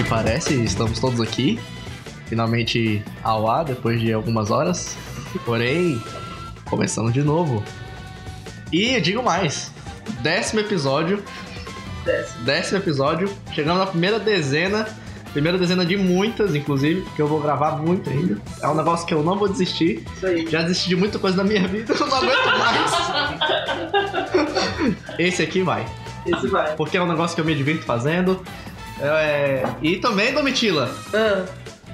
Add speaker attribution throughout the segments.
Speaker 1: é parece, estamos todos aqui. Finalmente ao ar depois de algumas horas. Porém, começando de novo. E eu digo mais: décimo episódio. Décimo, episódio. Chegamos na primeira dezena. Primeira dezena de muitas, inclusive, que eu vou gravar muito ainda. É um negócio que eu não vou desistir.
Speaker 2: Isso aí.
Speaker 1: Já desisti de muita coisa na minha vida, eu não aguento mais. Esse aqui vai.
Speaker 2: Esse vai.
Speaker 1: Porque é um negócio que eu me divirto fazendo. É, E também, Domitila,
Speaker 2: Ah,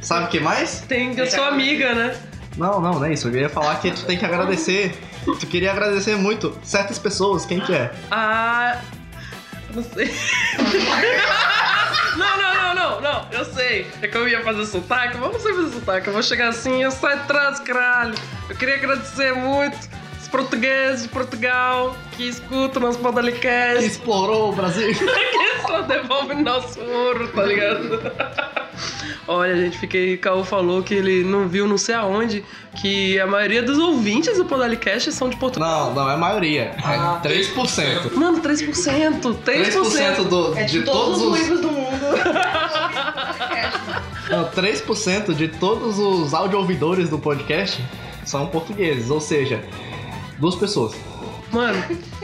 Speaker 1: sabe o que mais?
Speaker 2: tem, eu sou amiga, né?
Speaker 1: Não, não, não é isso. Eu queria falar que tu tem que agradecer. Tu queria agradecer muito certas pessoas. Quem que é?
Speaker 2: Ah. Não sei. Não, não, não, não, não. Eu sei. É que eu ia fazer sotaque, mas eu não sei fazer sotaque. Eu vou chegar assim, eu saio atrás, caralho. Eu queria agradecer muito os portugueses de Portugal que escutam nosso
Speaker 1: Que
Speaker 2: podcast.
Speaker 1: explorou o Brasil.
Speaker 2: que só devolve nosso ouro, tá ligado? Olha, gente, fiquei. Caô falou que ele não viu não sei aonde que a maioria dos ouvintes do Podalicast são de Portugal.
Speaker 1: Não, não é a maioria. É
Speaker 3: Ah.
Speaker 1: 3%.
Speaker 2: Mano, 3%! 3%!
Speaker 1: 3% do,
Speaker 3: É
Speaker 1: de todos os.
Speaker 3: livros do mundo.
Speaker 1: Não, 3% de todos os audio-ouvidores do podcast são portugueses. Ou seja, duas pessoas.
Speaker 2: Mano,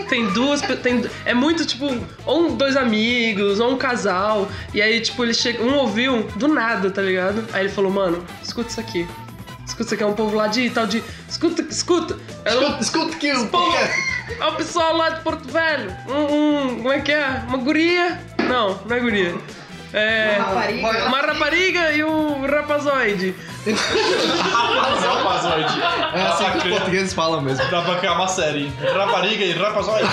Speaker 2: tem duas. pe- Tem, é muito tipo, ou um- dois amigos, ou um casal. E aí, tipo, ele chega. Um ouviu do nada, tá ligado? Aí ele falou, mano, escuta isso aqui. Escuta isso aqui, é um povo lá de tal de. Escuta, escuta! É um-
Speaker 1: Escuta, escuta que o
Speaker 2: Pô,
Speaker 1: podcast.
Speaker 2: é o pessoal lá de Porto Velho. Um, um- Como é que é? Uma guria? Não, não é guria. É.
Speaker 3: Uma rapariga.
Speaker 2: Uma rapariga e um rapazoide.
Speaker 4: Rapazoide.
Speaker 1: É assim que os portugueses falam mesmo.
Speaker 4: Dá pra criar uma série. Rapariga e rapazoide.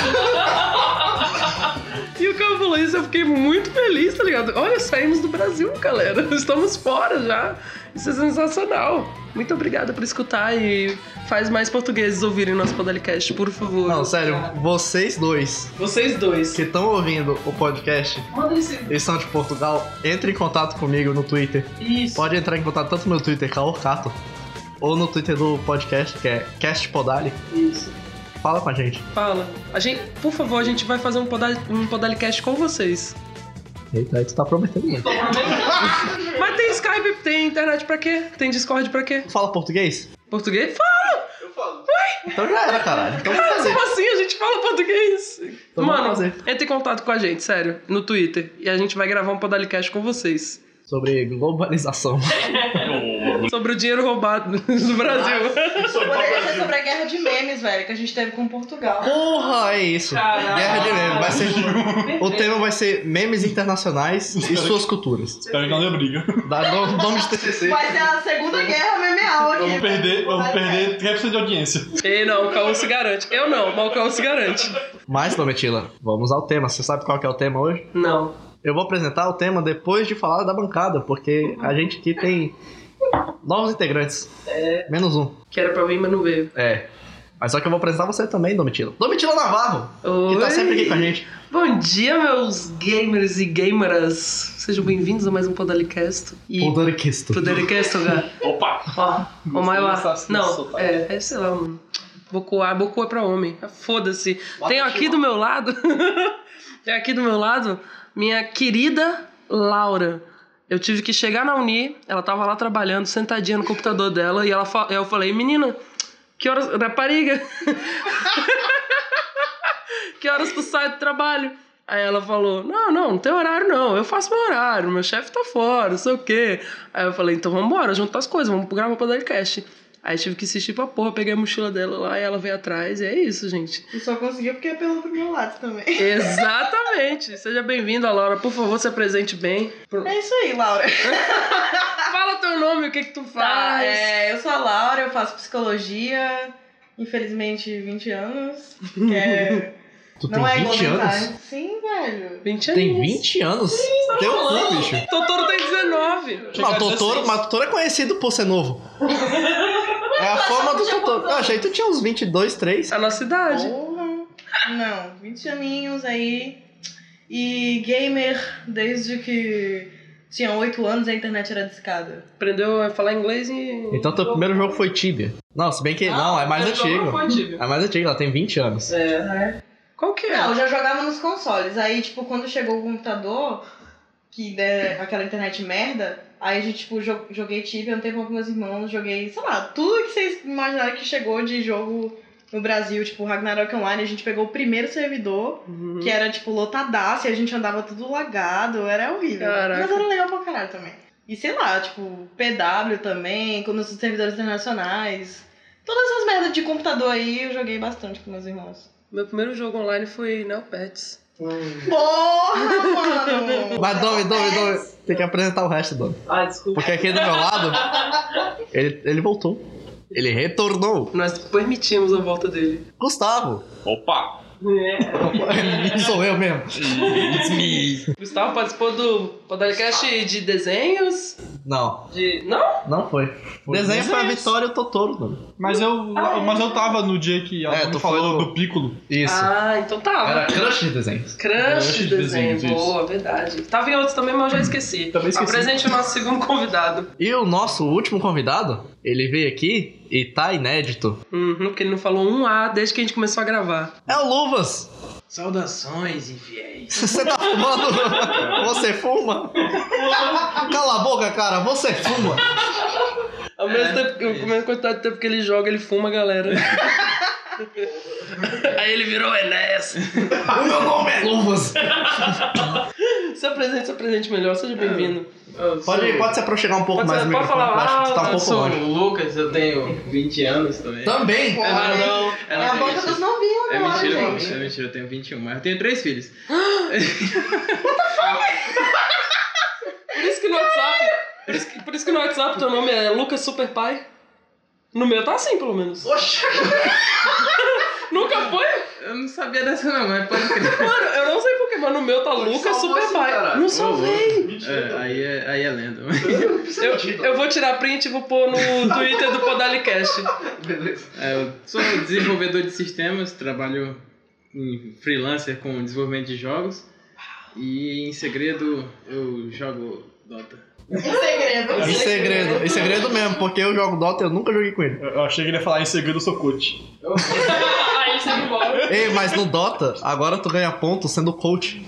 Speaker 2: E o cara falou isso, eu fiquei muito feliz, tá ligado? Olha, saímos do Brasil, galera. Estamos fora já. Isso é sensacional. Muito obrigada por escutar e faz mais portugueses ouvirem nosso podcast, por favor.
Speaker 1: Não, sério, vocês dois
Speaker 2: Vocês dois.
Speaker 1: que estão ouvindo o podcast,
Speaker 2: Manda esse...
Speaker 1: eles são de Portugal, entre em contato comigo no Twitter.
Speaker 2: Isso.
Speaker 1: Pode entrar em contato tanto no meu Twitter, Caorcato, ou no Twitter do podcast, que é CastPodali.
Speaker 2: Isso.
Speaker 1: Fala com a gente.
Speaker 2: Fala. A gente, por favor, a gente vai fazer um, podal, um podalicast com vocês.
Speaker 1: Eita, aí tu tá prometendo mesmo.
Speaker 2: Mas tem Skype, tem internet pra quê? Tem Discord pra quê?
Speaker 1: Tu fala português?
Speaker 2: Português? Fala!
Speaker 1: Então já era, caralho. Então vamos fazer.
Speaker 2: Como assim? A gente fala português?
Speaker 1: Então vamos
Speaker 2: Mano,
Speaker 1: fazer.
Speaker 2: entre em contato com a gente, sério, no Twitter. E a gente vai gravar um Podalicast com vocês.
Speaker 1: Sobre globalização.
Speaker 2: Sobre o dinheiro roubado do Brasil.
Speaker 3: Poderia ser sobre a guerra de memes, velho, que a gente teve com Portugal.
Speaker 1: Porra, é isso.
Speaker 2: Caralho.
Speaker 1: Guerra de memes. Vai ser... O tema vai ser memes internacionais e suas culturas.
Speaker 4: Espero que não dê briga.
Speaker 1: Dá no- nome de TCC.
Speaker 3: Vai ser a segunda guerra memeal aqui.
Speaker 4: Vamos perder, vamos perder 3% de audiência.
Speaker 2: Ei, não, o Caô se garante. Eu não, mas o Caô se garante.
Speaker 1: Mas, Domitila, vamos ao tema. Você sabe qual que é o tema hoje?
Speaker 2: Não.
Speaker 1: Eu vou apresentar o tema depois de falar da bancada, porque a gente aqui tem novos integrantes. É. Menos um.
Speaker 2: Que era pra vir, mas não veio.
Speaker 1: É. Mas só que eu vou apresentar você também, Domitila. Domitila Navarro,
Speaker 2: Oi.
Speaker 1: que tá sempre aqui com a gente.
Speaker 2: Bom dia, meus gamers e gameras. Sejam bem-vindos a mais um Podalicast. E...
Speaker 1: Poderiquisto.
Speaker 2: Podalicast, cara.
Speaker 4: Opa!
Speaker 2: Ó, o maior.
Speaker 4: dessa- desse
Speaker 2: Não,
Speaker 4: sotaque.
Speaker 2: é, é, sei lá, mano. Bocuá, Bocuá é pra homem. Ah, Foda-se. Tem aqui do meu lado. Tem aqui do meu lado minha querida Laura. Eu tive que chegar na Uni, ela tava lá trabalhando, sentadinha no computador dela, e ela fa- eu falei, menina, que horas. Rapariga! que horas tu sai do trabalho? Aí ela falou: Não, não, não tem horário não, eu faço meu horário, meu chefe tá fora, não sei o quê. Aí eu falei: Então vambora, juntar as coisas, vamos gravar pra podcast. Aí tive que assistir pra porra, peguei a mochila dela lá e ela veio atrás, e é isso, gente.
Speaker 3: E só conseguiu porque é pelo meu lado também.
Speaker 2: Exatamente! Seja bem-vinda, Laura, por favor, se apresente bem.
Speaker 3: É isso aí, Laura.
Speaker 2: Fala teu nome, o que que tu
Speaker 3: Tá,
Speaker 2: faz.
Speaker 3: é, eu sou a Laura, eu faço psicologia, infelizmente 20 anos. que é-
Speaker 1: Tu
Speaker 3: não é
Speaker 1: tem 20
Speaker 3: Golden
Speaker 1: anos?
Speaker 3: Time. Sim, velho.
Speaker 2: 20 anos.
Speaker 1: Tem 20 anos? Teu cu, bicho.
Speaker 2: Totoro tem 19.
Speaker 1: Não, o Totoro,
Speaker 4: 16.
Speaker 1: mas o Totoro é conhecido por ser novo. É a fama do Totoro. Eu achei que tu tinha uns 22, 3.
Speaker 2: A nossa idade.
Speaker 3: Porra. Não, 20 aninhos aí. E gamer desde que tinha 8 anos e a internet era discada.
Speaker 2: Aprendeu a falar inglês e.
Speaker 1: Então teu primeiro jogo foi Tibia. Não, se bem
Speaker 3: Ah,
Speaker 2: Ah,
Speaker 1: que. Não, é mais antigo. É mais antigo, ela tem 20 anos.
Speaker 2: É. Qual que é?
Speaker 3: Não, eu já jogava nos consoles. Aí, tipo, quando chegou o computador,
Speaker 5: que né, aquela internet merda, aí a gente, tipo, jo- joguei Tibia um tempo com meus irmãos, joguei, sei lá, tudo que vocês imaginaram que chegou de jogo no Brasil, tipo, Ragnarok Online, a gente pegou o primeiro servidor,
Speaker 2: Uhum. Hum.
Speaker 5: que
Speaker 2: é-
Speaker 5: era, tipo, lotadaço, e a gente andava tudo lagado, era horrível.
Speaker 2: Caraca.
Speaker 5: Mas era legal pra caralho também. E sei lá, tipo, PW também, com nos servidores internacionais. Todas essas merdas de computador aí eu joguei bastante com meus irmãos.
Speaker 2: Meu primeiro jogo online foi Neopets.
Speaker 5: Porra, mano!
Speaker 1: Mas, Domi, Domi, Domi, tem que apresentar o resto, Domi.
Speaker 6: Ah, desculpa.
Speaker 1: Porque aqui do meu lado, ele, ele voltou. Ele retornou.
Speaker 2: Nós permitimos a volta dele.
Speaker 1: Gustavo.
Speaker 4: Opa!
Speaker 1: É. Sou eu mesmo.
Speaker 2: Gustavo participou do podcast de desenhos.
Speaker 1: Não,
Speaker 2: De. Não?
Speaker 1: não foi.
Speaker 4: Foi
Speaker 1: Desenho foi a
Speaker 2: desenhos.
Speaker 1: Vitória e o Totoro, Domi.
Speaker 4: Mas eu, mas eu tava no dia que a
Speaker 1: É,
Speaker 4: Domi
Speaker 1: tu
Speaker 4: falou
Speaker 1: foi no-
Speaker 4: do Piccolo.
Speaker 1: Isso.
Speaker 2: Ah, então tava.
Speaker 1: Era crush de desenhos.
Speaker 2: Crush de desenho.
Speaker 4: desenhos, isso.
Speaker 2: Boa, verdade. Tava em outros também, mas eu já esqueci.
Speaker 4: Também esqueci.
Speaker 2: Apresente o nosso segundo convidado.
Speaker 1: E o nosso último convidado, ele veio aqui e tá inédito.
Speaker 2: Uhum, porque ele não falou um A desde que a gente começou a gravar.
Speaker 1: É o Luvas.
Speaker 7: Saudações, infiéis.
Speaker 1: Você tá fumando? Você fuma? Cala a boca, cara. Você fuma.
Speaker 2: Ao mesmo tempo, o mesmo quantidade de tempo que ele joga, ele fuma a galera. Aí ele virou Enéas.
Speaker 1: O meu nome é Luvas.
Speaker 2: Se apresente, se apresente melhor,
Speaker 1: É.
Speaker 2: seja bem-vindo.
Speaker 6: Eu sou-
Speaker 1: Pode, pode se aproximar um pouco
Speaker 2: Pode-
Speaker 1: mais do
Speaker 2: pode
Speaker 1: microfone,
Speaker 2: falar,
Speaker 1: eu acho que tu tá
Speaker 2: ah,
Speaker 1: um pouco
Speaker 6: sou
Speaker 1: longe.
Speaker 6: o Lucas, eu tenho 20 anos também.
Speaker 2: Então,
Speaker 1: Também.
Speaker 5: Porra,
Speaker 6: É, não,
Speaker 5: hein?
Speaker 6: não,
Speaker 5: É
Speaker 6: não,
Speaker 5: a
Speaker 6: é
Speaker 5: boca
Speaker 6: mentira.
Speaker 5: dos novinhos
Speaker 6: É
Speaker 5: agora,
Speaker 6: mentira, não,
Speaker 5: gente.
Speaker 6: é mentira, eu tenho 21, mas eu tenho três filhos.
Speaker 2: Por isso que no WhatsApp. Por isso que, por isso que no WhatsApp teu nome é Lucas Superpai. No meu tá assim, pelo menos.
Speaker 1: Oxe.
Speaker 2: Nunca foi?
Speaker 6: Eu não sabia dessa não, mas pode crer.
Speaker 2: Mano, eu não sei porquê, mas no meu tá Lucas
Speaker 1: salvou assim,
Speaker 2: Superpai.
Speaker 1: caralho.
Speaker 2: Não salvei.
Speaker 6: É, aí, é, aí é lenda.
Speaker 1: é
Speaker 2: Eu, eu vou tirar print e vou pôr no Twitter do Podalicast.
Speaker 6: É, eu sou desenvolvedor de sistemas, trabalho em freelancer com desenvolvimento de jogos. E em segredo eu jogo Dota.
Speaker 5: Em segredo.
Speaker 1: Em segredo, em segredo mesmo, porque eu jogo Dota e eu nunca joguei com ele.
Speaker 4: Eu- Eu achei que ele ia falar em segredo, eu sou coach.
Speaker 2: Aí você embora.
Speaker 1: Ei, mas no Dota, agora tu ganha ponto sendo coach.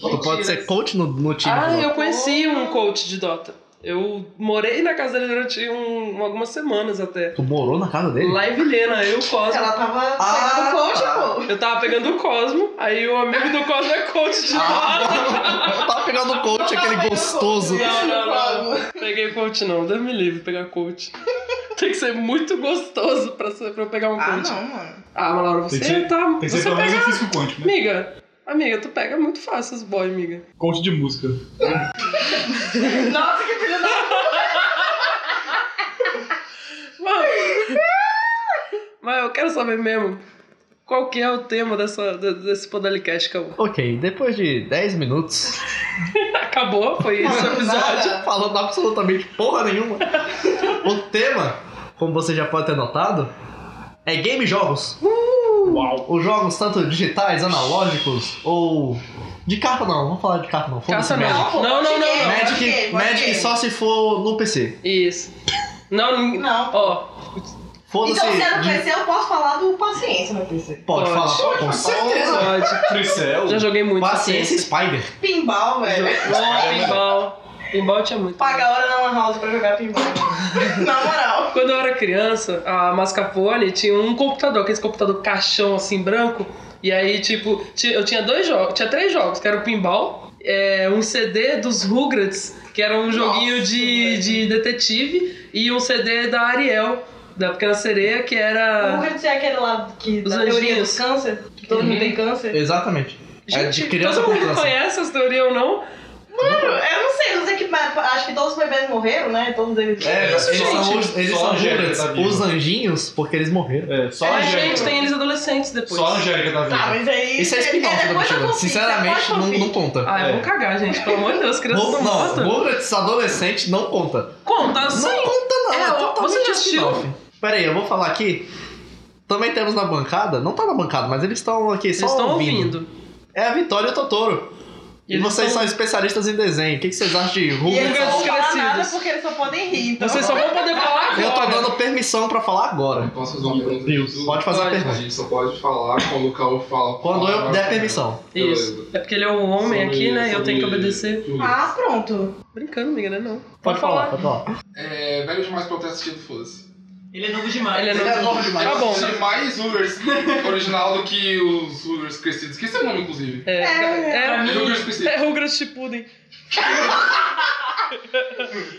Speaker 1: Tu pode ser coach no, no time.
Speaker 2: Ah,
Speaker 1: do Dota.
Speaker 2: eu conheci um coach de Dota. Eu morei na casa dele durante um- algumas semanas até.
Speaker 1: Tu morou na casa dele?
Speaker 2: Lá em Vilhena, eu e o Cosmo.
Speaker 5: Ela tava
Speaker 1: Ah,
Speaker 5: pegando coach,
Speaker 1: tá.
Speaker 5: pô.
Speaker 2: Eu tava pegando o Cosmo, aí o amigo do Cosmo é coach de Dota.
Speaker 1: Ah, tava pegando o coach, aquele gostoso.
Speaker 2: Não, não, não. Peguei coach não, Deus me livre pegar coach. Tem que ser muito gostoso pra, ser- pra eu pegar um
Speaker 5: Ah,
Speaker 2: coach.
Speaker 5: não, mano.
Speaker 2: Ah, mas Laura,
Speaker 4: Tem
Speaker 2: você
Speaker 4: que ser-
Speaker 2: tá.
Speaker 4: Tem que ser
Speaker 2: você
Speaker 4: pelo menos
Speaker 2: pega.
Speaker 4: um físico quântico, né?
Speaker 2: Amiga, amiga, tu pega muito fácil os boy, amiga.
Speaker 4: Coach de música.
Speaker 5: Nossa, que filho da...
Speaker 2: Mano, mas eu quero saber mesmo qual que é o tema dessa, de- desse Podalicast, calma.
Speaker 1: Ok, depois de 10 minutos,
Speaker 2: Acabou, foi isso o episódio.
Speaker 1: episódio falando absolutamente porra nenhuma. O tema, como você já pode ter notado, é game jogos.
Speaker 4: Uau.
Speaker 1: Os jogos tanto digitais, analógicos ou de carta não, vamos falar de carta não. foda-se
Speaker 2: Caça
Speaker 5: Ah,
Speaker 1: Magic.
Speaker 2: não. Não, não, não, não.
Speaker 5: Magic.
Speaker 1: Magic,
Speaker 5: Pode
Speaker 1: Magic
Speaker 5: game.
Speaker 1: só se for no PC.
Speaker 2: Isso. Não, ninguém.
Speaker 5: Não.
Speaker 2: Ó,
Speaker 1: Foda-se.
Speaker 5: Então, se é no
Speaker 1: de-
Speaker 5: PC, eu posso falar do paciência no PC.
Speaker 1: Pode,
Speaker 2: Pode.
Speaker 1: falar, com certeza.
Speaker 2: pode.
Speaker 4: Tricel.
Speaker 2: Já joguei muito.
Speaker 1: Paciência Spider.
Speaker 5: Pinball, velho.
Speaker 2: Ó, pinball. Pinball tinha muito.
Speaker 5: Paga a hora na Lan House pra jogar pinball. na moral.
Speaker 2: Quando eu era criança, a Mascarpone tinha um computador, aquele computador caixão assim branco. E aí, tipo, ti- eu tinha dois jogos, tinha três jogos, que era o pinball, é, um CD dos Rugrats, que era um joguinho
Speaker 5: Nossa,
Speaker 2: de,
Speaker 5: velho.
Speaker 2: de detetive, e um CD da Ariel, da Pequena Sereia, que era.
Speaker 5: O Hurt é aquele lá que,
Speaker 2: Ah. Os
Speaker 5: da teoria
Speaker 2: anjinhos. Uhum.
Speaker 5: do câncer, que todo mundo tem câncer.
Speaker 1: Exatamente. É de
Speaker 2: Gente,
Speaker 1: criança
Speaker 2: todo mundo
Speaker 1: pra criança.
Speaker 2: conhece essa teoria ou não?
Speaker 5: Eu não sei, não sei que. mas Acho que todos os bebês morreram, né? Todos eles.
Speaker 1: É,
Speaker 2: isso,
Speaker 1: eles são,
Speaker 2: gente?
Speaker 1: os, eles
Speaker 4: Só
Speaker 1: são
Speaker 4: a Angélica
Speaker 1: Rugrats,
Speaker 4: tá viva.
Speaker 1: os anjinhos, porque eles morreram.
Speaker 4: É, só a
Speaker 2: A
Speaker 4: Angélica.
Speaker 2: gente tem eles adolescentes depois.
Speaker 4: Só a Angélica tá viva.
Speaker 5: Tá, mas aí.
Speaker 1: Isso é spin-off da
Speaker 5: depois eu
Speaker 1: Bicholona.
Speaker 5: confio,
Speaker 1: Sinceramente,
Speaker 5: depois eu
Speaker 1: não,
Speaker 5: confio.
Speaker 1: não conta.
Speaker 2: Ai,
Speaker 4: É.
Speaker 2: vamos cagar, gente, pelo amor de Deus, crianças
Speaker 1: Rugrats-
Speaker 2: Ah, não
Speaker 1: não,
Speaker 2: mortas.
Speaker 1: Rugrats adolescente não conta.
Speaker 2: Conta assim.
Speaker 1: Não conta não,
Speaker 2: É,
Speaker 1: é,
Speaker 2: ó,
Speaker 1: totalmente
Speaker 2: você já
Speaker 1: spin-off. Pera aí, eu vou falar aqui. Também temos na bancada, não tá na bancada, mas eles estão aqui só
Speaker 2: Vocês estão
Speaker 1: ouvindo.
Speaker 2: ouvindo.
Speaker 1: É a Vitória e o Totoro. E vocês são especialistas em desenho. O que que vocês acham de
Speaker 5: eles
Speaker 1: Rubens?
Speaker 2: Rugas
Speaker 5: não vão falar
Speaker 2: crescidas.
Speaker 5: nada porque eles só podem rir. Então
Speaker 2: Vocês só vão poder falar agora.
Speaker 1: Eu tô dando permissão pra falar agora.
Speaker 8: Posso fazer uma pergunta?
Speaker 1: Deus, pode fazer a
Speaker 2: Pode.
Speaker 8: A
Speaker 1: pergunta.
Speaker 8: gente só pode falar quando o Caô fala.
Speaker 1: Quando eu
Speaker 8: fala,
Speaker 1: der permissão.
Speaker 2: Isso. É porque ele é um homem
Speaker 8: Sobre-
Speaker 2: aqui, né? E eu tenho que
Speaker 8: sobre-
Speaker 2: obedecer.
Speaker 5: Ah, pronto.
Speaker 2: Brincando, amiga, né? Não. Pode,
Speaker 1: Pode falar, pode falar.
Speaker 8: É velho demais pra eu ter assistido, foda-se.
Speaker 9: Ele é novo demais.
Speaker 2: Ele é novo.
Speaker 1: demais.
Speaker 2: Tá bom.
Speaker 8: Assisti mais Hoovers original do que os Hoovers crescidos. Esqueci o nome, inclusive.
Speaker 2: É.
Speaker 5: É,
Speaker 2: É.
Speaker 8: É Hoovers crescidos.
Speaker 2: É Rugras Chipuden.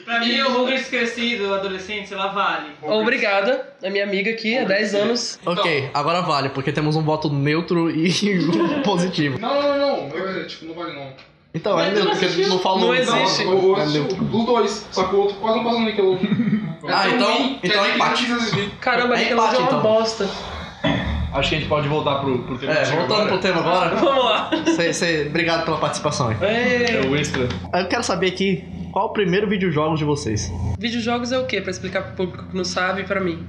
Speaker 9: Pra mim, o Rugrats crescido, adolescente, sei lá, vale.
Speaker 2: Obrigada. É minha amiga aqui, há 10 anos.
Speaker 1: Ok, agora vale, porque temos um voto neutro e positivo.
Speaker 8: Não, não, não, não. Eu, tipo, não vale não.
Speaker 1: Então, é
Speaker 8: Mas tu não
Speaker 1: neutro, porque
Speaker 8: assistiu?
Speaker 1: não falou
Speaker 2: Não
Speaker 1: nada.
Speaker 8: Não,
Speaker 2: Existe.
Speaker 8: eu
Speaker 1: É
Speaker 8: assisti
Speaker 1: neutro.
Speaker 8: os dois, só que o outro quase não passa no Nickelodeon.
Speaker 1: Ah, então- então
Speaker 8: é
Speaker 1: empate.
Speaker 2: Caramba,
Speaker 1: É
Speaker 2: Nickelodeon
Speaker 1: empate,
Speaker 2: é uma
Speaker 1: então.
Speaker 2: bosta.
Speaker 4: Acho que a gente pode voltar pro, pro tema
Speaker 1: É,
Speaker 4: antigo
Speaker 1: voltando pro
Speaker 4: agora.
Speaker 1: tema agora.
Speaker 2: Vamos lá.
Speaker 1: Cê, cê- obrigado pela participação aí.
Speaker 2: É.
Speaker 4: É o extra.
Speaker 1: Eu quero saber aqui, qual o primeiro videojogo de vocês?
Speaker 2: Videojogos é o quê? Pra explicar pro público que não sabe e pra mim.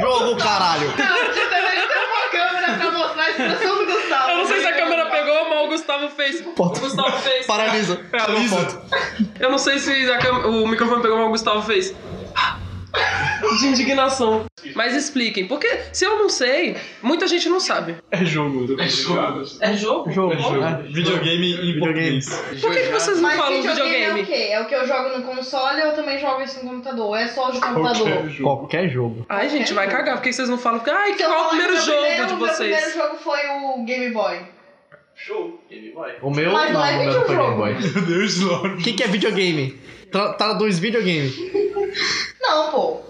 Speaker 1: Jogo, caralho!
Speaker 5: Eu deveria ter uma câmera pra mostrar a expressão do Gustavo. né?
Speaker 2: Eu não sei se a câmera pegou, mas o Gustavo fez. O
Speaker 1: Foto.
Speaker 2: Gustavo fez.
Speaker 1: Paralisa.
Speaker 2: Paralisa.
Speaker 1: Tira uma É foto.
Speaker 2: Eu não sei se a câmera- o microfone pegou, mas o Gustavo fez. De indignação. Mas expliquem, porque se eu não sei, muita gente não sabe.
Speaker 4: É jogo.
Speaker 8: É jogo.
Speaker 2: É jogo?
Speaker 1: Jogo.
Speaker 4: Jogo.
Speaker 1: né?
Speaker 4: Videogame em
Speaker 1: Videogame.
Speaker 4: português.
Speaker 2: Por que, que vocês não
Speaker 5: Mas
Speaker 2: falam
Speaker 5: videogame é o
Speaker 2: videogame?
Speaker 5: quê? É o que eu jogo no console ou eu também jogo isso no computador? Ou É só
Speaker 1: Tá
Speaker 5: de computador?
Speaker 4: Qualquer É jogo.
Speaker 1: Qualquer jogo.
Speaker 2: Ai, gente, vai cagar. Por que que vocês não falam? Ai,
Speaker 5: Se
Speaker 2: qual é o
Speaker 5: eu falar que
Speaker 2: primeiro
Speaker 5: meu
Speaker 2: jogo
Speaker 5: primeiro-
Speaker 2: de
Speaker 5: Meu
Speaker 2: vocês?
Speaker 5: primeiro jogo foi o Game Boy.
Speaker 1: O meu
Speaker 5: Mas
Speaker 1: não,
Speaker 5: não é
Speaker 1: o meu não foi Game
Speaker 5: videojogo.
Speaker 1: Boy.
Speaker 4: Meu Deus, Laura.
Speaker 1: O que, que é videogame? Tra traduz videogame.
Speaker 5: Não, pô.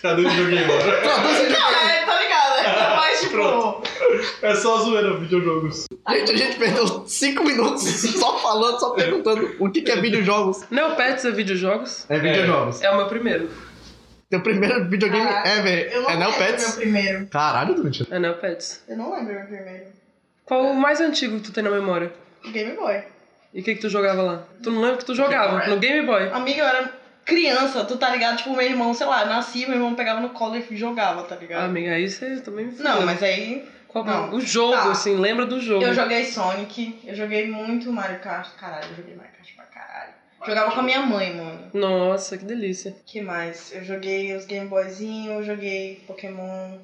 Speaker 4: Traduz videogame agora.
Speaker 1: Traduz
Speaker 5: Não,
Speaker 1: videogame.
Speaker 5: é, tá ligado? É mais tipo.
Speaker 4: É só zoeira, videojogos.
Speaker 1: Gente, a gente perdeu 5 minutos só falando, só perguntando o que, que é videojogos.
Speaker 2: Neopets é videojogos?
Speaker 1: É videojogos.
Speaker 2: É o meu primeiro.
Speaker 1: Teu primeiro videogame
Speaker 5: Caraca,
Speaker 1: ever
Speaker 5: Eu não
Speaker 1: é
Speaker 5: lembro meu
Speaker 1: Neopets.
Speaker 5: primeiro.
Speaker 1: Caralho, Dude.
Speaker 2: É Neopets.
Speaker 5: Eu não lembro meu primeiro.
Speaker 2: Qual o mais antigo que tu tem na memória?
Speaker 5: Game Boy.
Speaker 2: E o que, que tu jogava lá? Tu não lembra que tu jogava? No Game Boy.
Speaker 5: Amiga, eu era criança, tu tá ligado? Tipo, meu irmão, sei lá, eu nasci, meu irmão pegava no colo e jogava, tá
Speaker 2: Ah,
Speaker 5: ligado?
Speaker 2: amiga, aí você também me
Speaker 5: não,
Speaker 2: fudeu.
Speaker 5: mas aí
Speaker 2: Qual-
Speaker 5: não.
Speaker 2: O jogo,
Speaker 5: Tá.
Speaker 2: assim, lembra do jogo.
Speaker 5: eu joguei Sonic, eu joguei muito Mario Kart, caralho, eu joguei Mario Kart pra caralho. Jogava com a minha mãe, mano.
Speaker 2: Nossa, que delícia.
Speaker 5: que mais? Eu joguei os Game Boyzinho, eu joguei Pokémon.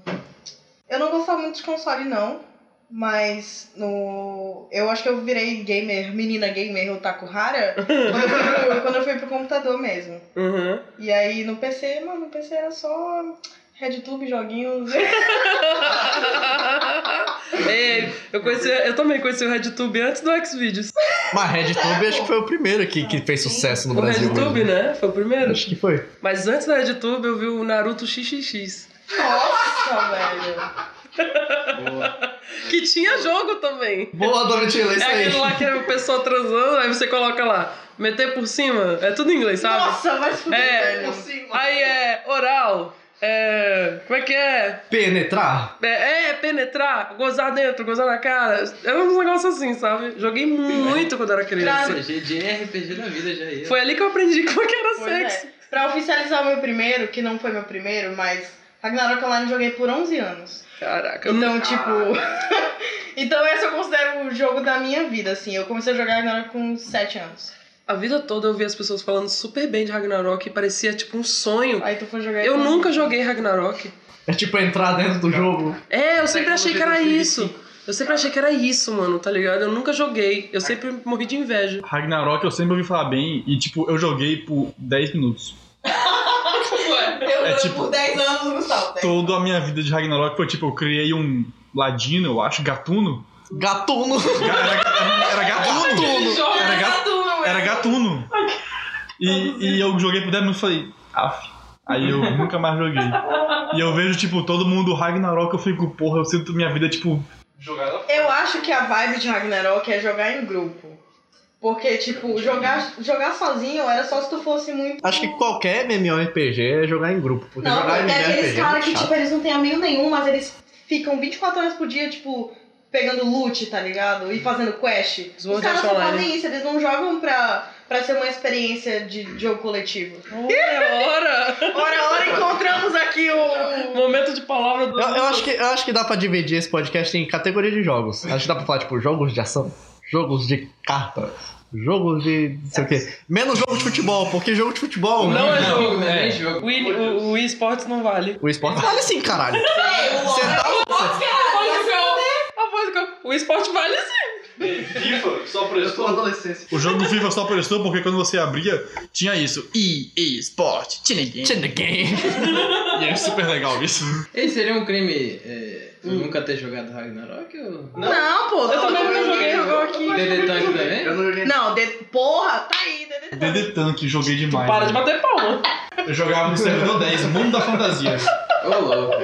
Speaker 5: Eu não gostava muito de console, não. Mas no. Eu acho que eu virei gamer, menina gamer, otaku rara, quando eu fui pro, quando eu fui pro computador mesmo.
Speaker 2: Uhum.
Speaker 5: E aí no PC, mano, no PC era só RedTube, joguinhos.
Speaker 2: Ei, É, eu, conheci, eu também conheci o RedTube antes do Xvideos.
Speaker 1: Mas
Speaker 5: é,
Speaker 1: RedTube acho que foi o primeiro que, que fez sucesso no
Speaker 2: O
Speaker 1: Brasil.
Speaker 2: RedTube, né? Foi o primeiro.
Speaker 1: Acho que foi.
Speaker 2: Mas antes do RedTube eu vi o Naruto XXX.
Speaker 5: Nossa, velho.
Speaker 2: Que tinha jogo também.
Speaker 1: Boa, Domitila,
Speaker 2: É
Speaker 1: isso aí.
Speaker 2: aquele lá que é o pessoal transando, aí você coloca lá, meter por cima. É tudo em inglês, sabe?
Speaker 5: Nossa, vai se fuder,
Speaker 2: É.
Speaker 5: velho.
Speaker 2: Aí é oral. É. Como é que é?
Speaker 1: Penetrar.
Speaker 2: é? é penetrar, gozar dentro, gozar na cara. Era uns negócios assim, sabe? Joguei muito quando era criança.
Speaker 6: RPG de RPG da vida já ia.
Speaker 2: Foi ali que eu aprendi como é que era
Speaker 5: Pois é.
Speaker 2: sexo.
Speaker 5: Pra oficializar o meu primeiro, que não foi meu primeiro, mas Ragnarok Online eu joguei por 11 anos.
Speaker 2: Caraca, eu
Speaker 5: Então, tipo. então, esse eu considero o jogo da minha vida, assim. Eu comecei a jogar Ragnarok com 7 anos.
Speaker 2: A vida toda eu vi as pessoas falando super bem de Ragnarok e parecia tipo um sonho.
Speaker 5: Aí tu foi jogar.
Speaker 2: Eu
Speaker 5: com-
Speaker 2: nunca joguei Ragnarok.
Speaker 1: É tipo entrar dentro do jogo.
Speaker 2: É, eu sempre achei que era
Speaker 6: Tecnologia
Speaker 2: isso. Eu sempre achei que era isso, mano, tá ligado? Eu nunca joguei. Eu sempre morri de inveja.
Speaker 4: Ragnarok eu sempre ouvi falar bem e, tipo, eu joguei por 10 minutos.
Speaker 5: Eu
Speaker 4: É
Speaker 5: durei
Speaker 4: tipo-
Speaker 5: por 10 anos no Gustavo. né?
Speaker 4: Toda a minha vida de Ragnarok foi, tipo, eu criei um ladino, eu acho, gatuno.
Speaker 1: Gatuno.
Speaker 4: Ga- Era, era gatuno!
Speaker 1: Gatuno.
Speaker 4: Era, ga-
Speaker 5: Tu não é.
Speaker 4: era gatuno!
Speaker 2: Tá
Speaker 4: E, e eu joguei por 10 minutos e falei, af. Aí eu nunca mais joguei. E eu vejo, tipo, todo mundo Ragnarok, eu fico, porra, eu sinto minha vida, tipo,
Speaker 8: Jogar ela
Speaker 5: Eu acho que a vibe de Ragnarok é jogar em grupo. Porque, tipo, jogar, jogar sozinho era só se tu fosse muito.
Speaker 1: Acho que qualquer MMORPG é jogar em grupo. Porque
Speaker 5: Não,
Speaker 1: jogar
Speaker 5: porque
Speaker 1: MMORPG
Speaker 5: aqueles
Speaker 1: é
Speaker 5: caras
Speaker 1: muito
Speaker 5: que,
Speaker 1: chato.
Speaker 5: tipo, eles não têm amigo nenhum, mas eles ficam 24 horas por dia, tipo, pegando loot, tá ligado? E fazendo quest.
Speaker 2: Sword
Speaker 5: Os caras
Speaker 2: Art
Speaker 5: só
Speaker 2: Online.
Speaker 5: fazem isso, eles não jogam pra, pra ser uma experiência de jogo coletivo.
Speaker 1: Oh.
Speaker 2: Olha, É hora!
Speaker 5: Ora, ora, encontramos aqui o.
Speaker 2: Momento de palavra do.
Speaker 1: Eu, eu acho que, eu acho que dá pra dividir esse podcast em categoria de jogos. Acho que dá pra falar, tipo, jogos de ação, jogos de carta, jogos de não sei o quê. Menos jogo de futebol, porque jogo de futebol.
Speaker 2: Não é jogo,
Speaker 6: Não
Speaker 2: né?
Speaker 6: é jogo.
Speaker 2: O, Wii- o, o Wii Sports não vale.
Speaker 1: O esporte vale sim, caralho. Você tá.
Speaker 2: A voz que eu- O esporte vale sim.
Speaker 9: FIFA só prestou adolescência.
Speaker 4: O jogo FIFA só prestou porque quando você abria, tinha isso. E, e, Sport, tinha ninguém.
Speaker 1: In the game.
Speaker 4: E é super legal isso.
Speaker 6: Esse seria um crime é, tu
Speaker 10: Hum.
Speaker 6: nunca ter jogado Ragnarok ou.
Speaker 5: Não, pô, eu também nunca joguei, jogou aqui.
Speaker 6: DD Tank também?
Speaker 9: Eu não joguei
Speaker 5: Não, de... porra, tá aí, DD.
Speaker 4: DD Tank, joguei demais.
Speaker 2: Para de bater palma.
Speaker 4: Eu jogava no servidor 10, Mundo da Fantasia.
Speaker 6: Ô, louco.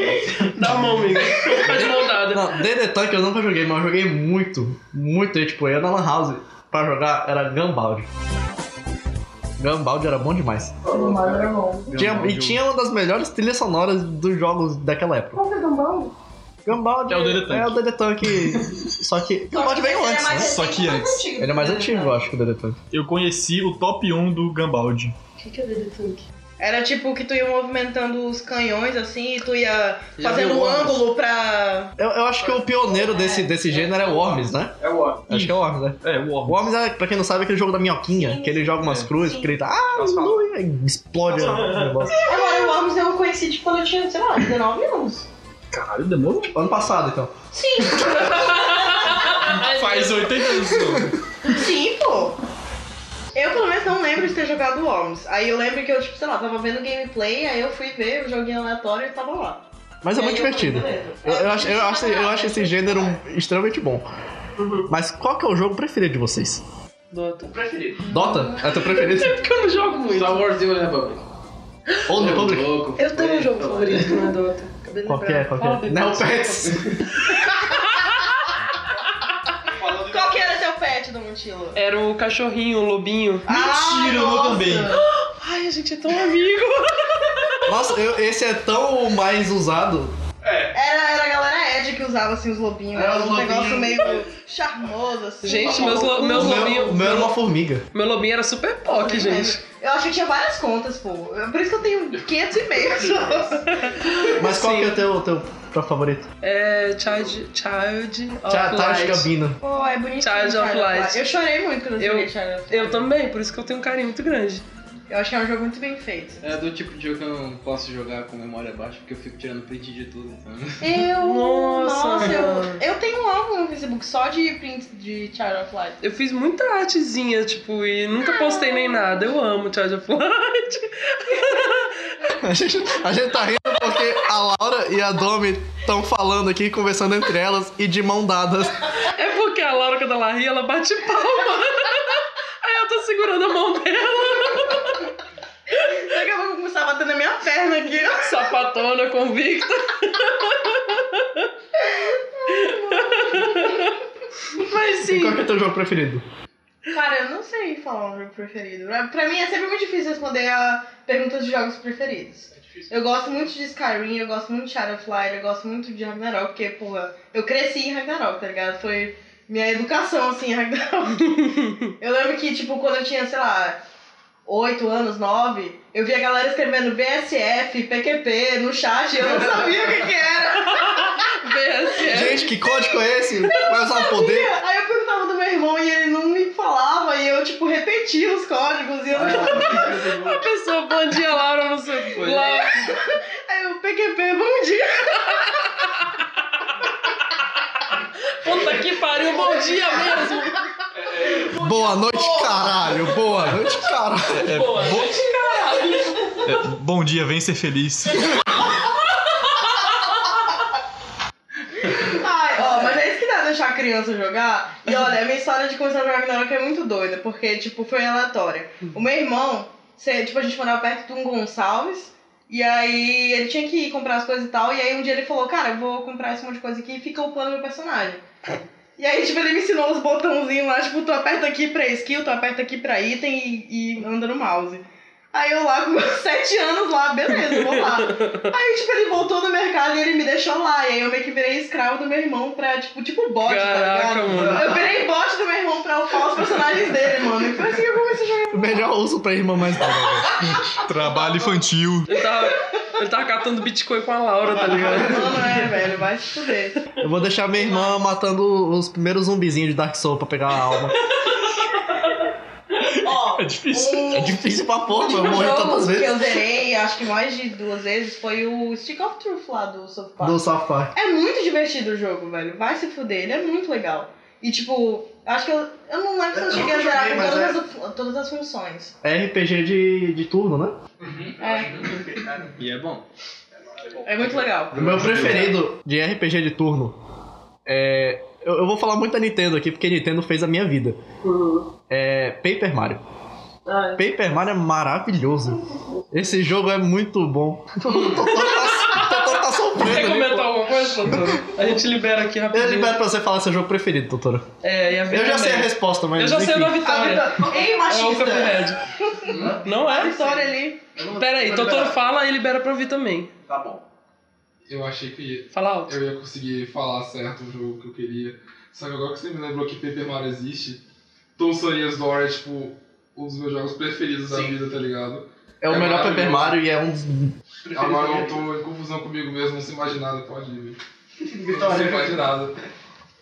Speaker 2: Dá a mão, amigo. Tá de mão dada.
Speaker 1: Não, DD Tank eu nunca joguei, mas eu joguei muito, muito. E, Tipo, eu ia na Lan House pra jogar era Gambaldi. Gambaldi era bom demais. Tinha-
Speaker 4: é um-
Speaker 1: e tinha uma das melhores trilhas sonoras dos jogos daquela época.
Speaker 11: Qual que é Gambão?
Speaker 1: Gambaldi
Speaker 4: É o DD Tank.
Speaker 1: É o DD Tank. só que. Gambaldi veio
Speaker 11: é
Speaker 1: antes. né?
Speaker 4: Só que antes.
Speaker 1: Ele é mais antigo, eu acho, que o DD Tank.
Speaker 4: Eu conheci o top 1 do Gambaldi.
Speaker 11: O que, que é o DD Tank?
Speaker 5: Era tipo que tu ia movimentando os canhões assim e tu ia
Speaker 6: Já
Speaker 5: fazendo
Speaker 6: viu
Speaker 5: um
Speaker 6: Worms?
Speaker 5: ângulo pra.
Speaker 1: Eu, eu acho que o pioneiro desse, desse gênero é o Worms, né?
Speaker 9: É o War.
Speaker 1: Acho que é o Worms, né?
Speaker 4: É, o
Speaker 1: O Worms é, pra quem não sabe, é aquele jogo da minhoquinha,
Speaker 11: Sim.
Speaker 1: que ele joga umas
Speaker 6: É.
Speaker 1: cruzes, porque ele tá. Ah,
Speaker 9: Nossa, fala.
Speaker 1: aleluia", e explode o negócio.
Speaker 11: Agora, o Alves eu conheci de quando eu tinha, sei lá, 19 anos.
Speaker 4: Caralho, demorou.
Speaker 1: Ano passado, então.
Speaker 11: Sim,
Speaker 4: Faz 80 anos. não.
Speaker 5: Sim, pô. Eu pelo menos não lembro de ter jogado Worms. Aí eu lembro que eu, tipo, sei lá, tava vendo gameplay, aí eu fui ver o joguinho aleatório e tava lá.
Speaker 1: Mas é muito divertido. Eu, eu acho, eu, É. acho, eu acho esse gênero extremamente bom. Mas qual que é o jogo preferido de vocês?
Speaker 2: Dota.
Speaker 9: Preferido.
Speaker 1: Dota? É teu preferido?
Speaker 2: Porque eu não jogo muito.
Speaker 6: Star Wars The Old Republic.
Speaker 1: Old
Speaker 6: Ô,
Speaker 1: Republic?
Speaker 6: louco.
Speaker 11: eu tenho um jogo
Speaker 6: Eita,
Speaker 11: favorito, não é Dota. Acabei de
Speaker 1: Qualquer,
Speaker 11: lembrar.
Speaker 2: é?
Speaker 1: qualquer. Neopets.
Speaker 9: Falando
Speaker 5: Qual que era teu pet do Montilo?
Speaker 2: Era o cachorrinho, o lobinho.
Speaker 4: Mentira,
Speaker 1: Ah,
Speaker 4: eu também.
Speaker 2: Ai, a gente é tão amigo.
Speaker 1: Nossa, eu- esse é tão mais usado.
Speaker 5: Era, era a galera Ed que usava assim os lobinhos.
Speaker 9: É,
Speaker 5: Era
Speaker 9: os
Speaker 5: um negócio
Speaker 9: lobinhos.
Speaker 5: meio charmoso, assim.
Speaker 2: Gente, meus, lo- meus
Speaker 1: o, meu, o
Speaker 2: lobinhos.
Speaker 1: meu era uma formiga.
Speaker 2: Meu lobinho era super POC, gente.
Speaker 5: Eu acho que tinha várias contas, pô. Por isso que eu tenho 500 e-mails.
Speaker 1: Mas qual
Speaker 2: Sim.
Speaker 1: que é o teu, teu teu favorito? tá,
Speaker 2: É. Child. Child. Of
Speaker 1: Tati
Speaker 2: Light.
Speaker 1: Gabina.
Speaker 5: Pô, é bonito.
Speaker 2: Child of Light.
Speaker 5: Eu chorei muito quando eu
Speaker 2: Eu-
Speaker 5: joguei Child of
Speaker 2: Eu também, por isso que eu tenho um carinho muito grande.
Speaker 5: Eu acho que é um jogo muito bem feito.
Speaker 6: É do tipo de jogo que eu não posso jogar com memória baixa, porque eu fico tirando print de tudo. Então.
Speaker 5: Eu.
Speaker 2: Nossa,
Speaker 5: Nossa,
Speaker 2: mano.
Speaker 5: eu, eu tenho um álbum no Facebook só de prints de Child of Light.
Speaker 2: Eu fiz muita artezinha, tipo, e nunca postei nem nada. Eu amo Child of Light.
Speaker 1: A gente, a gente tá rindo porque a Laura e a Domi estão falando aqui, conversando entre elas e de mão dadas.
Speaker 2: É porque a Laura, quando ela ri, ela bate palma. Aí eu tô segurando a mão dela.
Speaker 5: Daqui a pouco eu começar batendo a minha perna aqui.
Speaker 2: Sapatona convicta. Mas
Speaker 1: E qual
Speaker 2: sim.
Speaker 1: que é o teu jogo preferido?
Speaker 5: Cara, eu não sei falar um jogo preferido. Pra, pra mim é sempre muito difícil responder a perguntas de jogos preferidos. Eu gosto muito de Skyrim, eu gosto muito de Shadow of Light, eu gosto muito de Ragnarok, porque, porra, eu cresci em Ragnarok, tá ligado? Foi minha educação, assim, em Ragnarok. eu lembro que, tipo, quando eu tinha, sei lá, 8 anos, 9, eu via a galera escrevendo BSF, PQP no chat, e eu não sabia o que que era.
Speaker 2: VSF.
Speaker 1: Gente, que código é esse? Vai usar o poder?
Speaker 5: Aí eu perguntava do meu irmão e ele não me falava, e eu, tipo, repetia os códigos, e eu não
Speaker 2: A pessoa, bom dia, Laura, não sei o que.
Speaker 6: Foi.
Speaker 2: Laura.
Speaker 5: Aí eu, PQP, bom dia.
Speaker 2: Puta que pariu, bom dia mesmo.
Speaker 1: Boa noite, caralho. Boa noite, caralho.
Speaker 4: É,
Speaker 2: Boa.
Speaker 4: bo- É, bom dia, vem ser feliz.
Speaker 5: Ai, ó, mas é isso que dá deixar a criança jogar. E olha, a minha história de começar a jogar Ragnarok é muito doida, porque, tipo, foi aleatória. O meu irmão, cê- tipo, a gente morava perto de um Gonçalves, e aí ele tinha que ir comprar as coisas e tal, e aí um dia ele falou, cara, eu vou comprar esse monte de coisa aqui e fica upando meu personagem. E aí, tipo, ele me ensinou os botãozinhos lá, tipo, tu aperta aqui pra skill, tu aperta aqui pra item e, e anda no mouse. Aí eu lá com meus sete anos lá, beleza, vou lá. Aí, tipo, ele voltou no mercado e ele me deixou lá. E aí eu meio que virei escravo do meu irmão pra, tipo, tipo bot, tá
Speaker 2: Caraca,
Speaker 5: ligado?
Speaker 2: mano.
Speaker 5: Eu virei bot do meu irmão pra upar os personagens dele, mano. E foi
Speaker 1: É
Speaker 5: assim que eu comecei a jogar.
Speaker 1: Melhor uso pra irmã mais nova.
Speaker 4: Trabalho infantil.
Speaker 2: Eu tava, Ele tava catando Bitcoin com a Laura, tá ligado?
Speaker 3: Não, não é, velho. Vai se fuder.
Speaker 1: Eu vou deixar minha irmã matando os primeiros zumbizinhos de Dark Souls pra pegar a alma.
Speaker 5: Ó,
Speaker 4: É difícil.
Speaker 1: É difícil pra porra, eu morri
Speaker 3: O
Speaker 1: um
Speaker 3: jogo
Speaker 1: tantas
Speaker 3: que
Speaker 1: vezes.
Speaker 3: eu zerei, acho que mais de duas vezes, foi o Stick of Truth lá do South Park.
Speaker 1: Do South Park.
Speaker 3: É muito divertido o jogo, velho. Vai se fuder, ele é muito legal. E tipo, acho que eu. Eu não lembro se eu
Speaker 12: Eu
Speaker 3: cheguei a
Speaker 12: não
Speaker 3: zerar com
Speaker 12: joguei,
Speaker 3: todas,
Speaker 12: mas
Speaker 3: as, todas as funções.
Speaker 1: É RPG de, de turno, né?
Speaker 3: É,
Speaker 6: E é bom.
Speaker 3: é muito legal.
Speaker 1: O meu preferido de RPG de turno é. Eu, eu vou falar muito da Nintendo aqui, porque a Nintendo fez a minha vida.
Speaker 2: Uhum.
Speaker 1: É. Paper Mario.
Speaker 5: Ah,
Speaker 1: Paper Mario é maravilhoso. Esse jogo é muito bom. Totoro
Speaker 2: Uhum.
Speaker 1: tá, Totoro tá
Speaker 2: Quer
Speaker 1: sofrendo ali.
Speaker 2: comentar alguma coisa, doutor? A gente libera aqui
Speaker 1: Eu
Speaker 2: rapidinho.
Speaker 1: libero pra você falar seu jogo preferido, doutora.
Speaker 2: É, e a
Speaker 1: Eu já sei a
Speaker 2: também.
Speaker 1: resposta, mas.
Speaker 2: Eu já sei
Speaker 1: enfim.
Speaker 2: da vitória.
Speaker 5: Ei,
Speaker 2: É o
Speaker 5: machista.
Speaker 2: Cuphead. Não é?
Speaker 3: Vitória ali.
Speaker 2: Pera aí, doutor fala e libera pra ouvir também.
Speaker 12: Tá bom.
Speaker 10: Eu achei que
Speaker 2: Fala alto.
Speaker 10: eu ia conseguir falar certo o jogo que eu queria. Só que agora que você me lembrou que Paper Mario existe, Tom Sawyer Door é tipo um dos meus jogos preferidos da vida, tá ligado?
Speaker 1: É o
Speaker 10: É
Speaker 1: melhor Paper
Speaker 10: maravilhoso.
Speaker 1: Mario e é um dos
Speaker 10: Agora eu tô em confusão comigo mesmo, não sei mais nada, pode ir. velho. Não sei
Speaker 12: Vitória.
Speaker 10: mais nada.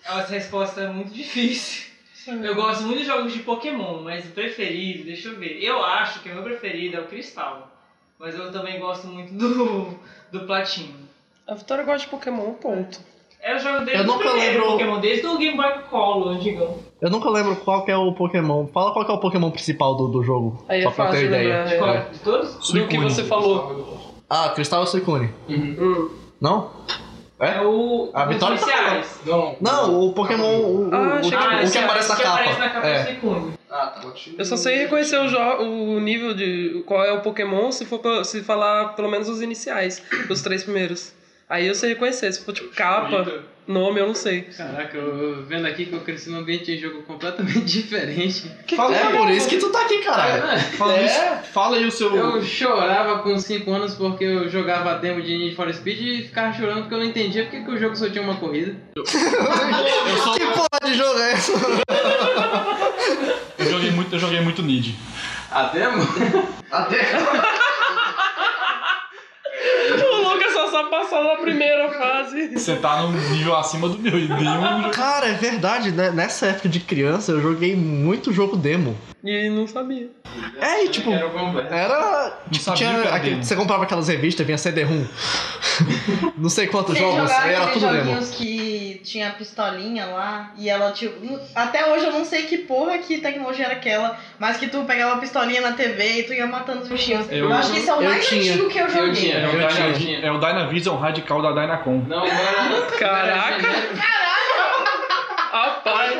Speaker 9: Essa resposta é muito difícil. Eu gosto muito de jogos de Pokémon, mas o preferido, deixa eu ver. Eu acho que o meu preferido é o Cristal. Mas eu também gosto muito do, do Platino.
Speaker 2: A Vitória gosta de Pokémon, ponto.
Speaker 9: É o jogo desde
Speaker 1: Eu nunca
Speaker 9: o primeiro
Speaker 1: lembro-
Speaker 9: Pokémon, desde o Game Boy Color, digamos.
Speaker 1: Eu nunca lembro qual que é o Pokémon. Fala qual que é o Pokémon principal do, do jogo.
Speaker 2: Aí
Speaker 1: só
Speaker 2: é
Speaker 1: pra eu
Speaker 2: fácil
Speaker 1: ter ideia.
Speaker 2: lembrar.
Speaker 9: De,
Speaker 2: É.
Speaker 9: qual? de todos?
Speaker 2: Do que você falou.
Speaker 1: Ah, Cristal e Suicune.
Speaker 2: Hum.
Speaker 1: Não?
Speaker 9: É o.
Speaker 1: A
Speaker 9: os
Speaker 1: Vitória tá
Speaker 9: iniciais.
Speaker 10: Não.
Speaker 1: Não, o Pokémon. O, o-
Speaker 2: Ah,
Speaker 1: o,
Speaker 2: achei que-
Speaker 1: o
Speaker 9: Ah, esse
Speaker 1: que
Speaker 9: é
Speaker 1: aparece na
Speaker 9: que
Speaker 1: capa.
Speaker 9: aparece na capa
Speaker 1: É.
Speaker 9: do Suicune.
Speaker 12: Ah, tá.
Speaker 2: Eu só sei reconhecer o, jo- o nível de qual é o Pokémon se for pelo- se falar pelo menos os iniciais, os três primeiros. Aí eu sei reconhecer, se for tipo capa, nome, eu não sei.
Speaker 6: Caraca, eu eu vendo aqui que eu cresci num ambiente de jogo completamente diferente.
Speaker 4: Fala,
Speaker 1: É por isso que tu tá aqui, caralho.
Speaker 6: É.
Speaker 4: fala, isso- fala aí o seu.
Speaker 6: Eu chorava com 5 anos porque eu jogava a demo de Need for Speed e ficava chorando porque eu não entendia porque que o jogo só tinha uma corrida.
Speaker 1: Que porra de jogo é essa?
Speaker 4: Eu joguei muito, eu joguei muito Nid.
Speaker 6: A demo?
Speaker 12: Até.
Speaker 2: O Lucas só sabe passar na primeira fase.
Speaker 4: Você tá num nível acima do meu. E nenhum jogo.
Speaker 1: Cara, é verdade, né? Nessa época de criança eu joguei muito jogo demo.
Speaker 2: E não sabia.
Speaker 1: É, e tipo,
Speaker 6: Era o completo.
Speaker 1: era.
Speaker 4: Não
Speaker 1: Tipo,
Speaker 4: sabia
Speaker 1: tinha.
Speaker 4: o que era
Speaker 1: aquele-
Speaker 4: demo.
Speaker 1: você comprava aquelas revistas, vinha CD-ROM. Não sei quantos
Speaker 3: Vocês
Speaker 1: jogos,
Speaker 3: jogaram
Speaker 1: era
Speaker 3: aqueles
Speaker 1: tudo demo.
Speaker 3: joguinhos que tinha a pistolinha lá e ela tipo. Até hoje eu não sei que porra que tecnologia era aquela, mas que tu pegava a pistolinha na TV e tu ia matando os bichinhos.
Speaker 4: Eu-
Speaker 3: Eu, acho que esse é o
Speaker 1: eu
Speaker 3: mais
Speaker 1: tinha.
Speaker 3: antigo que eu joguei.
Speaker 6: Eu tinha,
Speaker 4: É
Speaker 6: eu
Speaker 4: o,
Speaker 6: tinha,
Speaker 4: Dyna,
Speaker 6: eu tinha.
Speaker 4: é o Dynavision radical da Dynacon.
Speaker 6: Não, agora.
Speaker 2: Caraca. Rapaz,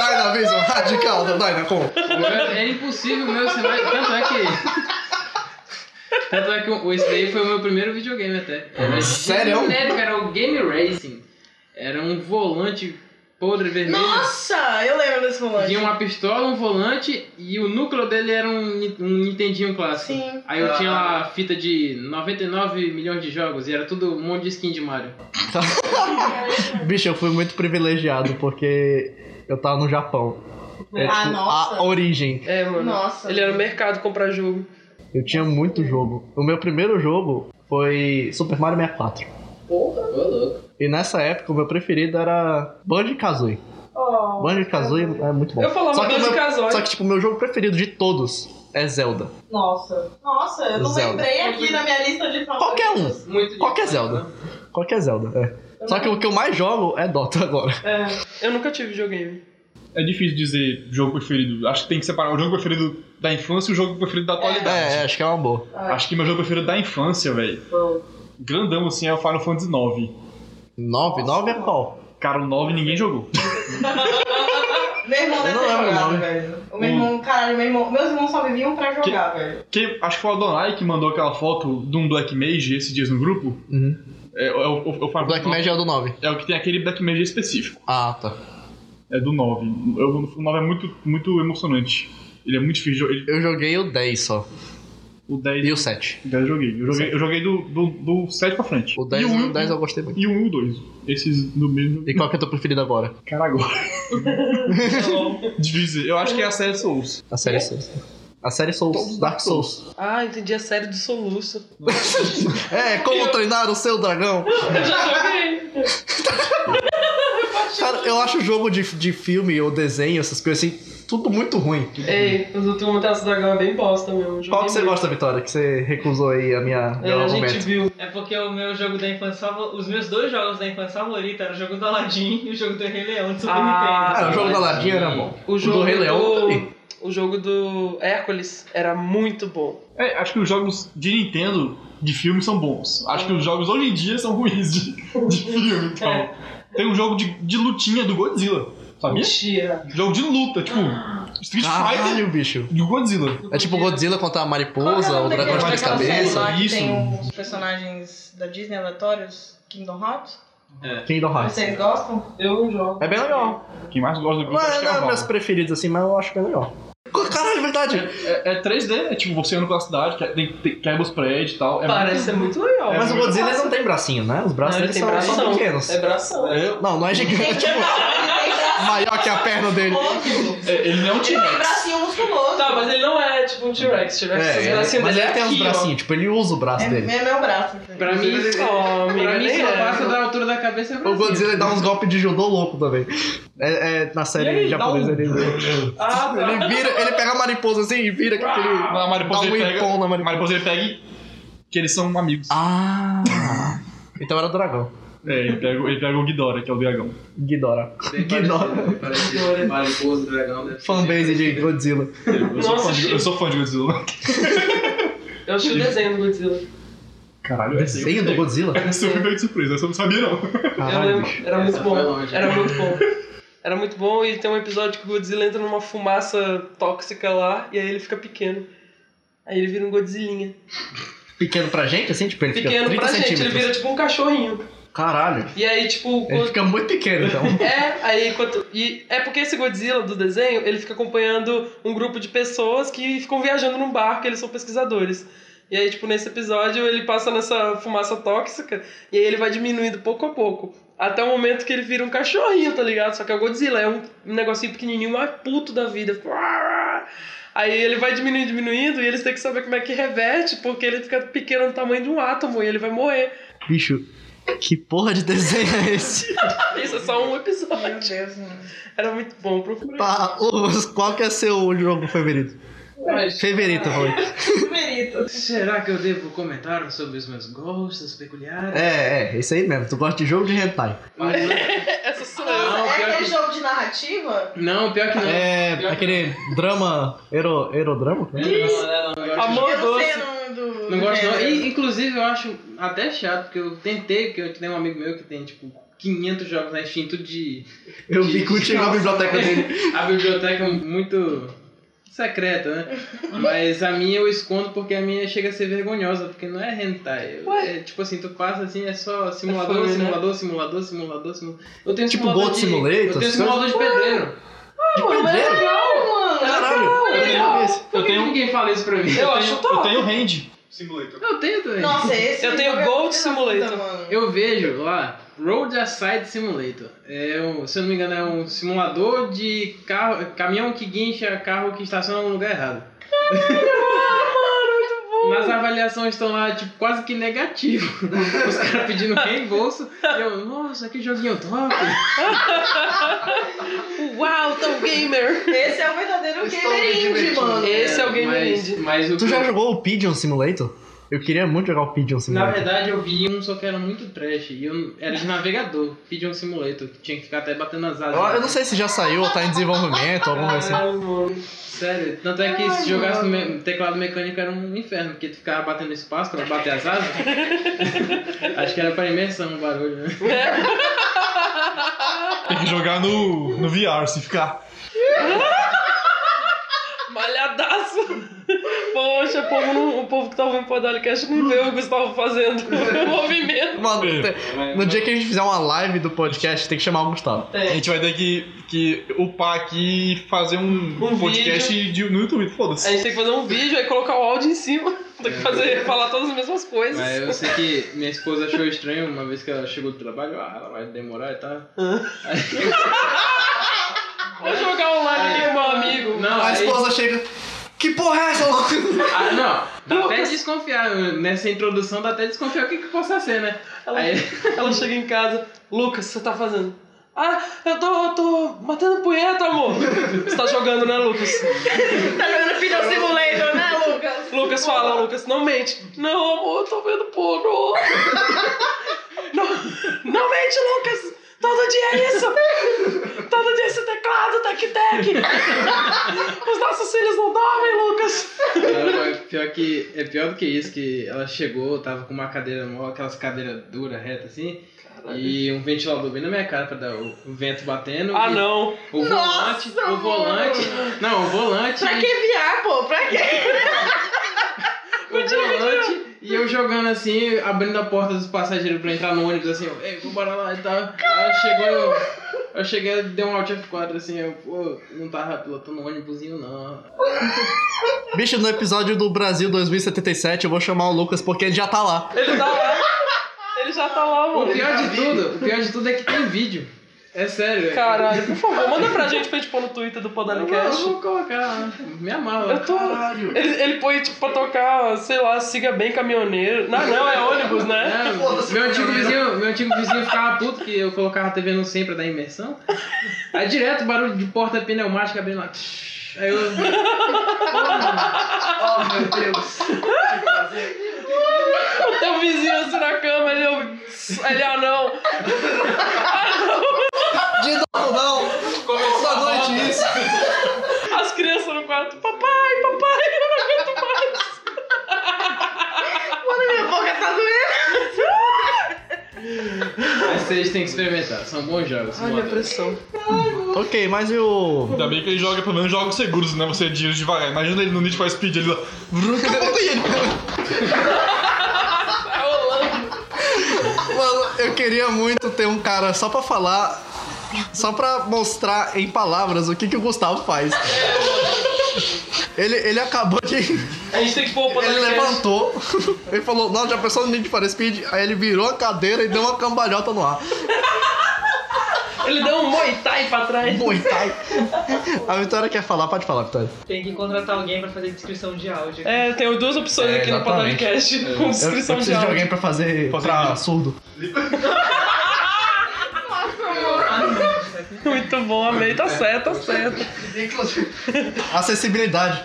Speaker 1: Dynavision Radical da Dynacon.
Speaker 6: Agora é impossível meu celular. Tanto é que. Tanto é que o- esse daí foi o meu primeiro videogame até. Era
Speaker 1: Sério?
Speaker 6: Sério, cara, era o Game Racing. Era um volante podre vermelho.
Speaker 3: Nossa, eu lembro desse volante.
Speaker 6: Tinha uma pistola, um volante e o núcleo dele era um, Ni- um Nintendinho clássico.
Speaker 3: Sim.
Speaker 6: Aí
Speaker 1: Ah.
Speaker 6: eu tinha lá a fita de 99 milhões de jogos e era tudo um monte de skin de Mario.
Speaker 1: Bicho, eu fui muito privilegiado porque eu tava no Japão. É,
Speaker 5: Ah,
Speaker 1: tipo,
Speaker 5: nossa.
Speaker 1: a origem.
Speaker 2: é, mano.
Speaker 3: Nossa.
Speaker 2: Ele era no mercado comprar jogo.
Speaker 1: Eu tinha muito jogo. O meu primeiro jogo foi Super Mario 64.
Speaker 6: Ô, louco.
Speaker 1: E nessa época o meu preferido era Banjo-Kazooie.
Speaker 5: Ó,
Speaker 1: Banjo-Kazooie é muito bom.
Speaker 2: Oh, Eu falava
Speaker 1: só que, o
Speaker 2: Banjo
Speaker 1: meu-
Speaker 2: Kazooie.
Speaker 1: só que tipo, o meu jogo preferido de todos é Zelda.
Speaker 5: Nossa. Nossa, eu não
Speaker 1: Zelda.
Speaker 5: lembrei aqui na minha lista de
Speaker 1: Qualquer um.
Speaker 5: favoritos.
Speaker 6: Muito
Speaker 1: Qual que é
Speaker 6: demais,
Speaker 1: Zelda?
Speaker 6: né?
Speaker 1: Qualquer Zelda, é. Só que o que eu mais jogo é Dota agora.
Speaker 2: Eu nunca tive videogame.
Speaker 4: É difícil dizer jogo preferido. Acho que tem que separar o jogo preferido da infância e o jogo preferido da atualidade.
Speaker 1: É, é, acho que é uma boa.
Speaker 4: Acho que meu jogo preferido da infância, velho. Grandão assim é o Final Fantasy IX.
Speaker 1: 9? 9 é qual?
Speaker 4: Cara, o 9 ninguém jogou.
Speaker 3: Meu irmão deve
Speaker 1: Eu não
Speaker 3: ter
Speaker 1: lembro o
Speaker 3: jogado,
Speaker 1: nome.
Speaker 3: velho. O meu irmão, caralho, meu irmão, meus irmãos só viviam pra jogar, velho.
Speaker 4: Que, acho que foi o Adonai que mandou aquela foto de um Black Mage esses dias no grupo.
Speaker 1: Uhum.
Speaker 4: É, é o, o- o Final
Speaker 1: O Black
Speaker 4: Fantasy
Speaker 1: Mage é o do 9.
Speaker 4: É o que tem aquele Black Mage específico.
Speaker 1: Ah, tá.
Speaker 4: É do 9. Eu- o 9 é muito, muito emocionante. Ele é muito difícil. de jo- Ele,
Speaker 1: Eu joguei o 10 só.
Speaker 4: o 10,
Speaker 1: E o 7.
Speaker 4: o 10 eu joguei. Eu joguei, eu joguei do, do, do 7 pra frente.
Speaker 1: O 10,
Speaker 4: e o 1
Speaker 1: o 10 eu gostei muito.
Speaker 4: e o 1 e o 2. Esses do mesmo.
Speaker 1: E qual que é o teu preferido agora?
Speaker 4: Cara, agora. difícil. Eu acho que é a série Souls.
Speaker 1: A série 6. A série Souls, Dark Souls.
Speaker 2: Ah, entendi a série do soluço.
Speaker 1: É, como treinar o seu dragão.
Speaker 9: Eu já joguei.
Speaker 1: Cara, eu acho o jogo de, de filme ou desenho, essas coisas assim, tudo muito ruim.
Speaker 2: Ei, os últimos Montanhas do Dragão é bem bosta mesmo. Joguei
Speaker 1: Qual que você
Speaker 2: muito.
Speaker 1: gosta, Vitória? Que você recusou aí a minha
Speaker 2: É,
Speaker 1: meu
Speaker 2: a gente
Speaker 1: argumento.
Speaker 2: viu.
Speaker 9: É porque o meu jogo da infância favor- Os meus dois jogos da infância favorita eram o jogo do Aladdin e o jogo do Rei Leão do Super
Speaker 2: Ah,
Speaker 1: Ah, o jogo da Ladinha era bom. O do Rei Leão também.
Speaker 2: o jogo do Hércules era muito bom.
Speaker 4: É, acho que os jogos de Nintendo de filme são bons. Acho que os jogos hoje em dia são ruins de, de filme, então.
Speaker 2: É.
Speaker 4: Tem um jogo de, de lutinha do Godzilla, sabia?
Speaker 2: Mentira.
Speaker 4: Jogo de luta, tipo Street Fighter
Speaker 1: Caralho, bicho.
Speaker 4: do Godzilla.
Speaker 1: É tipo Godzilla contra a
Speaker 3: Qual que é
Speaker 1: mariposa,
Speaker 3: o
Speaker 1: o
Speaker 3: nome
Speaker 1: dragão de
Speaker 3: daquele-
Speaker 1: três
Speaker 3: daquela série
Speaker 1: cabeças.
Speaker 3: lá que
Speaker 4: isso.
Speaker 3: Tem os personagens da Disney aleatórios, Kingdom Hearts.
Speaker 1: Kingdom Hearts.
Speaker 3: Vocês gostam?
Speaker 2: Eu não jogo.
Speaker 1: É bem legal.
Speaker 4: Quem mais gosta do
Speaker 1: Não
Speaker 4: Godzilla
Speaker 1: é,
Speaker 4: acho que
Speaker 1: não
Speaker 4: é
Speaker 1: é
Speaker 4: o
Speaker 1: meus
Speaker 4: Val.
Speaker 1: preferidos assim, mas eu acho que é legal. Caralho, é verdade.
Speaker 4: é, é 3D, é tipo você anda pela cidade, que- tem- tem- quebra os prédios e tal. É
Speaker 2: Parece ser muito legal.
Speaker 1: Mas o
Speaker 4: muito
Speaker 1: Godzilla ele não tem bracinho, né? Os braços
Speaker 2: Não, ele
Speaker 1: dele
Speaker 2: tem
Speaker 1: são, são
Speaker 2: bração.
Speaker 1: pequenos.
Speaker 2: É bração.
Speaker 1: Não, não é gigante. é, tipo, maior que a perna dele.
Speaker 5: Óbvio.
Speaker 4: muito- é, ele não é um
Speaker 5: Ele tem
Speaker 4: T-Rex.
Speaker 5: bracinho musculoso.
Speaker 2: Tá, mas ele não é tipo um T-Rex. T-Rex,
Speaker 1: É,
Speaker 2: os
Speaker 1: é,
Speaker 2: bracinhos
Speaker 1: mas
Speaker 2: dele
Speaker 1: ele
Speaker 2: é
Speaker 1: tem
Speaker 2: aqui,
Speaker 1: uns bracinhos, tipo, ele usa o braço
Speaker 3: É,
Speaker 1: dele.
Speaker 3: é meu braço. gente.
Speaker 6: Pra mim,
Speaker 2: Ó. Oh, amiga,
Speaker 6: pra mim
Speaker 2: nem
Speaker 6: só
Speaker 2: é.
Speaker 3: né?
Speaker 6: passa da altura da cabeça é
Speaker 1: O
Speaker 6: Brasil.
Speaker 1: Godzilla dá uns golpes de judô louco também. É, é, na
Speaker 4: E aí,
Speaker 1: série
Speaker 4: dá
Speaker 1: japonesa
Speaker 4: um-
Speaker 1: ele...
Speaker 2: Ah, tá.
Speaker 1: ele vira, ele pega a mariposa assim e vira com aquele...
Speaker 4: A
Speaker 1: Dá
Speaker 4: mariposa
Speaker 1: um
Speaker 4: ele pega.
Speaker 1: impom na
Speaker 4: A
Speaker 1: mariposa.
Speaker 4: mariposa ele pega e. que eles são amigos.
Speaker 1: Ah! Então era o dragão.
Speaker 4: É, ele pega, ele pega o Ghidorah, que é o dragão.
Speaker 1: Guidora. Guidora.
Speaker 6: né? Parece mariposa, dragão. deve ser.
Speaker 1: Fanbase de Godzilla.
Speaker 4: Eu sou,
Speaker 2: Nossa,
Speaker 4: fã de, eu sou fã de Godzilla.
Speaker 2: Eu achei o desenho do Godzilla.
Speaker 4: Caralho,
Speaker 1: Desenho do Godzilla?
Speaker 4: Essa eu fui meio de surpresa, essa eu não sabia não.
Speaker 2: Eu
Speaker 1: Caralho, bicho.
Speaker 2: lembro. Era muito
Speaker 6: Essa foi
Speaker 2: bom.
Speaker 6: longe.
Speaker 2: Era muito bom. Era muito bom e tem um episódio que o Godzilla entra numa fumaça tóxica lá e aí ele fica pequeno. Aí ele vira um Godzilinha.
Speaker 1: Pequeno pra gente, assim? Tipo, ele fica
Speaker 2: Pequeno
Speaker 1: 30
Speaker 2: pra gente, ele
Speaker 1: centímetros.
Speaker 2: vira tipo um cachorrinho.
Speaker 1: Caralho.
Speaker 2: E aí, tipo, o
Speaker 1: Ele fica muito pequeno, então.
Speaker 2: É, aí enquanto. E é porque esse Godzilla do desenho, ele fica acompanhando um grupo de pessoas que ficam viajando num barco, eles são pesquisadores. E aí, tipo, nesse episódio, ele passa nessa fumaça tóxica e aí ele vai diminuindo pouco a pouco. Até o momento que ele vira um cachorrinho, tá ligado? Só que é o Godzilla, é um negocinho pequenininho, mais puto da vida. Fica, "Uá!" Aí ele vai diminuindo, diminuindo, e eles têm que saber como é que reverte, porque ele fica pequeno no tamanho de um átomo e ele vai morrer.
Speaker 1: Bicho, que porra de desenho é esse?
Speaker 2: Isso é só um
Speaker 3: Meu
Speaker 2: episódio.
Speaker 3: Deus, mano.
Speaker 2: Era muito bom, procura.
Speaker 1: Tá, ô, qual que é seu jogo favorito?
Speaker 2: Mas-
Speaker 1: Favorito, foi.
Speaker 5: Numerito.
Speaker 6: Será que eu devo comentar sobre os meus gostos peculiares?
Speaker 1: É, é, isso aí mesmo. Tu gosta de jogo de hentai.
Speaker 6: Mas não-
Speaker 2: Essa sou eu.
Speaker 6: Não,
Speaker 5: Nossa, é
Speaker 6: pior
Speaker 5: aquele
Speaker 6: que-
Speaker 5: jogo de narrativa?
Speaker 6: Não, pior que não.
Speaker 1: É, aquele drama... Ero, é erodrama?
Speaker 6: Não, não, não, eu acho-
Speaker 2: Amor
Speaker 3: Eu não sei o
Speaker 2: doce.
Speaker 3: nome do.
Speaker 6: Não gosto não.
Speaker 1: É.
Speaker 3: gênero.
Speaker 6: E, inclusive, eu acho até chato, porque eu tentei, porque eu tenho um amigo meu que tem, tipo, 500 jogos na Steam, tudo de...
Speaker 1: Eu vi que tinha na biblioteca dele.
Speaker 6: A biblioteca é muito secreta, né? Mas a minha eu escondo porque a minha chega a ser vergonhosa, porque não é hentai. É tipo assim, tu passa assim, é só simulador,
Speaker 2: fome, né?
Speaker 6: simulador, simulador, simulador, simulador. Eu tenho
Speaker 1: Tipo
Speaker 6: simulador
Speaker 1: Gold
Speaker 6: de,
Speaker 1: Simulator,
Speaker 6: Eu tenho
Speaker 1: essas
Speaker 6: simulador de pedreiro.
Speaker 1: De pedreiro? Caralho. eu não vi esse.
Speaker 6: Por que ninguém fala isso pra mim?
Speaker 2: Eu acho
Speaker 4: Eu
Speaker 2: top.
Speaker 4: tenho Range.
Speaker 12: Simulator.
Speaker 6: Eu tenho também.
Speaker 5: Nossa, esse.
Speaker 2: Eu tenho
Speaker 5: jogo é
Speaker 2: Gold
Speaker 5: muito da puta,
Speaker 2: Simulator.
Speaker 5: mano.
Speaker 6: Eu vejo lá, Road Aside Simulator. É um, se eu não me engano, é um simulador de carro, caminhão que guincha carro que estaciona no lugar errado. Nas avaliações estão lá, tipo, quase que negativo. Os caras pedindo reembolso. E eu, nossa, que joguinho top.
Speaker 2: Uau, tão gamer.
Speaker 5: Esse é o verdadeiro
Speaker 1: Estou
Speaker 5: gamer
Speaker 1: me
Speaker 5: indie,
Speaker 1: divertindo.
Speaker 5: mano.
Speaker 2: Esse é o Game
Speaker 6: mas,
Speaker 2: Indie.
Speaker 6: mas o
Speaker 1: Tu
Speaker 6: que-
Speaker 1: já jogou o Pigeon Simulator? Eu queria muito jogar o Pigeon
Speaker 6: Na
Speaker 1: Simulator.
Speaker 6: verdade, eu vi um, só que era muito trash. E eu, era de navegador, Pigeon Simulator, que tinha que ficar até batendo as asas.
Speaker 1: Eu, eu não sei se já saiu ou tá em desenvolvimento, alguma coisa assim.
Speaker 6: Sério, tanto é que se jogasse no me- teclado mecânico era um inferno, porque tu ficava batendo espaço quando bater as asas. Acho que era pra imersão o barulho, né?
Speaker 4: Tem que jogar no, no VR, se ficar.
Speaker 2: Malhadaço. Poxa, o povo, não- o povo que tá ouvindo Podalicast não vê o Gustavo fazendo o movimento.
Speaker 1: Mano, te- no dia que a gente fizer uma live do podcast, tem que chamar o Gustavo.
Speaker 4: A gente vai ter que, que upar aqui e fazer um,
Speaker 2: Um
Speaker 4: podcast de- no YouTube.
Speaker 2: A
Speaker 1: É,
Speaker 4: Foda-se.
Speaker 2: gente tem que fazer um vídeo e colocar o áudio em cima. Tem que fazer, falar todas as mesmas coisas.
Speaker 6: Mas eu sei que minha esposa achou estranho uma vez que ela chegou do trabalho, ah, ela vai demorar e tal.
Speaker 2: Vou jogar online com meu amigo.
Speaker 6: Não,
Speaker 1: A
Speaker 6: aí,
Speaker 1: esposa chega. Que porra é essa?
Speaker 6: Ah, não. Dá até desconfiar. Nessa introdução dá até desconfiar o que, que possa ser, né?
Speaker 2: Ela,
Speaker 6: Aí,
Speaker 2: ela chega em casa, Lucas, você tá fazendo? Ah, eu tô, eu tô matando punheta, amor. Você tá jogando, né, Lucas?
Speaker 3: Tá jogando Fidel Simulator, né, Lucas?
Speaker 2: Lucas fala, Lucas, não mente. Não, amor, eu tô vendo porno. Não, não mente, Lucas. Todo dia é isso. Todo dia é esse teclado, tec-tec. Os nossos filhos não dormem, Lucas.
Speaker 6: ela- pior que, é pior do que isso, que ela chegou, tava com uma cadeira mó, aquelas cadeiras duras, retas assim, e um ventilador bem na minha cara pra dar o, o vento batendo.
Speaker 2: Ah,
Speaker 6: e
Speaker 2: não.
Speaker 6: O volante,
Speaker 3: Nossa,
Speaker 6: o volante. Não, o volante.
Speaker 3: Pra que viar, pô? Pra que?
Speaker 6: O volante. E eu jogando assim, abrindo a porta dos passageiros pra entrar no ônibus, assim, eu, ei, vou bora lá e tal. Aí chegou, eu, eu cheguei, dei um Alt F4, assim, eu, pô, não tava pilotando um ônibusinho não.
Speaker 1: Bicho, no episódio do Brasil 2077, eu vou chamar o Lucas porque ele já tá lá.
Speaker 2: Ele tá lá. Ele já tá lá,
Speaker 6: O
Speaker 2: amor.
Speaker 6: pior de tudo, o pior de tudo é que tem vídeo. É sério.
Speaker 2: Caralho, por favor, manda pra gente pra gente pôr no Twitter do
Speaker 6: Eu, eu
Speaker 2: Podanicast.
Speaker 6: vou colocar, me amarra.
Speaker 2: Eu tô. Ele, ele põe, tipo, pra tocar, sei lá, siga bem caminhoneiro. Não, não, é ônibus, né?
Speaker 6: É, meu, antigo vizinho, meu antigo vizinho ficava puto que eu colocava a TV no 100 pra dar imersão. Aí direto barulho de porta pneumática abrindo lá. Aí eu.
Speaker 12: Oh, meu Deus. Que prazer.
Speaker 1: É.
Speaker 2: O teu vizinho assim na cama, ele. eu- Ele, ah, não.
Speaker 1: De novo, não! Começou a noite isso!
Speaker 2: As crianças no quarto, papai, papai, eu não aguento mais.
Speaker 3: Mano, minha boca tá doendo.
Speaker 6: Mas vocês têm que experimentar, são bons jogos.
Speaker 2: Olha a
Speaker 6: moda.
Speaker 2: pressão.
Speaker 1: Ok, mas e o.
Speaker 4: Ainda bem que ele joga, pelo menos jogos seguros, né? Você gira devagar. Imagina ele no Need for Speed, ele lá... Vrum, acabou com ele.
Speaker 9: É
Speaker 2: Tá rolando.
Speaker 1: Mano, eu queria muito ter um cara só pra falar, só pra mostrar em palavras o que, que o Gustavo faz. Ele, ele acabou de.
Speaker 2: A gente tem que pôr o
Speaker 1: Ele
Speaker 2: Podanicast.
Speaker 1: levantou, ele falou, não, já pensou no Need for Speed? Aí ele virou a cadeira e deu uma cambalhota no ar.
Speaker 2: Ele deu um Muay Thai pra trás.
Speaker 1: Muay Thai. A Vitória quer falar, pode falar, Vitória.
Speaker 9: Tem que contratar alguém pra fazer descrição de áudio.
Speaker 2: É, eu tenho duas opções
Speaker 1: É,
Speaker 2: aqui no
Speaker 1: exatamente.
Speaker 2: Podanicast com
Speaker 1: Eu, eu
Speaker 2: descrição
Speaker 1: preciso
Speaker 2: de
Speaker 1: de
Speaker 2: áudio.
Speaker 1: alguém pra fazer.
Speaker 4: Fazer
Speaker 1: pra
Speaker 4: vídeo.
Speaker 1: surdo.
Speaker 2: Muito bom, amei.
Speaker 1: É.
Speaker 2: Tá certo, tá certo.
Speaker 12: Inclusive,
Speaker 1: Acessibilidade.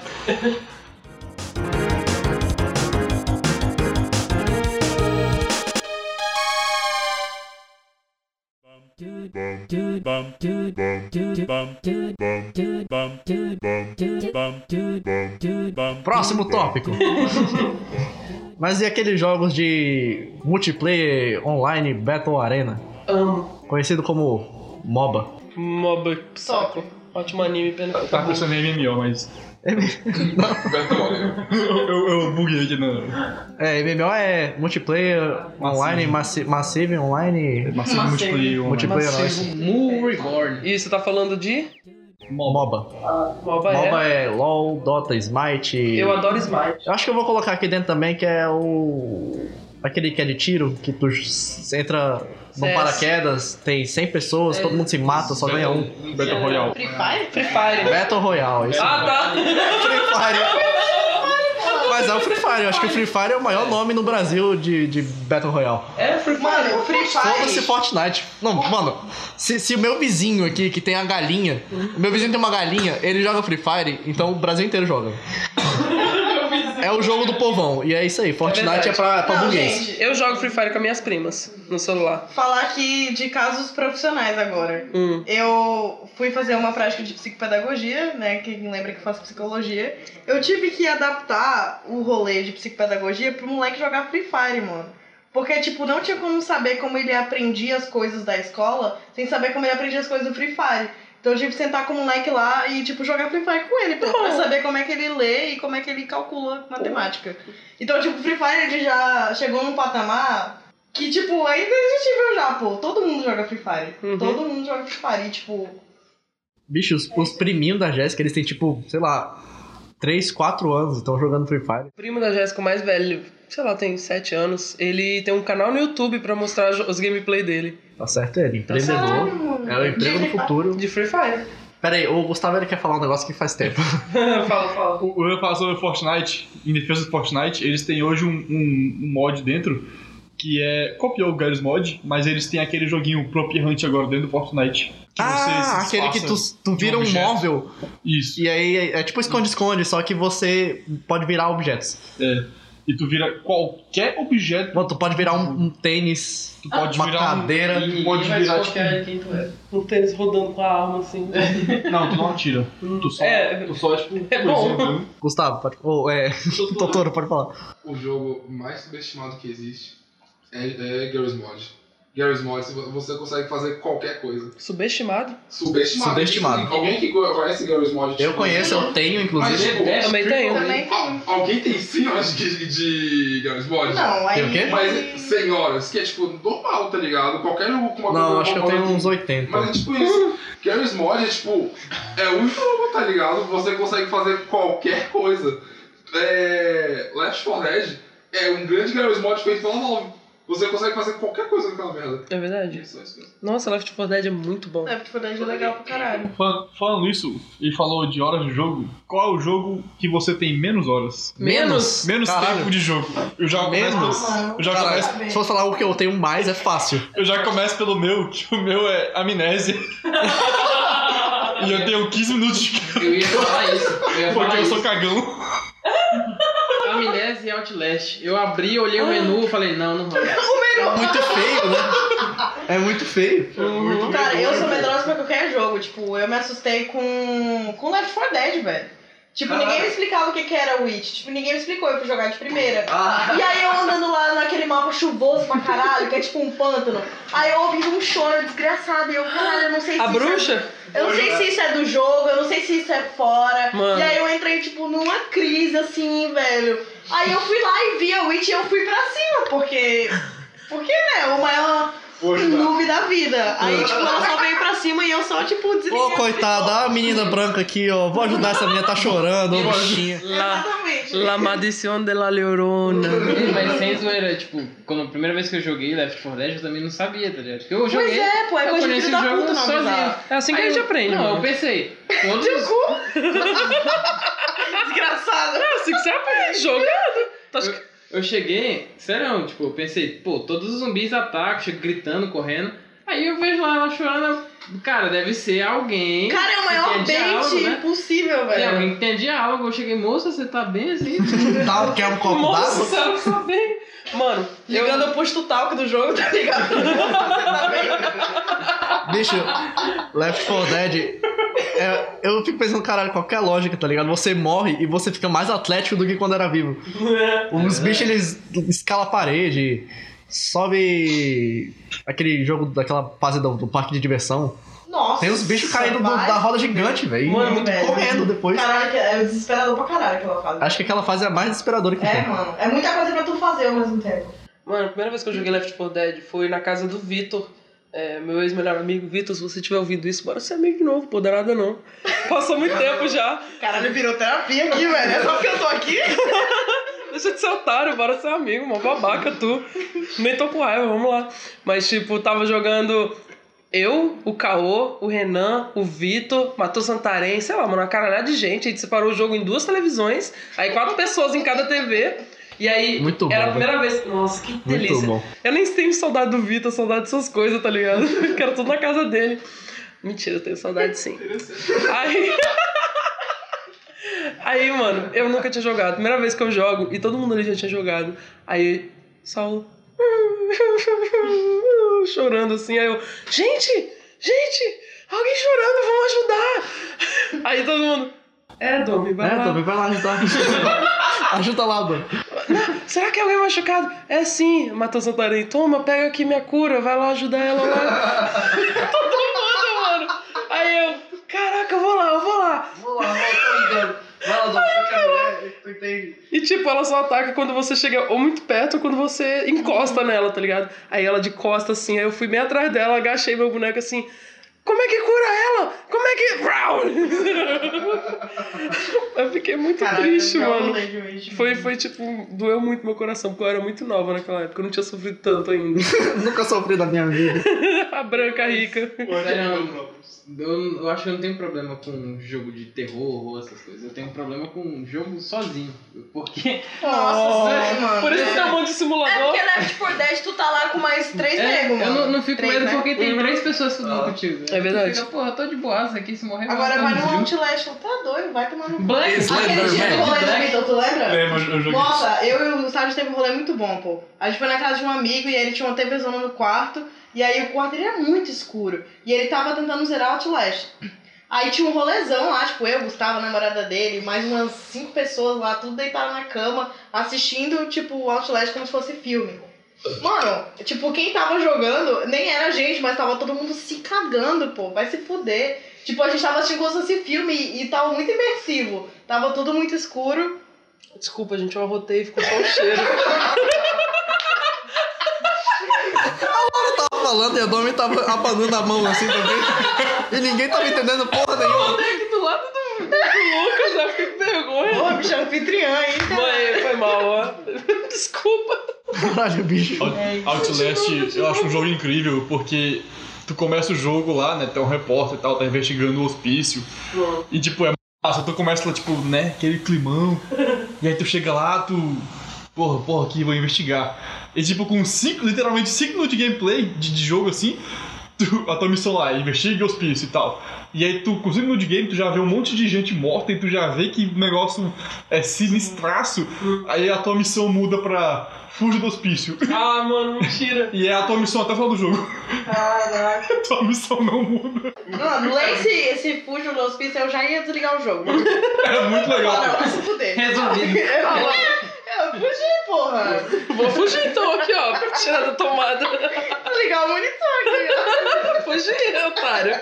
Speaker 1: Próximo tópico. Mas e aqueles jogos de multiplayer online Battle Arena,
Speaker 2: Amo.
Speaker 1: conhecido como MOBA?
Speaker 2: Mob Psycho. Ótimo anime, pena que
Speaker 4: Eu tava
Speaker 2: acabou.
Speaker 4: pensando tá em MMO, mas...
Speaker 1: É
Speaker 4: eu, eu buguei aqui na...
Speaker 1: É, MMO é multiplayer online, massi massive online,
Speaker 4: Massive Multiplayer. um,
Speaker 1: multiplayer
Speaker 2: Massive.
Speaker 1: online.
Speaker 6: Mu Reborn.
Speaker 2: E você tá falando de?
Speaker 1: MOBA.
Speaker 2: Moba, é.
Speaker 1: MOBA é LOL, Dota, Smite.
Speaker 2: Eu adoro Smite.
Speaker 1: Eu acho que eu vou colocar aqui dentro também, que é o. Aquele que é de tiro, que tu s- entra no
Speaker 2: CS.
Speaker 1: paraquedas, tem 100 pessoas, todo mundo se mata, só ganha um.
Speaker 4: né? Battle Royale.
Speaker 5: Free Fire?
Speaker 2: Free Fire.
Speaker 1: Battle Royale, isso.
Speaker 2: Ah, tá.
Speaker 1: Free Fire. Mas é o Free Fire, eu acho que o Free Fire é o maior nome no Brasil de, de Battle Royale.
Speaker 2: É Free
Speaker 5: Mano, o Free
Speaker 1: Foda-se
Speaker 5: Fire.
Speaker 1: Fortnite. Não, mano, se, se o meu vizinho aqui, que tem a galinha, o meu vizinho tem uma galinha, ele joga Free Fire, então o Brasil inteiro joga. É o jogo do povão, e é isso aí. Fortnite
Speaker 2: verdade.
Speaker 1: é, pra, pra
Speaker 3: Não,
Speaker 1: burguês.
Speaker 3: gente.
Speaker 2: Eu jogo Free Fire com minhas primas no celular.
Speaker 3: Falar aqui de casos profissionais agora.
Speaker 2: Hum.
Speaker 3: Eu fui fazer uma prática de psicopedagogia, né? Quem lembra que eu faço psicologia. Eu tive que adaptar o rolê de psicopedagogia pro moleque jogar Free Fire, mano. Porque, tipo, não tinha como saber como ele aprendia as coisas da escola sem saber como ele aprendia as coisas do Free Fire. Então eu tive que sentar com o moleque lá e, tipo, jogar Free Fire com ele, pra, pra saber como é que ele lê e como é que ele calcula matemática. Então, tipo, Free Fire ele já chegou num patamar que, tipo, é indesistível já, pô. Todo mundo joga Free Fire.
Speaker 2: Uhum.
Speaker 3: Todo mundo joga Free Fire. E, tipo,
Speaker 1: Bicho, os, os priminhos da Jéssica, eles têm tipo, sei lá, 3, 4 anos, estão jogando Free Fire.
Speaker 2: O primo da Jéssica, o mais velho, sei lá, tem 7 anos. Ele tem um canal no YouTube pra mostrar jo- os gameplay dele.
Speaker 1: é Tá certo ele, empreendedor. É o emprego do futuro.
Speaker 2: De Free Fire.
Speaker 1: Pera aí, o Gustavo ele quer falar um negócio que faz tempo.
Speaker 9: fala, fala.
Speaker 4: O- Eu ia falar sobre o Fortnite, em defesa do Fortnite, eles têm hoje um, um- um mod dentro que é. copiou o Garry's Mod, mas eles têm aquele joguinho Prop Hunt agora dentro do Fortnite. Que
Speaker 1: ah,
Speaker 4: se
Speaker 1: aquele que tu,
Speaker 4: disfarça.
Speaker 1: tu
Speaker 4: de um
Speaker 1: vira um
Speaker 4: objeto.
Speaker 1: móvel
Speaker 4: Isso.
Speaker 1: e aí é, é tipo esconde-esconde, só que você pode virar objetos.
Speaker 4: E tu vira qualquer objeto,
Speaker 1: Bom, tu pode virar um, um tênis,
Speaker 4: tu pode
Speaker 1: uma
Speaker 4: virar. um-
Speaker 1: cadeira.
Speaker 4: tu pode virar, tipo.
Speaker 9: quem tu é.
Speaker 2: Um tênis rodando com a arma assim.
Speaker 4: Não, tu não atira. Tu só.
Speaker 2: É.
Speaker 4: Tu só, tipo.
Speaker 2: É bom.
Speaker 1: né?
Speaker 6: Inclusive,
Speaker 1: Gustavo, pode. Ou é. Totoro, pode falar.
Speaker 6: o jogo mais subestimado que existe é, é Garry's Mod. Garry's Mod, se vo- você consegue fazer qualquer coisa.
Speaker 2: Subestimado.
Speaker 6: Subestimado.
Speaker 1: Subestimado.
Speaker 6: Tipo, Alguém que co- conhece Garry's Mod?
Speaker 1: Eu
Speaker 6: tipo,
Speaker 1: conheço, eu tenho,
Speaker 6: Mas,
Speaker 1: inclusive.
Speaker 6: tipo,
Speaker 2: Eu também um. tenho.
Speaker 5: Também tem.
Speaker 6: al- alguém tem senhoras de, de Garry's Mod?
Speaker 5: Não, aí.
Speaker 1: Tem o quê?
Speaker 6: Mas senhoras, que é tipo normal, tá ligado? Qualquer jogo com uma
Speaker 1: Não,
Speaker 6: uma-
Speaker 1: acho que eu
Speaker 6: uma-
Speaker 1: tenho uns 80.
Speaker 6: Mas é tipo isso. Garry's Mod é tipo. É um jogo, tá ligado? Você consegue fazer qualquer coisa. É. Last 4 Dead é um grande Garry's Mod feito pela Valve. Você consegue fazer qualquer coisa com aquela merda.
Speaker 2: É verdade.
Speaker 6: Só isso mesmo.
Speaker 2: Nossa, Left 4 Dead é muito bom.
Speaker 5: É, porque o Dead é legal pra caralho.
Speaker 4: Fal- Falando isso, ele falou de horas de jogo. Qual é o jogo que você tem menos horas?
Speaker 2: Menos?
Speaker 4: Menos
Speaker 1: Caralho.
Speaker 4: tempo de jogo. Eu já começo,
Speaker 1: Menos?
Speaker 4: eu já
Speaker 1: Caralho,
Speaker 4: começo
Speaker 1: se fosse falar o que eu tenho mais, é fácil.
Speaker 4: Eu já começo pelo meu, que o meu é amnésia. e eu tenho 15 minutos de cara,
Speaker 13: Eu ia falar isso. Eu ia falar
Speaker 4: porque eu
Speaker 13: isso.
Speaker 4: sou cagão.
Speaker 13: Amnésia e Outlast. Eu abri,
Speaker 5: Ah.
Speaker 13: olhei o menu e falei, não, não rola.
Speaker 1: É muito feio, né? É muito feio.
Speaker 5: Cara, eu sou medrosa pra qualquer jogo. Tipo, eu me assustei com. com Left 4 Dead, velho. Tipo, ninguém me explicava o que, que era o Witch. Tipo, ninguém me explicou, eu fui jogar de primeira.
Speaker 2: Ah.
Speaker 5: E aí eu andando lá naquele mapa chuvoso pra caralho, que é tipo um pântano. Aí eu ouvi um choro desgraçado e eu, caralho, eu não sei se.
Speaker 2: A
Speaker 5: isso é-
Speaker 2: bruxa?
Speaker 5: Eu não sei se isso é do jogo, eu não sei se isso é fora.
Speaker 2: Mano.
Speaker 5: E aí eu entrei, tipo, numa crise, assim, velho. Aí eu fui lá e vi a Witch e eu fui pra cima, porque. Porque, né, o maior noob da vida. Aí, tipo, ela só veio pra cima e eu só, tipo,
Speaker 1: Ô,
Speaker 5: desliguei.
Speaker 1: coitada, a menina branca aqui, ó. Vou ajudar essa menina, tá chorando, ô, bichinha.
Speaker 2: La,
Speaker 5: Exatamente.
Speaker 2: la Maldición de la Llorona.
Speaker 13: Mas sem zoeira, tipo, quando a primeira vez que eu joguei Left 4 Dead, eu também não sabia, tá ligado? Porque eu
Speaker 5: Pois
Speaker 13: joguei.
Speaker 5: é, pô, é
Speaker 13: eu
Speaker 5: coisa de
Speaker 13: conheci
Speaker 5: filho
Speaker 13: o
Speaker 5: da
Speaker 13: jogo
Speaker 5: puta não
Speaker 13: sozinho.
Speaker 5: avisar.
Speaker 2: É assim que
Speaker 13: Aí
Speaker 2: a gente
Speaker 13: eu-
Speaker 2: aprende,
Speaker 13: Não, eu
Speaker 2: mano.
Speaker 13: pensei, todos,
Speaker 5: Desgraçado.
Speaker 2: É assim que você aprende, jogando. Tá acho que-
Speaker 13: Eu cheguei, sério, tipo, eu pensei, pô, todos os zumbis atacam, chego gritando, correndo. Aí eu vejo lá ela chorando. eu- Cara, deve ser alguém.
Speaker 5: Cara, é o maior
Speaker 13: que
Speaker 5: bait
Speaker 13: tem diálogo, né?
Speaker 5: impossível,
Speaker 13: Tem
Speaker 5: velho.
Speaker 13: alguém que tem diálogo. Eu cheguei, moça, você tá bem assim?
Speaker 1: Tá, quer um copo d'água?
Speaker 2: Nossa, eu sabia. Mano,
Speaker 5: Ligando o posto talk do jogo, tá ligado? Você tá bem?
Speaker 1: Bicho, Left 4 Dead. é, eu fico pensando, caralho, qualquer lógica, tá ligado? Você morre e você fica mais atlético do que quando era vivo. Os
Speaker 5: É.
Speaker 1: bichos, eles escalam a parede, sobe aquele jogo daquela fase do, do parque de diversão.
Speaker 5: Nossa.
Speaker 1: Tem os bichos caindo do-
Speaker 5: vai
Speaker 1: da roda gigante, velho. e
Speaker 5: Mano, velho.
Speaker 1: Correndo depois.
Speaker 5: Caralho, que é desesperador pra caralho aquela fase.
Speaker 1: Acho que aquela fase é a mais desesperadora que
Speaker 5: É,
Speaker 1: tem.
Speaker 5: mano. É muita coisa pra tu fazer ao mesmo tempo.
Speaker 2: Mano, a primeira vez que eu joguei Left 4 Dead foi na casa do Vitor. É, meu ex-melhor amigo, Vitor, se você tiver ouvido isso, bora ser amigo de novo, pô, dá nada não. Passou muito tempo já.
Speaker 5: Caralho, virou terapia aqui, velho. É só porque eu tô aqui.
Speaker 2: Deixa de ser otário, bora ser amigo, mó babaca tu. Nem tô com raiva, vamos lá. Mas, tipo, tava jogando eu, o Caô, o Renan, o Vitor, Matheus Santarém, sei lá, mano, uma caralhada de gente. A gente separou o jogo em duas televisões, aí quatro pessoas em cada TV. E aí,
Speaker 1: Muito bom.
Speaker 2: era a
Speaker 1: velho.
Speaker 2: primeira vez. Nossa, que delícia.
Speaker 1: Muito bom.
Speaker 2: Eu nem tenho saudade do Vitor, saudade dessas coisas, tá ligado? Eu quero tudo na casa dele. Mentira, eu tenho saudade sim. Aí. Aí, mano, eu nunca tinha jogado. Primeira vez que eu jogo, e todo mundo ali já tinha jogado. Aí, Saulo. Chorando assim. Aí eu. Gente! Gente! Alguém chorando, vamos ajudar! Aí todo mundo. É, Domi, vai
Speaker 1: É,
Speaker 2: lá.
Speaker 1: também vai lá ajudar. Ajuda lá, mano.
Speaker 2: Será que é alguém machucado? É sim, Matheus Santarém. Toma, pega aqui minha cura, vai lá ajudar ela lá. Todo mundo, mano. Aí eu, caraca, eu vou lá, eu vou lá.
Speaker 14: Vou lá, vou, tô ligando. Vai lá, Dom, fica mulher, tu entende?
Speaker 2: E tipo, ela só ataca quando você chega ou muito perto ou quando você encosta nela, tá ligado? Aí ela de costa assim, aí eu fui meio atrás dela, agachei meu boneco assim. Como é que cura ela? Como é que. Eu fiquei muito
Speaker 5: Caraca,
Speaker 2: triste,
Speaker 14: é, um
Speaker 5: eu
Speaker 2: mano.
Speaker 5: mudei de mente.
Speaker 2: Foi, foi tipo, doeu muito meu coração, porque eu era muito nova naquela época, eu não tinha sofrido tanto ainda.
Speaker 1: Nunca sofri da minha vida.
Speaker 2: a branca rica.
Speaker 6: Sério, eu, eu acho que eu não tenho problema com jogo de terror ou essas coisas. Eu tenho problema com jogo sozinho. Porque.
Speaker 5: Nossa,
Speaker 6: Nossa,
Speaker 5: sério, mano.
Speaker 2: Por isso que tá um monte de
Speaker 15: É
Speaker 2: simulador.
Speaker 15: porque Left
Speaker 5: tipo,
Speaker 15: 4 Dead tu tá lá com mais três
Speaker 6: É,
Speaker 15: nego,
Speaker 6: eu
Speaker 15: mano.
Speaker 6: não, não fico com
Speaker 15: Três,
Speaker 6: medo
Speaker 15: né?
Speaker 6: porque tem
Speaker 2: Uhum.
Speaker 6: três pessoas fudendo contigo.
Speaker 2: É verdade.
Speaker 6: Tu Fica, porra, tô de boaça aqui, se morrer.
Speaker 5: Agora vai no
Speaker 6: no
Speaker 5: Outlast, tá doido, vai tomar no cu.
Speaker 6: Black
Speaker 15: Aquele dia do rolê do Vitor, tu lembra?
Speaker 4: Lembra, É, eu joguei.
Speaker 5: Nossa, eu e o Sábio teve um rolê muito bom, pô. A gente foi na casa de um amigo e ele tinha uma TVzona no quarto. E aí o quarto ele era muito escuro. E ele tava tentando zerar Outlast. Aí tinha um rolezão lá, tipo, eu, Gustavo, a namorada dele, mais umas cinco pessoas lá, tudo deitado na cama, assistindo, tipo, Outlast como se fosse filme. Mano, tipo, quem tava jogando nem era a gente, mas tava todo mundo se cagando, pô. Vai se fuder. Tipo, a gente tava assistindo como se fosse filme e, e tava muito imersivo. Tava tudo muito escuro.
Speaker 2: Desculpa, gente, eu arrotei e ficou só o cheiro.
Speaker 1: Eu tava falando e a Domi tava abanando a mão assim também. E ninguém tava entendendo porra nenhuma.
Speaker 2: aqui do lado do, do Lucas, eu fiquei com vergonha.
Speaker 5: Porra, bicho, é anfitriã aí.
Speaker 2: Mãe, foi mal, ó. Desculpa.
Speaker 1: Caralho, bicho.
Speaker 2: é
Speaker 4: Outlast, eu acho um jogo incrível, porque tu começa o jogo lá, né? Tem um repórter e tal, tá investigando o hospício. E tipo, é massa, tu começa lá, tipo, né, aquele climão. e aí tu chega lá, tu. Porra, porra, aqui vou investigar. E tipo, com cinco, literalmente 5 minutos de gameplay de, de jogo assim, tu- a tua missão lá, é investiga o hospício e tal. E aí tu, com 5 minutos de game, tu já vê um monte de gente morta e tu já vê que o negócio é sinistraço. Aí a tua missão muda pra fuja do hospício.
Speaker 2: Ah, mano, mentira.
Speaker 4: E é a tua missão até o final do jogo. Caraca. A tua missão não muda.
Speaker 5: Mano, lê esse, esse fujo no hospício, eu já ia desligar o jogo. Mano,
Speaker 4: É muito legal.
Speaker 5: não, vai se fuder.
Speaker 6: é Resolvido.
Speaker 2: É
Speaker 5: Eu fugi, porra.
Speaker 2: Vou fugir então aqui, ó. Tirar da tomada.
Speaker 5: Desligar o monitor aqui. ó.
Speaker 2: Fugir, otário.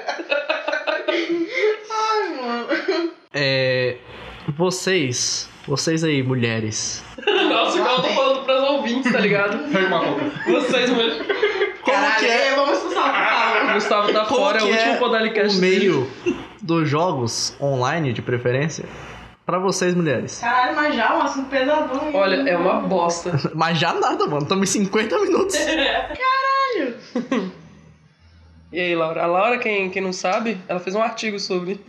Speaker 5: Ai, mano.
Speaker 1: É. Vocês. Vocês aí, mulheres.
Speaker 2: Nossa, igual eu tô falando pras ouvintes, tá ligado?
Speaker 4: Pega uma coca.
Speaker 2: Vocês mesmo.
Speaker 1: Como
Speaker 5: Caralho,
Speaker 1: que é
Speaker 5: é, Vamos expulsar o Gustavo.
Speaker 2: O Gustavo tá
Speaker 1: Como
Speaker 2: fora, é o
Speaker 1: que é
Speaker 2: último
Speaker 1: o
Speaker 2: Podalicast dele.
Speaker 1: meio dos jogos online, de preferência, pra vocês, mulheres?
Speaker 5: Caralho, mas já é um assunto pesadão. hein?
Speaker 2: Olha, é uma bosta.
Speaker 1: Mas já nada, mano. Estamos em 50 minutos.
Speaker 2: E aí, Laura? A Laura, quem, quem não sabe, ela fez um artigo sobre.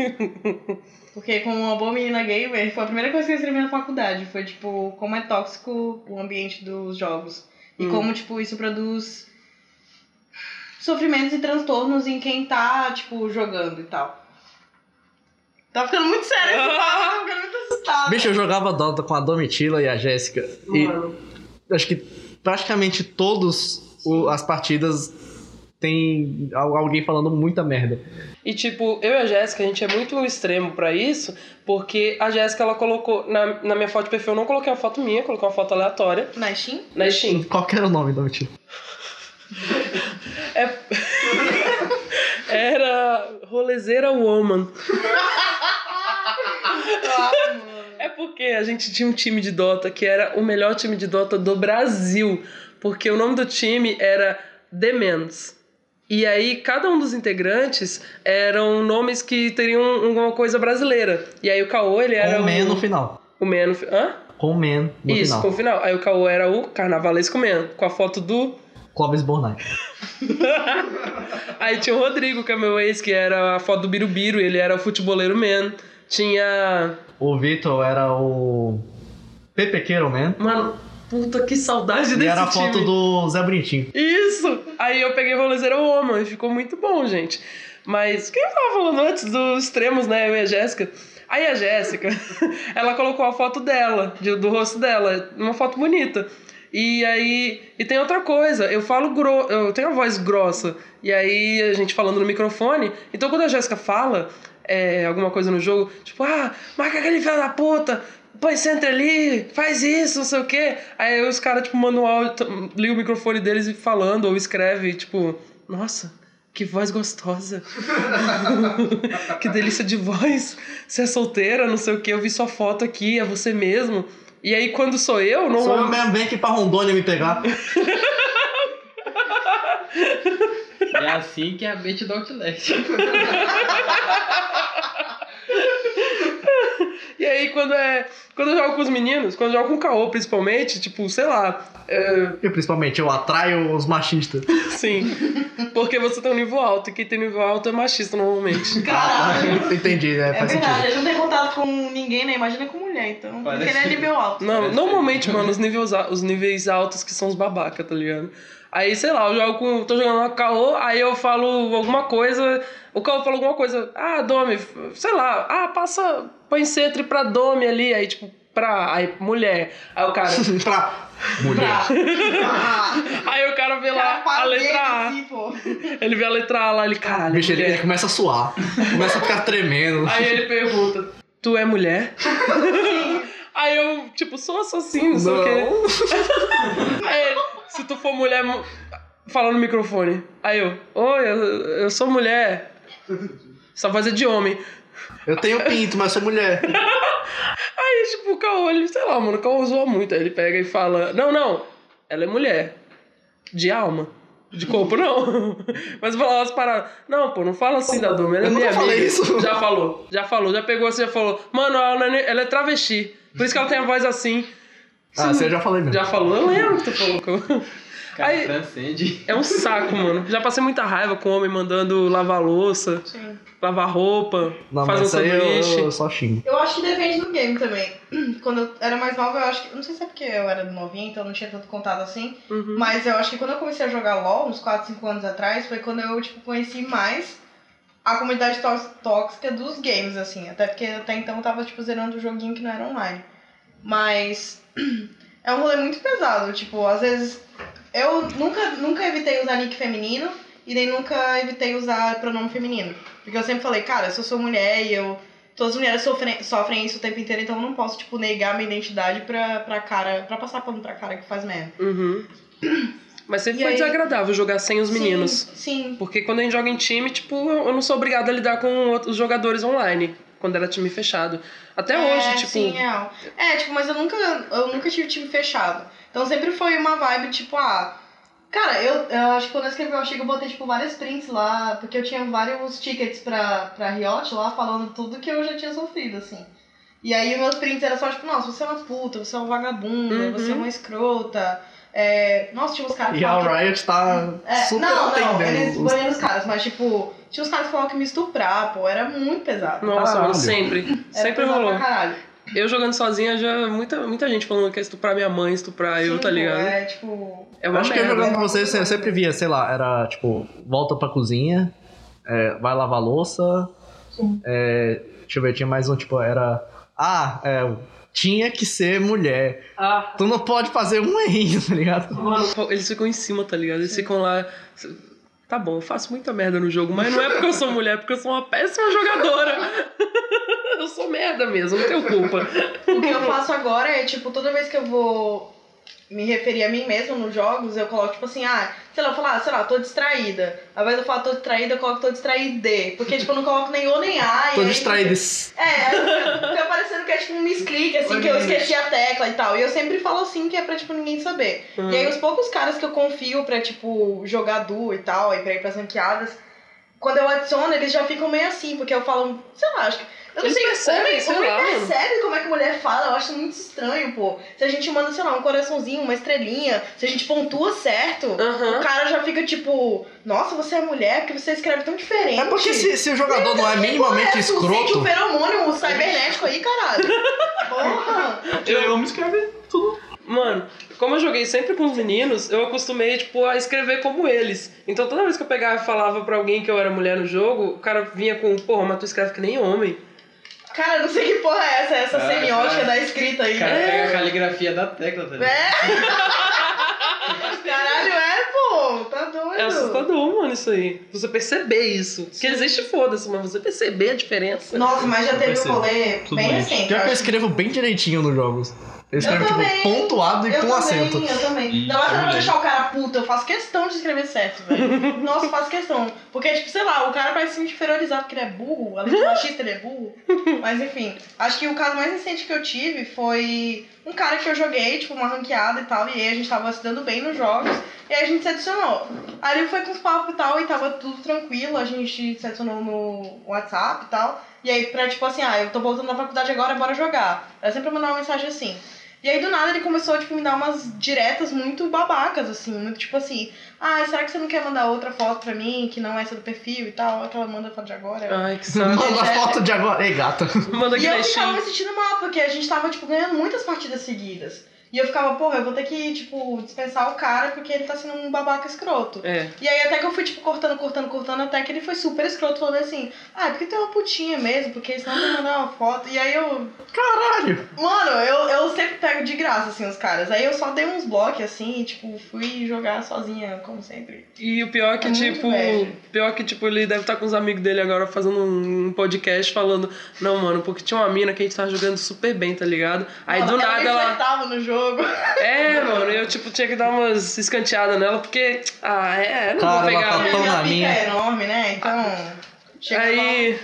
Speaker 5: Porque como uma boa menina gamer, foi a primeira coisa que eu escrevi na faculdade. Foi, tipo, como é tóxico o ambiente dos jogos. E
Speaker 2: Hum.
Speaker 5: como, tipo, isso produz sofrimentos e transtornos em quem tá, tipo, jogando e tal. Tá ficando muito sério esse papo, tá ficando muito assustado.
Speaker 1: Bicho, eu jogava Dota com a Domitila e a Jéssica. E acho que praticamente todos o- as partidas tem al- alguém falando muita merda.
Speaker 2: E tipo, eu e a Jéssica, a gente é muito extremo pra isso, porque a Jéssica, ela colocou. Na, na minha foto de perfil, eu não coloquei uma foto minha, coloquei uma foto aleatória né?
Speaker 5: Na Steam?
Speaker 2: na Steam.
Speaker 1: Qual que era o nome, Domitila?
Speaker 2: Era Rolezeira Woman. É porque a gente tinha um time de Dota que era o melhor time de Dota do Brasil. Porque o nome do time era Demons. E aí, cada um dos integrantes eram nomes que teriam um, alguma coisa brasileira. E aí, o Caô, ele era.
Speaker 1: Com Man no
Speaker 2: o,
Speaker 1: final.
Speaker 2: o Man no fi- Hã?
Speaker 1: Com Man no
Speaker 2: Isso,
Speaker 1: final.
Speaker 2: com o final. Aí, o Caô era o Carnavalesco Man, com a foto do.
Speaker 1: Clóvis Bornai.
Speaker 2: Aí tinha o Rodrigo, que é meu ex, que era a foto do Birubiru, ele era o futeboleiro Man. Tinha.
Speaker 1: O Vitor era o Pepequeiro Man.
Speaker 2: Mano, puta que saudade desse
Speaker 1: E era a
Speaker 2: time.
Speaker 1: foto do Zé Bonitinho.
Speaker 2: Isso! Aí eu peguei Rolezeira Woman e ficou muito bom, gente. Mas quem tava falando antes dos extremos, né? Eu e a Jéssica. Aí a Jéssica, ela colocou a foto dela, de- do rosto dela, uma foto bonita. E aí, e tem outra coisa, eu falo gro, eu tenho a voz grossa, e aí a gente falando no microfone, então quando a Jéssica fala é, alguma coisa no jogo, tipo, ah, marca aquele filho da puta, põe centro ali, faz isso, não sei o quê. Aí os caras, tipo, manual, t- li o microfone deles e falando, ou escreve, tipo, nossa, que voz gostosa. que delícia de voz. Você é solteira, não sei o quê, eu vi sua foto aqui, é você mesmo. E aí, quando sou eu, não.
Speaker 1: Sou eu mesmo, vem aqui pra Rondônia me pegar.
Speaker 6: É assim que é a Bete do Outlast.
Speaker 2: E aí, quando é. Quando eu jogo com os meninos, quando eu jogo com o Caô, principalmente, tipo, sei lá. é,
Speaker 1: E principalmente eu atraio os machistas.
Speaker 2: sim. Porque você tem um nível alto, e quem tem nível alto é machista normalmente.
Speaker 5: Caralho.
Speaker 1: Entendi, né?
Speaker 5: É
Speaker 1: Faz
Speaker 5: verdade,
Speaker 1: sentido.
Speaker 5: ele não tem contato com ninguém, né? Imagina com mulher, então.
Speaker 6: Parece-
Speaker 5: Porque ele é nível alto.
Speaker 2: Não,
Speaker 6: Parece
Speaker 2: normalmente, mano, os níveis, al- os níveis altos que são os babaca, tá ligado? Aí, sei lá, eu jogo com. tô jogando com o Caô, aí eu falo alguma coisa. O Caô fala alguma coisa. Ah, Domi, sei lá, ah, passa. Põe centro pra Domi ali, aí, tipo, pra. Aí, mulher. Aí o cara.
Speaker 1: pra mulher.
Speaker 5: Pra... Ah,
Speaker 2: aí o cara vê lá a letra A.
Speaker 5: assim, pô.
Speaker 2: Ele vê a letra A lá, ele, caralho.
Speaker 1: Bicho, ele, é
Speaker 2: mulher.
Speaker 1: ele começa a suar. Começa a ficar tremendo.
Speaker 2: Aí ele pergunta: Tu é mulher? Aí eu, tipo, sou assassino, não sei o quê. Aí ele, se tu for mulher, mu- fala no microfone. Aí eu, oi, eu, eu sou mulher. Essa voz é de homem.
Speaker 1: Eu tenho pinto, mas sou mulher.
Speaker 2: Aí, tipo, o Caô, ele, sei lá, mano, o Caô zoa muito. Aí ele pega e fala: Não, não, ela é mulher. De alma. De corpo, não. Mas fala umas paradas. Não, pô, não fala assim da Duma, ela é
Speaker 1: Eu
Speaker 2: minha
Speaker 1: nunca falei
Speaker 2: amiga.
Speaker 1: isso.
Speaker 2: Já falou, já falou, já pegou assim, já falou. Mano, ela, não é nem- ela é travesti. Por isso que ela tem a voz assim.
Speaker 1: Ah, você já falei mesmo.
Speaker 2: Já falou, eu lembro que tu falou. Caô.
Speaker 6: Cara,
Speaker 2: Aí-
Speaker 6: transcende.
Speaker 2: É um saco, mano. Já passei muita raiva com homem mandando lavar louça,
Speaker 5: Sim.
Speaker 2: lavar roupa,
Speaker 1: Não,
Speaker 2: fazer um
Speaker 1: mas isso aí eu,
Speaker 2: sanduíche.
Speaker 1: eu só xingo.
Speaker 5: Eu acho que depende do game também. Quando eu era mais nova, eu acho que. Não sei se é porque eu era novinha, então não tinha tanto contato assim.
Speaker 2: Uhum.
Speaker 5: Mas eu acho que quando eu comecei a jogar LOL, uns 4, 5 anos atrás, foi quando eu, tipo, conheci mais a comunidade tó- tóxica dos games, assim. Até porque até então eu tava, tipo, zerando o joguinho que não era online. Mas é um rolê muito pesado, tipo, às vezes. Eu nunca, nunca evitei usar nick feminino e nem nunca evitei usar pronome feminino. Porque eu sempre falei, cara, se eu sou mulher e eu. Todas as mulheres sofrem, sofrem isso o tempo inteiro, então eu não posso, tipo, negar minha identidade pra, pra cara. pra passar pano pra cara que faz merda.
Speaker 2: Uhum. Mas sempre
Speaker 5: E
Speaker 2: foi
Speaker 5: aí-
Speaker 2: desagradável jogar sem os meninos.
Speaker 5: Sim, sim.
Speaker 2: Porque quando a gente joga em time, tipo, eu eu não sou obrigada a lidar com outros jogadores online. Quando era time fechado. Até
Speaker 5: É,
Speaker 2: hoje, tipo.
Speaker 5: Sim, real. É, tipo, mas eu nunca, eu nunca tive time fechado. Então sempre foi uma vibe, tipo, ah. Cara, eu, eu acho que quando eu escrevi o artigo eu botei, tipo, várias prints lá, porque eu tinha vários tickets pra, pra Riot lá falando tudo que eu já tinha sofrido, assim. E aí os meus prints eram só, tipo, nossa, você é uma puta, você é um vagabundo,
Speaker 2: Uhum.
Speaker 5: você é uma escrota. É... Nossa, tinha uns caras que
Speaker 1: E a
Speaker 5: falavam que-
Speaker 1: Riot tá
Speaker 5: é,
Speaker 1: super
Speaker 5: não, não, eles
Speaker 1: atendendo. os-
Speaker 5: baniram os caras, mas tipo, tinha uns caras que falavam que me estuprar, pô, era muito pesado.
Speaker 2: Nossa,
Speaker 1: Caralho.
Speaker 2: mano, sempre.
Speaker 5: é. Era
Speaker 2: sempre
Speaker 5: pesado
Speaker 2: rolou.
Speaker 5: pra caralho.
Speaker 2: Eu jogando sozinha, já muita, muita gente falando que ia estuprar minha mãe, estuprar eu,
Speaker 5: Sim,
Speaker 2: tá
Speaker 5: pô,
Speaker 2: ligado? É,
Speaker 5: É, tipo.
Speaker 2: uma
Speaker 1: acho que é eu
Speaker 2: merda.
Speaker 1: jogando com vocês, eu sempre via, sei lá, era tipo, volta pra cozinha, é, vai lavar louça. é, deixa eu ver, tinha mais um, tipo, era. Ah, é, tinha que ser mulher.
Speaker 9: Ah,
Speaker 1: Tu não pode fazer um errinho, tá ligado?
Speaker 9: mano.
Speaker 2: Pô, Eles ficam em cima, tá ligado? Eles ficam lá. Tá bom, eu faço muita merda no jogo, mas não é porque eu sou mulher, é porque eu sou uma péssima jogadora. eu sou merda mesmo, não tenho culpa.
Speaker 5: O que eu faço agora é, tipo, toda vez que eu vou me referir a mim mesma nos jogos, eu coloco, tipo assim, ah, sei lá, eu falo, ah, sei lá, tô distraída. Ao invés de eu falar tô distraída, eu coloco tô distraída. Porque, tipo, eu não coloco nem o nem a. e
Speaker 1: Tô
Speaker 5: aí-
Speaker 1: distraído.
Speaker 5: É, aí fica- fica parecendo que é tipo um misclick, assim, que eu esqueci a tecla e tal. E eu sempre falo assim, que é pra, tipo, ninguém saber. E
Speaker 2: Hum.
Speaker 5: aí, os poucos caras que eu confio pra, tipo, jogar duo e tal, e pra ir pras ranqueadas, quando eu adiciono, eles já ficam meio assim, porque eu falo, sei lá, acho que. Eu não
Speaker 2: Eles
Speaker 5: sei,
Speaker 2: percebem,
Speaker 5: homem,
Speaker 2: sei
Speaker 5: homem
Speaker 2: lá, mano.
Speaker 5: percebe como é que mulher fala, eu acho muito estranho, pô. Se a gente manda, sei lá, um coraçãozinho, uma estrelinha, se a gente pontua certo,
Speaker 2: Aham.
Speaker 5: o cara já fica tipo, nossa, você é mulher, porque você escreve tão diferente.
Speaker 1: É porque se, se o jogador não é minimamente
Speaker 5: Tu sente o
Speaker 1: escroto,
Speaker 5: feromônio cibernético aí, caralho. Porra!
Speaker 4: Eu, eu me escrevi.
Speaker 2: Mano, como eu joguei sempre com os meninos, eu acostumei, tipo, a escrever como eles. Então toda vez que eu pegava e falava pra alguém que eu era mulher no jogo, o cara vinha com, porra, mas tu escreve que nem homem.
Speaker 5: Cara, eu não sei que porra é essa, essa
Speaker 6: Ah,
Speaker 5: semiótica
Speaker 6: cara.
Speaker 5: da escrita aí.
Speaker 6: O cara
Speaker 2: É,
Speaker 6: pega a caligrafia da tecla, tá ligado?
Speaker 5: É? Caralho, é, pô! Tá doido!
Speaker 2: É assustador, mano, isso aí. Você perceber isso. Que existe, foda-se, mas você perceber a diferença.
Speaker 5: Nossa, mas já teve um
Speaker 4: percebo.
Speaker 5: rolê
Speaker 4: Tudo
Speaker 5: bem
Speaker 4: bem.
Speaker 5: recente.
Speaker 1: pior que eu
Speaker 5: acho.
Speaker 1: escrevo bem direitinho nos jogos. Eu escrevo, tipo,
Speaker 5: também.
Speaker 1: pontuado e
Speaker 5: eu
Speaker 1: com
Speaker 5: também,
Speaker 1: acento.
Speaker 5: Eu também.
Speaker 4: Ih,
Speaker 5: Ainda mais pra não
Speaker 4: também.
Speaker 5: deixar o cara puto, eu faço questão de escrever certo, velho. Nossa, eu faço questão. Porque, tipo, sei lá, o cara parece muito inferiorizado porque ele é burro, além de machista, ele é burro. Mas enfim, acho que o caso mais recente que eu tive foi um cara que eu joguei, tipo, uma ranqueada e tal, e aí a gente tava se dando bem nos jogos, e aí a gente se adicionou. Aí ele foi com os papos e tal, e tava tudo tranquilo, a gente se adicionou no WhatsApp e tal. E aí, pra tipo assim, ah, eu tô voltando da faculdade agora, bora jogar. Era sempre eu mandava uma mensagem assim. E aí, do nada, ele começou, tipo, me dar umas diretas muito babacas, assim, muito tipo assim, ah, será que você não quer mandar outra foto pra mim, que não é essa do perfil e tal? Aquela manda foto de agora.
Speaker 2: Ai, que saco.
Speaker 1: Manda a foto de agora. Ei, gata.
Speaker 2: Manda Ah, que
Speaker 5: E eu ficava
Speaker 2: deixei.
Speaker 5: me sentindo mal, porque a gente tava, tipo, ganhando muitas partidas seguidas. E eu ficava, porra, eu vou ter que, tipo, dispensar o cara porque ele tá sendo um babaca escroto.
Speaker 2: É.
Speaker 5: E aí até que eu fui, tipo, cortando, cortando, cortando, até que ele foi super escroto, falando assim, ah, é porque tem uma putinha mesmo, porque senão eu vou mandar uma foto. E aí eu.
Speaker 1: Caralho.
Speaker 5: Mano, eu, eu sempre pego de graça, assim, os caras. Aí eu só dei uns blocos, assim, e, tipo, fui jogar sozinha, como sempre.
Speaker 2: E o pior é que,
Speaker 5: É muito
Speaker 2: tipo,
Speaker 5: inveja.
Speaker 2: pior que, tipo, ele deve estar com os amigos dele agora fazendo um podcast falando, não, mano, porque tinha uma mina que a gente tava jogando super bem, tá ligado? Aí do
Speaker 5: Mano,
Speaker 2: nada
Speaker 5: ela.
Speaker 2: ela.
Speaker 5: nem flertava no jogo.
Speaker 2: É, mano, eu, tipo, tinha que dar umas escanteadas nela, porque. Ah, é, não
Speaker 1: Cara,
Speaker 2: vou pegar.
Speaker 1: ela tá tão
Speaker 5: Minha
Speaker 1: na
Speaker 5: pica
Speaker 1: minha.
Speaker 5: é enorme, né? Então. Chega lá.
Speaker 2: Aí.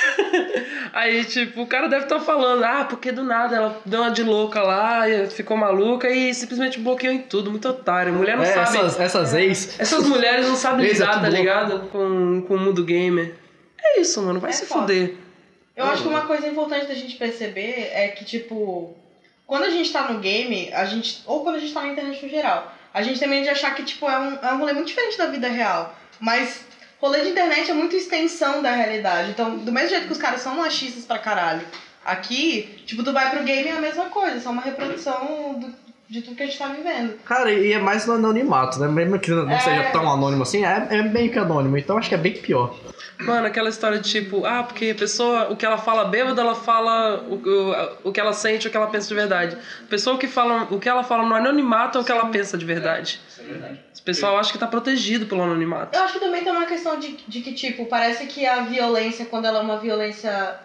Speaker 2: Aí, tipo, o cara deve estar falando, ah, porque do nada ela deu uma de louca lá, e ficou maluca e simplesmente bloqueou em tudo, muito otário. Mulher não
Speaker 1: É,
Speaker 2: sabe.
Speaker 1: essas, essas ex.
Speaker 2: Essas mulheres não sabem
Speaker 1: Eles é
Speaker 2: lidar,
Speaker 1: tudo
Speaker 2: tá
Speaker 1: louco.
Speaker 2: ligado? Com, com o mundo gamer. É isso, mano, vai
Speaker 5: É
Speaker 2: se
Speaker 5: foda.
Speaker 2: fuder.
Speaker 5: Eu acho que uma coisa importante da gente perceber é que, tipo, quando a gente tá no game, a gente. Ou quando a gente tá na internet no geral, a gente também de achar que, tipo, é um, é um rolê muito diferente da vida real. Mas rolê de internet é muito extensão da realidade. Então, do mesmo jeito que os caras são machistas pra caralho, aqui, tipo, tu vai pro game é a mesma coisa, só uma reprodução do- de tudo que a gente tá vivendo.
Speaker 1: Cara, e é mais no anonimato, né? Mesmo que não
Speaker 5: É.
Speaker 1: seja tão anônimo assim, é, é bem que anônimo. Então acho que é bem pior.
Speaker 2: Mano, aquela história de tipo, ah, porque a pessoa, o que ela fala bêbada, ela fala o, o, o que ela sente, o que ela pensa de verdade. A pessoa que fala, o que ela fala no anonimato é o que ela pensa de verdade. O pessoal acha que tá protegido pelo anonimato.
Speaker 5: Eu acho que também tem uma questão de, de que, tipo, parece que a violência, quando ela é uma violência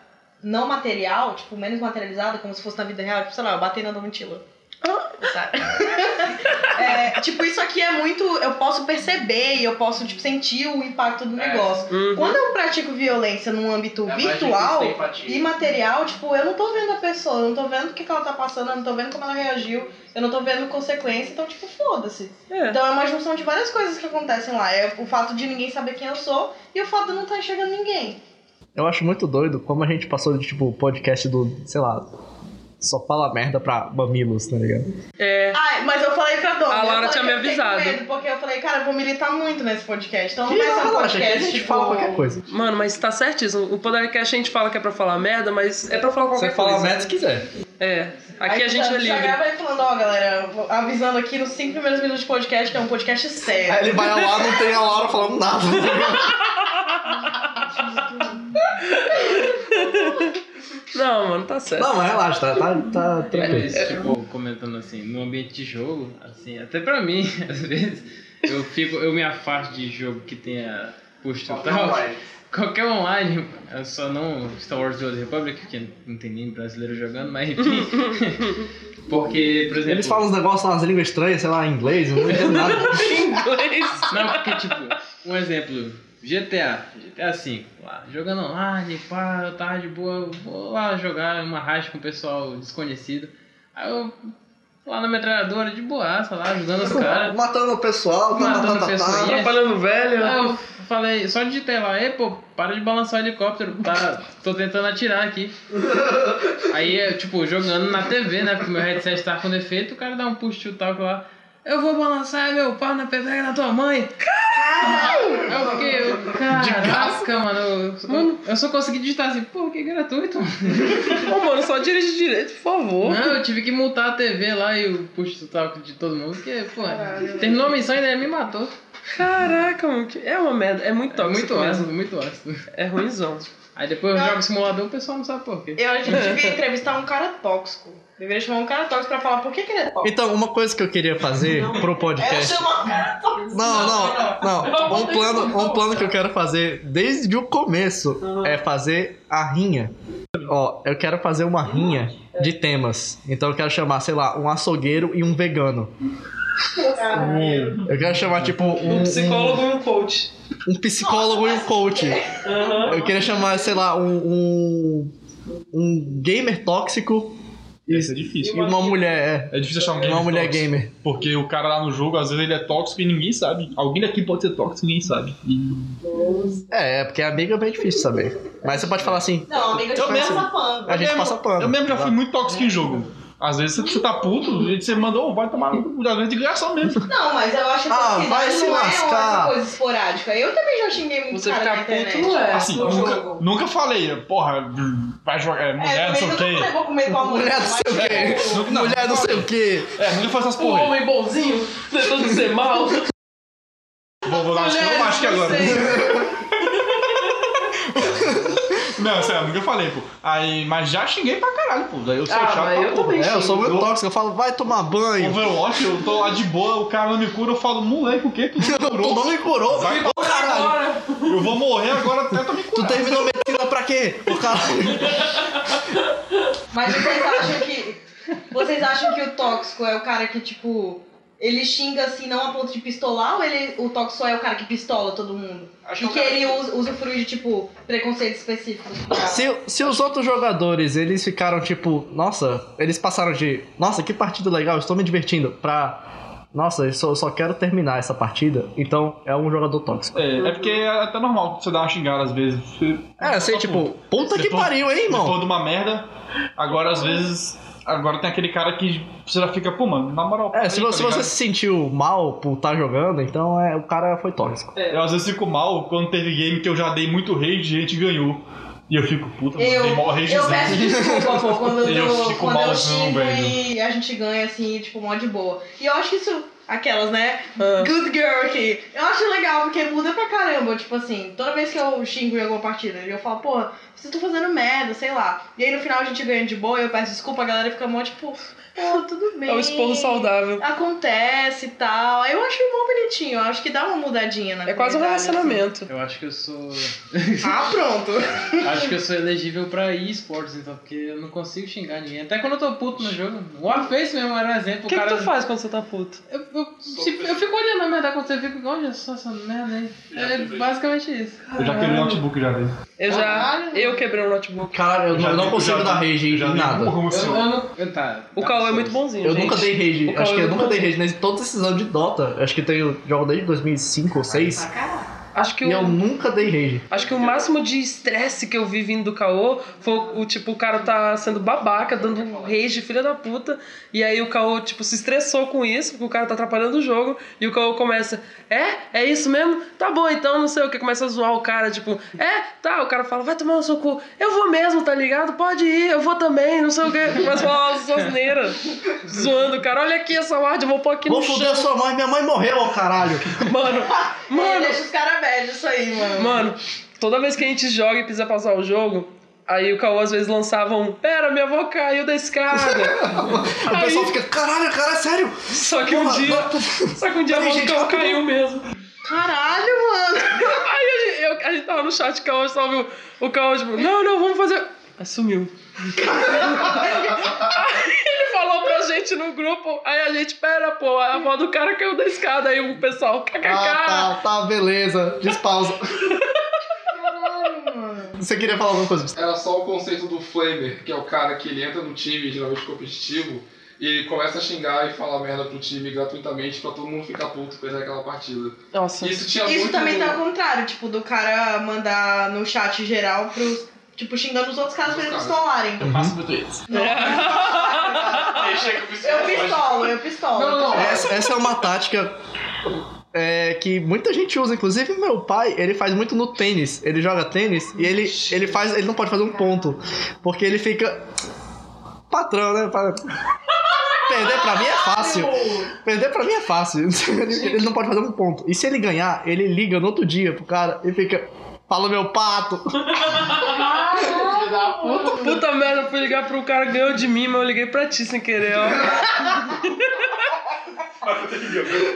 Speaker 5: não material, tipo, menos materializada, como se fosse na vida real, tipo, sei lá, eu batei na Domitila. Sabe? é, tipo, isso aqui é muito. Eu posso perceber e eu posso tipo, sentir o impacto do
Speaker 12: É.
Speaker 5: negócio.
Speaker 2: Uhum.
Speaker 5: Quando eu pratico violência num âmbito
Speaker 12: É mais
Speaker 5: virtual
Speaker 12: difícil ter empatia.
Speaker 5: e material, tipo, eu não tô vendo a pessoa, eu não tô vendo o que, que ela tá passando, eu não tô vendo como ela reagiu, eu não tô vendo consequência, então, tipo, foda-se.
Speaker 2: É.
Speaker 5: Então é uma junção de várias coisas que acontecem lá. É o fato de ninguém saber quem eu sou e o fato de eu não estar enxergando ninguém.
Speaker 1: Eu acho muito doido como a gente passou de, tipo, podcast do, sei lá, só fala merda pra mamilos, tá ligado?
Speaker 2: É.
Speaker 5: Ai, mas eu falei pra Dona.
Speaker 2: A Laura
Speaker 5: eu falei
Speaker 2: tinha
Speaker 5: que
Speaker 2: me
Speaker 5: eu fiquei com
Speaker 2: avisado.
Speaker 5: medo, porque eu falei, cara, eu vou militar muito nesse podcast. Então não
Speaker 1: E
Speaker 5: vai ser um
Speaker 1: relaxa, que a
Speaker 5: podcast.
Speaker 1: gente
Speaker 5: tipo,
Speaker 1: fala qualquer coisa.
Speaker 2: Mano, mas tá certíssimo. O podcast a gente fala que é pra falar merda, mas é pra falar qualquer
Speaker 1: Você fala
Speaker 2: coisa.
Speaker 1: merda se quiser.
Speaker 2: É. Aqui
Speaker 5: Aí
Speaker 2: a gente
Speaker 5: tá,
Speaker 2: é
Speaker 5: Já
Speaker 2: livre.
Speaker 5: grava aí falando, ó, galera, avisando aqui nos cinco primeiros minutos de podcast, que é um podcast sério.
Speaker 1: Aí ele vai lá, não tem a Laura falando nada.
Speaker 2: Não, mano, tá certo.
Speaker 1: Não, mas relaxa, tá, tá, tá tranquilo.
Speaker 6: Mas, tipo, comentando assim, no ambiente de jogo, assim, até pra mim, às vezes, eu fico, eu me afasto de jogo que tenha postura tal. Qualquer online, eu só não Star Wars The Old Republic, que não tem nem brasileiro jogando, mas enfim. porque, por exemplo.
Speaker 1: Eles falam uns negócios lá, umas línguas estranhas, sei lá, em inglês, eu não entendo nada.
Speaker 2: Inglês.
Speaker 6: Não, porque, tipo, um exemplo, GTA, GTA V, lá, jogando online, pá, eu tava de boa, vou lá jogar uma racha com o pessoal desconhecido. Aí eu, lá na metralhadora, de boaça, lá, ajudando os caras.
Speaker 1: Matando o pessoal, tá,
Speaker 6: Matando
Speaker 1: tá, tá,
Speaker 6: o
Speaker 1: tá,
Speaker 6: pessoal,
Speaker 1: tá.
Speaker 6: é.
Speaker 2: Atrapalhando velho.
Speaker 6: Aí eu falei, só digitei lá, ei, pô, para de balançar o helicóptero, tá, tô tentando atirar aqui. Aí, eu, tipo, jogando na TV, né, porque meu headset tava com defeito, o cara dá um push tal que lá, eu vou balançar meu pau na pedrada da tua mãe. Aí eu fiquei, eu, caraca, mano, eu, eu, eu só consegui digitar assim, pô, que gratuito.
Speaker 2: Ô, mano, só dirige direito, por favor.
Speaker 5: Hum.
Speaker 6: Não, eu tive que multar a TV lá e o push tal de todo mundo, porque, pô, terminou a missão e ainda me matou.
Speaker 2: Caraca, mano, que- é uma merda. É muito
Speaker 6: É muito
Speaker 2: tóxico mesmo.
Speaker 6: ácido, muito ácido.
Speaker 2: É ruimzão.
Speaker 6: Aí depois eu jogo simulador, o pessoal não sabe por quê.
Speaker 5: Eu acho que devia entrevistar um cara tóxico. Deveria chamar um cara tóxico pra falar por que, que ele é tóxico.
Speaker 1: Então, uma coisa que eu queria fazer pro
Speaker 5: Era
Speaker 1: podcast.
Speaker 5: chamar um cara tóxico.
Speaker 1: Não, não, não. Um plano, um plano que eu quero fazer desde o começo é fazer a rinha. Ó, eu quero fazer uma rinha de temas. Então eu quero chamar, sei lá, um açougueiro e um vegano. Eu quero chamar, tipo, um,
Speaker 2: Um
Speaker 1: um,
Speaker 2: psicólogo e um coach.
Speaker 1: um psicólogo e um coach.
Speaker 2: Aham.
Speaker 4: é.
Speaker 1: Eu queria chamar, sei lá, um. um, um gamer tóxico
Speaker 4: Isso é difícil.
Speaker 1: E uma mulher,
Speaker 4: É difícil achar um
Speaker 1: é. Uma
Speaker 4: gamer
Speaker 1: mulher
Speaker 4: tóxico.
Speaker 1: gamer.
Speaker 4: Porque o cara lá no jogo, às vezes, ele é tóxico e ninguém sabe. Alguém daqui pode ser tóxico e ninguém sabe. E
Speaker 1: É, é, porque amiga é bem difícil saber. Mas você pode falar assim,
Speaker 5: Não, amiga,
Speaker 4: Eu
Speaker 5: tipo,
Speaker 4: mesmo-
Speaker 5: essa pano.
Speaker 1: a gente
Speaker 4: mesmo-
Speaker 1: passa pano. tá?
Speaker 4: Eu mesmo já fui muito tóxico em jogo. Às vezes você tá puto e você mandou, vai tomar no cu. Às vezes de graça mesmo.
Speaker 5: Não, mas eu acho que
Speaker 1: Ah,
Speaker 5: toxicidade
Speaker 1: vai se
Speaker 5: não é
Speaker 1: lascar.
Speaker 5: uma coisa esporádica. Eu também já xinguei muito
Speaker 2: Você
Speaker 5: cara
Speaker 2: ficar
Speaker 5: na
Speaker 2: puto
Speaker 5: internet.
Speaker 2: não é.
Speaker 4: Assim, eu nunca, nunca falei, porra, vai jogar, é,
Speaker 5: É,
Speaker 4: mulher, não
Speaker 5: também
Speaker 4: sei o
Speaker 5: eu
Speaker 4: quê.
Speaker 5: também vou comer com a mulher.
Speaker 1: Mulher
Speaker 5: tipo,
Speaker 1: não sei o quê.
Speaker 4: Nunca-
Speaker 1: Mulher não sei o quê.
Speaker 4: É, nunca faço essas
Speaker 2: Um
Speaker 4: porra aí.
Speaker 2: homem bonzinho, tentando ser mal.
Speaker 4: Vou, vou dar acho que eu acho que agora. Não, sério, é nunca falei, pô. Aí, mas já xinguei pra caralho, pô. Daí eu sou
Speaker 2: Ah,
Speaker 4: chato.
Speaker 2: mas
Speaker 4: pra
Speaker 2: eu
Speaker 4: porra.
Speaker 2: também
Speaker 1: É, eu sou muito
Speaker 4: Do
Speaker 1: tóxico, eu falo, vai tomar banho.
Speaker 4: Overwatch, eu tô lá de boa, o cara não me cura, eu falo, moleque, o que tu me
Speaker 1: Tu
Speaker 4: curou?
Speaker 1: não me curou,
Speaker 4: Vai
Speaker 1: ô caralho.
Speaker 4: Eu vou morrer agora até tu me
Speaker 1: Tu
Speaker 4: curar.
Speaker 1: terminou medicina pra quê? Ô caralho.
Speaker 5: Mas vocês acham que. Vocês acham que o tóxico é o cara que, tipo. Ele xinga assim, não a ponto de pistolar, ou ele, o tóxico é o cara que pistola todo mundo? e que ele usa, usa de, tipo, preconceitos específicos.
Speaker 1: Se, se os outros jogadores, eles ficaram tipo, nossa, eles passaram de, nossa, que partida legal, estou me divertindo, pra, nossa, eu só, eu só quero terminar essa partida, então é um jogador tóxico.
Speaker 4: É, é porque é até normal você dar uma xingada às vezes. Você-
Speaker 1: É, assim,
Speaker 4: Só
Speaker 1: tipo, puta que
Speaker 4: Depois-
Speaker 1: pariu, hein, irmão?
Speaker 4: Depois de uma merda. Agora, às vezes. Agora tem aquele cara que você já fica, pô, mano, na moral.
Speaker 1: É, se
Speaker 4: tá
Speaker 1: você, se
Speaker 4: ligado?
Speaker 1: você se sentiu mal por estar jogando, então é, o cara foi tóxico.
Speaker 4: Eu às vezes fico mal quando teve game que eu já dei muito rage e a gente ganhou. E eu fico, puta, mano,
Speaker 5: Eu-
Speaker 4: dei mó
Speaker 5: Eu
Speaker 4: ragezão.
Speaker 5: peço desculpa, pô, quando eu,
Speaker 4: Eu
Speaker 5: dou-
Speaker 4: fico
Speaker 5: quando eu
Speaker 4: malzão,
Speaker 5: xingo
Speaker 4: velho.
Speaker 5: e a gente ganha, assim, tipo, mó de boa. E eu acho que isso. Aquelas, né?
Speaker 2: Ah.
Speaker 5: Good girl aqui. Eu acho legal, porque muda pra caramba. Tipo assim, toda vez que eu xingo em alguma partida, eu falo, pô, vocês estão fazendo merda, sei lá. E aí no final a gente ganha de boa, eu peço desculpa, a galera fica mó tipo, pô, tudo bem.
Speaker 2: É um esporro saudável.
Speaker 5: Acontece e tal. Eu acho mó bonitinho, eu acho que dá uma mudadinha na
Speaker 2: É quase um
Speaker 5: comunidade,
Speaker 2: relacionamento.
Speaker 6: Eu acho que eu sou.
Speaker 5: assim. Ah, pronto.
Speaker 6: Acho que eu sou elegível pra esportes, então, porque eu não consigo xingar ninguém. Até quando eu tô puto no jogo. Warface mesmo era um exemplo.
Speaker 2: O que,
Speaker 6: o
Speaker 2: que
Speaker 6: cara.
Speaker 2: tu faz quando você tá puto?
Speaker 6: Eu, eu, se- eu fico olhando a merda quando você fica. Olha só essa merda aí. É basicamente isso.
Speaker 4: Eu já quebrei o notebook já dei.
Speaker 2: Eu já.
Speaker 5: Caralho.
Speaker 2: Eu quebrei um notebook.
Speaker 1: Caralho, eu
Speaker 4: já
Speaker 1: não,
Speaker 4: dei-
Speaker 1: não consigo
Speaker 4: já
Speaker 1: dar
Speaker 4: dei-
Speaker 1: rage em
Speaker 4: já dei um
Speaker 1: nada.
Speaker 4: murro no
Speaker 6: Eu, eu
Speaker 4: senhor.
Speaker 6: não. eu- Tá.
Speaker 2: O
Speaker 6: tá,
Speaker 2: Cauã é
Speaker 6: sorry.
Speaker 2: muito bonzinho.
Speaker 1: Eu
Speaker 2: gente.
Speaker 1: nunca dei rage,
Speaker 2: O
Speaker 1: acho que eu
Speaker 2: Cauã
Speaker 1: nunca dei rage, né? Todos esses anos de Dota, acho que tenho, jogo desde 2005 ou 6,
Speaker 2: Acho que um-
Speaker 1: e eu
Speaker 2: o,
Speaker 1: nunca dei rage.
Speaker 2: acho que o máximo de estresse que eu vi vindo do Caô foi o, o tipo, o cara tá sendo babaca, dando um rage, filha da puta. E aí o Caô, tipo, se estressou com isso, porque o cara tá atrapalhando o jogo. E o Caô começa, é? É isso mesmo? Tá bom, então, não sei o que. Começa a zoar o cara, tipo, é? Tá. O cara fala, vai tomar no seu cu. Eu vou mesmo, tá ligado? Pode ir, eu vou também, não sei o que. Começa a falar umas asneiras, zoando o cara. Olha aqui essa ward, eu vou pôr aqui no
Speaker 1: Vou foder sua mãe, minha mãe morreu, ô caralho.
Speaker 2: chão. Mano,
Speaker 5: Mano,
Speaker 2: mano,
Speaker 1: é
Speaker 5: deixa É, os caras bad isso aí, mano.
Speaker 2: Mano, toda vez que a gente joga e precisa passar o jogo, aí o Cauã às vezes lançava um Pera, minha avó caiu da escada.
Speaker 1: O pessoal
Speaker 2: aí,
Speaker 1: fica, caralho, cara, é sério.
Speaker 2: só que um
Speaker 1: Porra,
Speaker 2: dia.
Speaker 1: não-
Speaker 2: Só que um dia a
Speaker 1: Peraí,
Speaker 2: avó do
Speaker 1: gente,
Speaker 2: Cauã
Speaker 1: rápido.
Speaker 2: caiu mesmo.
Speaker 5: Caralho, mano.
Speaker 2: Aí a gente, eu- a gente tava no chat, o Cauã só viu. O Cauã, tipo, não, não, vamos fazer. Aí sumiu. aí ele falou pra gente no grupo, aí a gente, pera, pô, a avó do cara caiu da escada. Aí o pessoal, kkk.
Speaker 1: Ah, tá, tá, beleza. Despausa. Você queria falar alguma coisa?
Speaker 10: Era só o conceito do flamer, que é o cara que ele entra no time, geralmente competitivo, e ele começa a xingar e falar merda pro time gratuitamente pra todo mundo ficar puto perder aquela partida.
Speaker 2: Nossa.
Speaker 10: Isso tinha
Speaker 5: Isso
Speaker 10: muito.
Speaker 5: também tá ao contrário, tipo, do cara mandar no chat geral pros. Tipo, xingando os outros caras pra eles
Speaker 10: Os caras.
Speaker 5: pistolarem.
Speaker 4: Faço muito isso.
Speaker 5: Eu pistolo, eu pistolo.
Speaker 10: Não, não, não.
Speaker 1: Essa, essa é uma tática é, que muita gente usa. Inclusive, meu pai, ele faz muito no tênis. Ele joga tênis e ele, ele faz. Ele não pode fazer um ponto. Porque ele fica. Patrão, né? Pa- Perder pra mim é fácil. Perder pra mim é fácil. Ele ele não pode fazer um ponto. E se ele ganhar, ele liga no outro dia pro cara e fica. Fala meu pato.
Speaker 2: Puta merda, eu fui ligar pro cara, ganhou de mim, mas eu liguei pra ti sem querer, ó.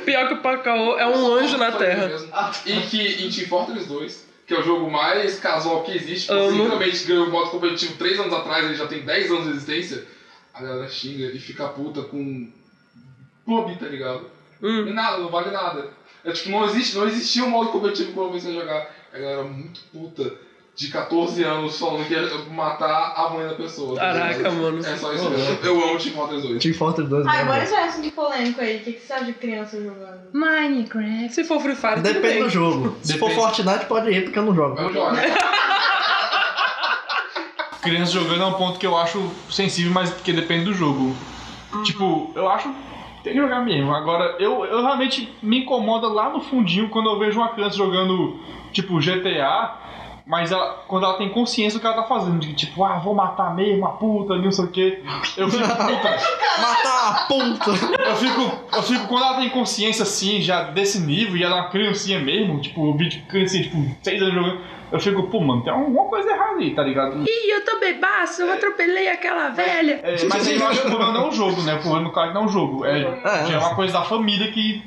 Speaker 2: Pior que o Pacaô é um anjo na terra.
Speaker 10: E que em Team Fortress 2, que é o jogo mais casual que existe, que
Speaker 2: Amo.
Speaker 10: simplesmente ganhou o modo competitivo 3 anos atrás, ele já tem 10 anos de existência, a galera xinga e fica puta com clube, tá ligado?
Speaker 2: Hum.
Speaker 10: E Nada, não vale nada. É tipo, não existe, não existia um modo competitivo que eu comecei a jogar. A galera muito puta. de 14 anos falando que ia matar a mãe da pessoa. tá
Speaker 2: Caraca,
Speaker 10: ligado?
Speaker 2: mano. Tipo,
Speaker 10: É só isso mesmo. Eu amo Team Fortress 2.
Speaker 1: Team Fortress 2
Speaker 5: Ah,
Speaker 1: mesmo.
Speaker 5: agora esse é um assunto polêmico aí. O que, que você acha de criança jogando?
Speaker 2: Minecraft. Se for Free Fire, tudo
Speaker 1: Depende
Speaker 2: bem.
Speaker 1: do jogo. Se for
Speaker 4: Depende.
Speaker 1: Fortnite, pode ir, porque eu não jogo.
Speaker 10: Eu jogo.
Speaker 4: Criança jogando é um ponto que eu acho sensível, mas porque depende do jogo.
Speaker 5: Uhum.
Speaker 4: Tipo, eu acho. Tem que jogar mesmo. Agora, eu, eu realmente me incomoda lá no fundinho quando eu vejo uma criança jogando, tipo, GTA, mas ela- quando ela tem consciência do que ela tá fazendo. de, tipo, ah, vou matar mesmo, a puta, não sei o quê. Eu fico puta.
Speaker 1: Matar a puta!
Speaker 4: Eu fico, eu fico, quando ela tem consciência assim, já desse nível, e ela é uma criancinha mesmo, tipo, eu vi de criancinha, tipo, seis anos jogando, eu fico, pô, mano, tem alguma coisa errada aí, tá ligado?
Speaker 2: Ih, eu tô bebaço, eu atropelei aquela velha.
Speaker 4: É, mas aí eu acho que o problema não é um jogo, né? O problema no caso não é um jogo, é, já é
Speaker 1: É,
Speaker 4: uma coisa da família que.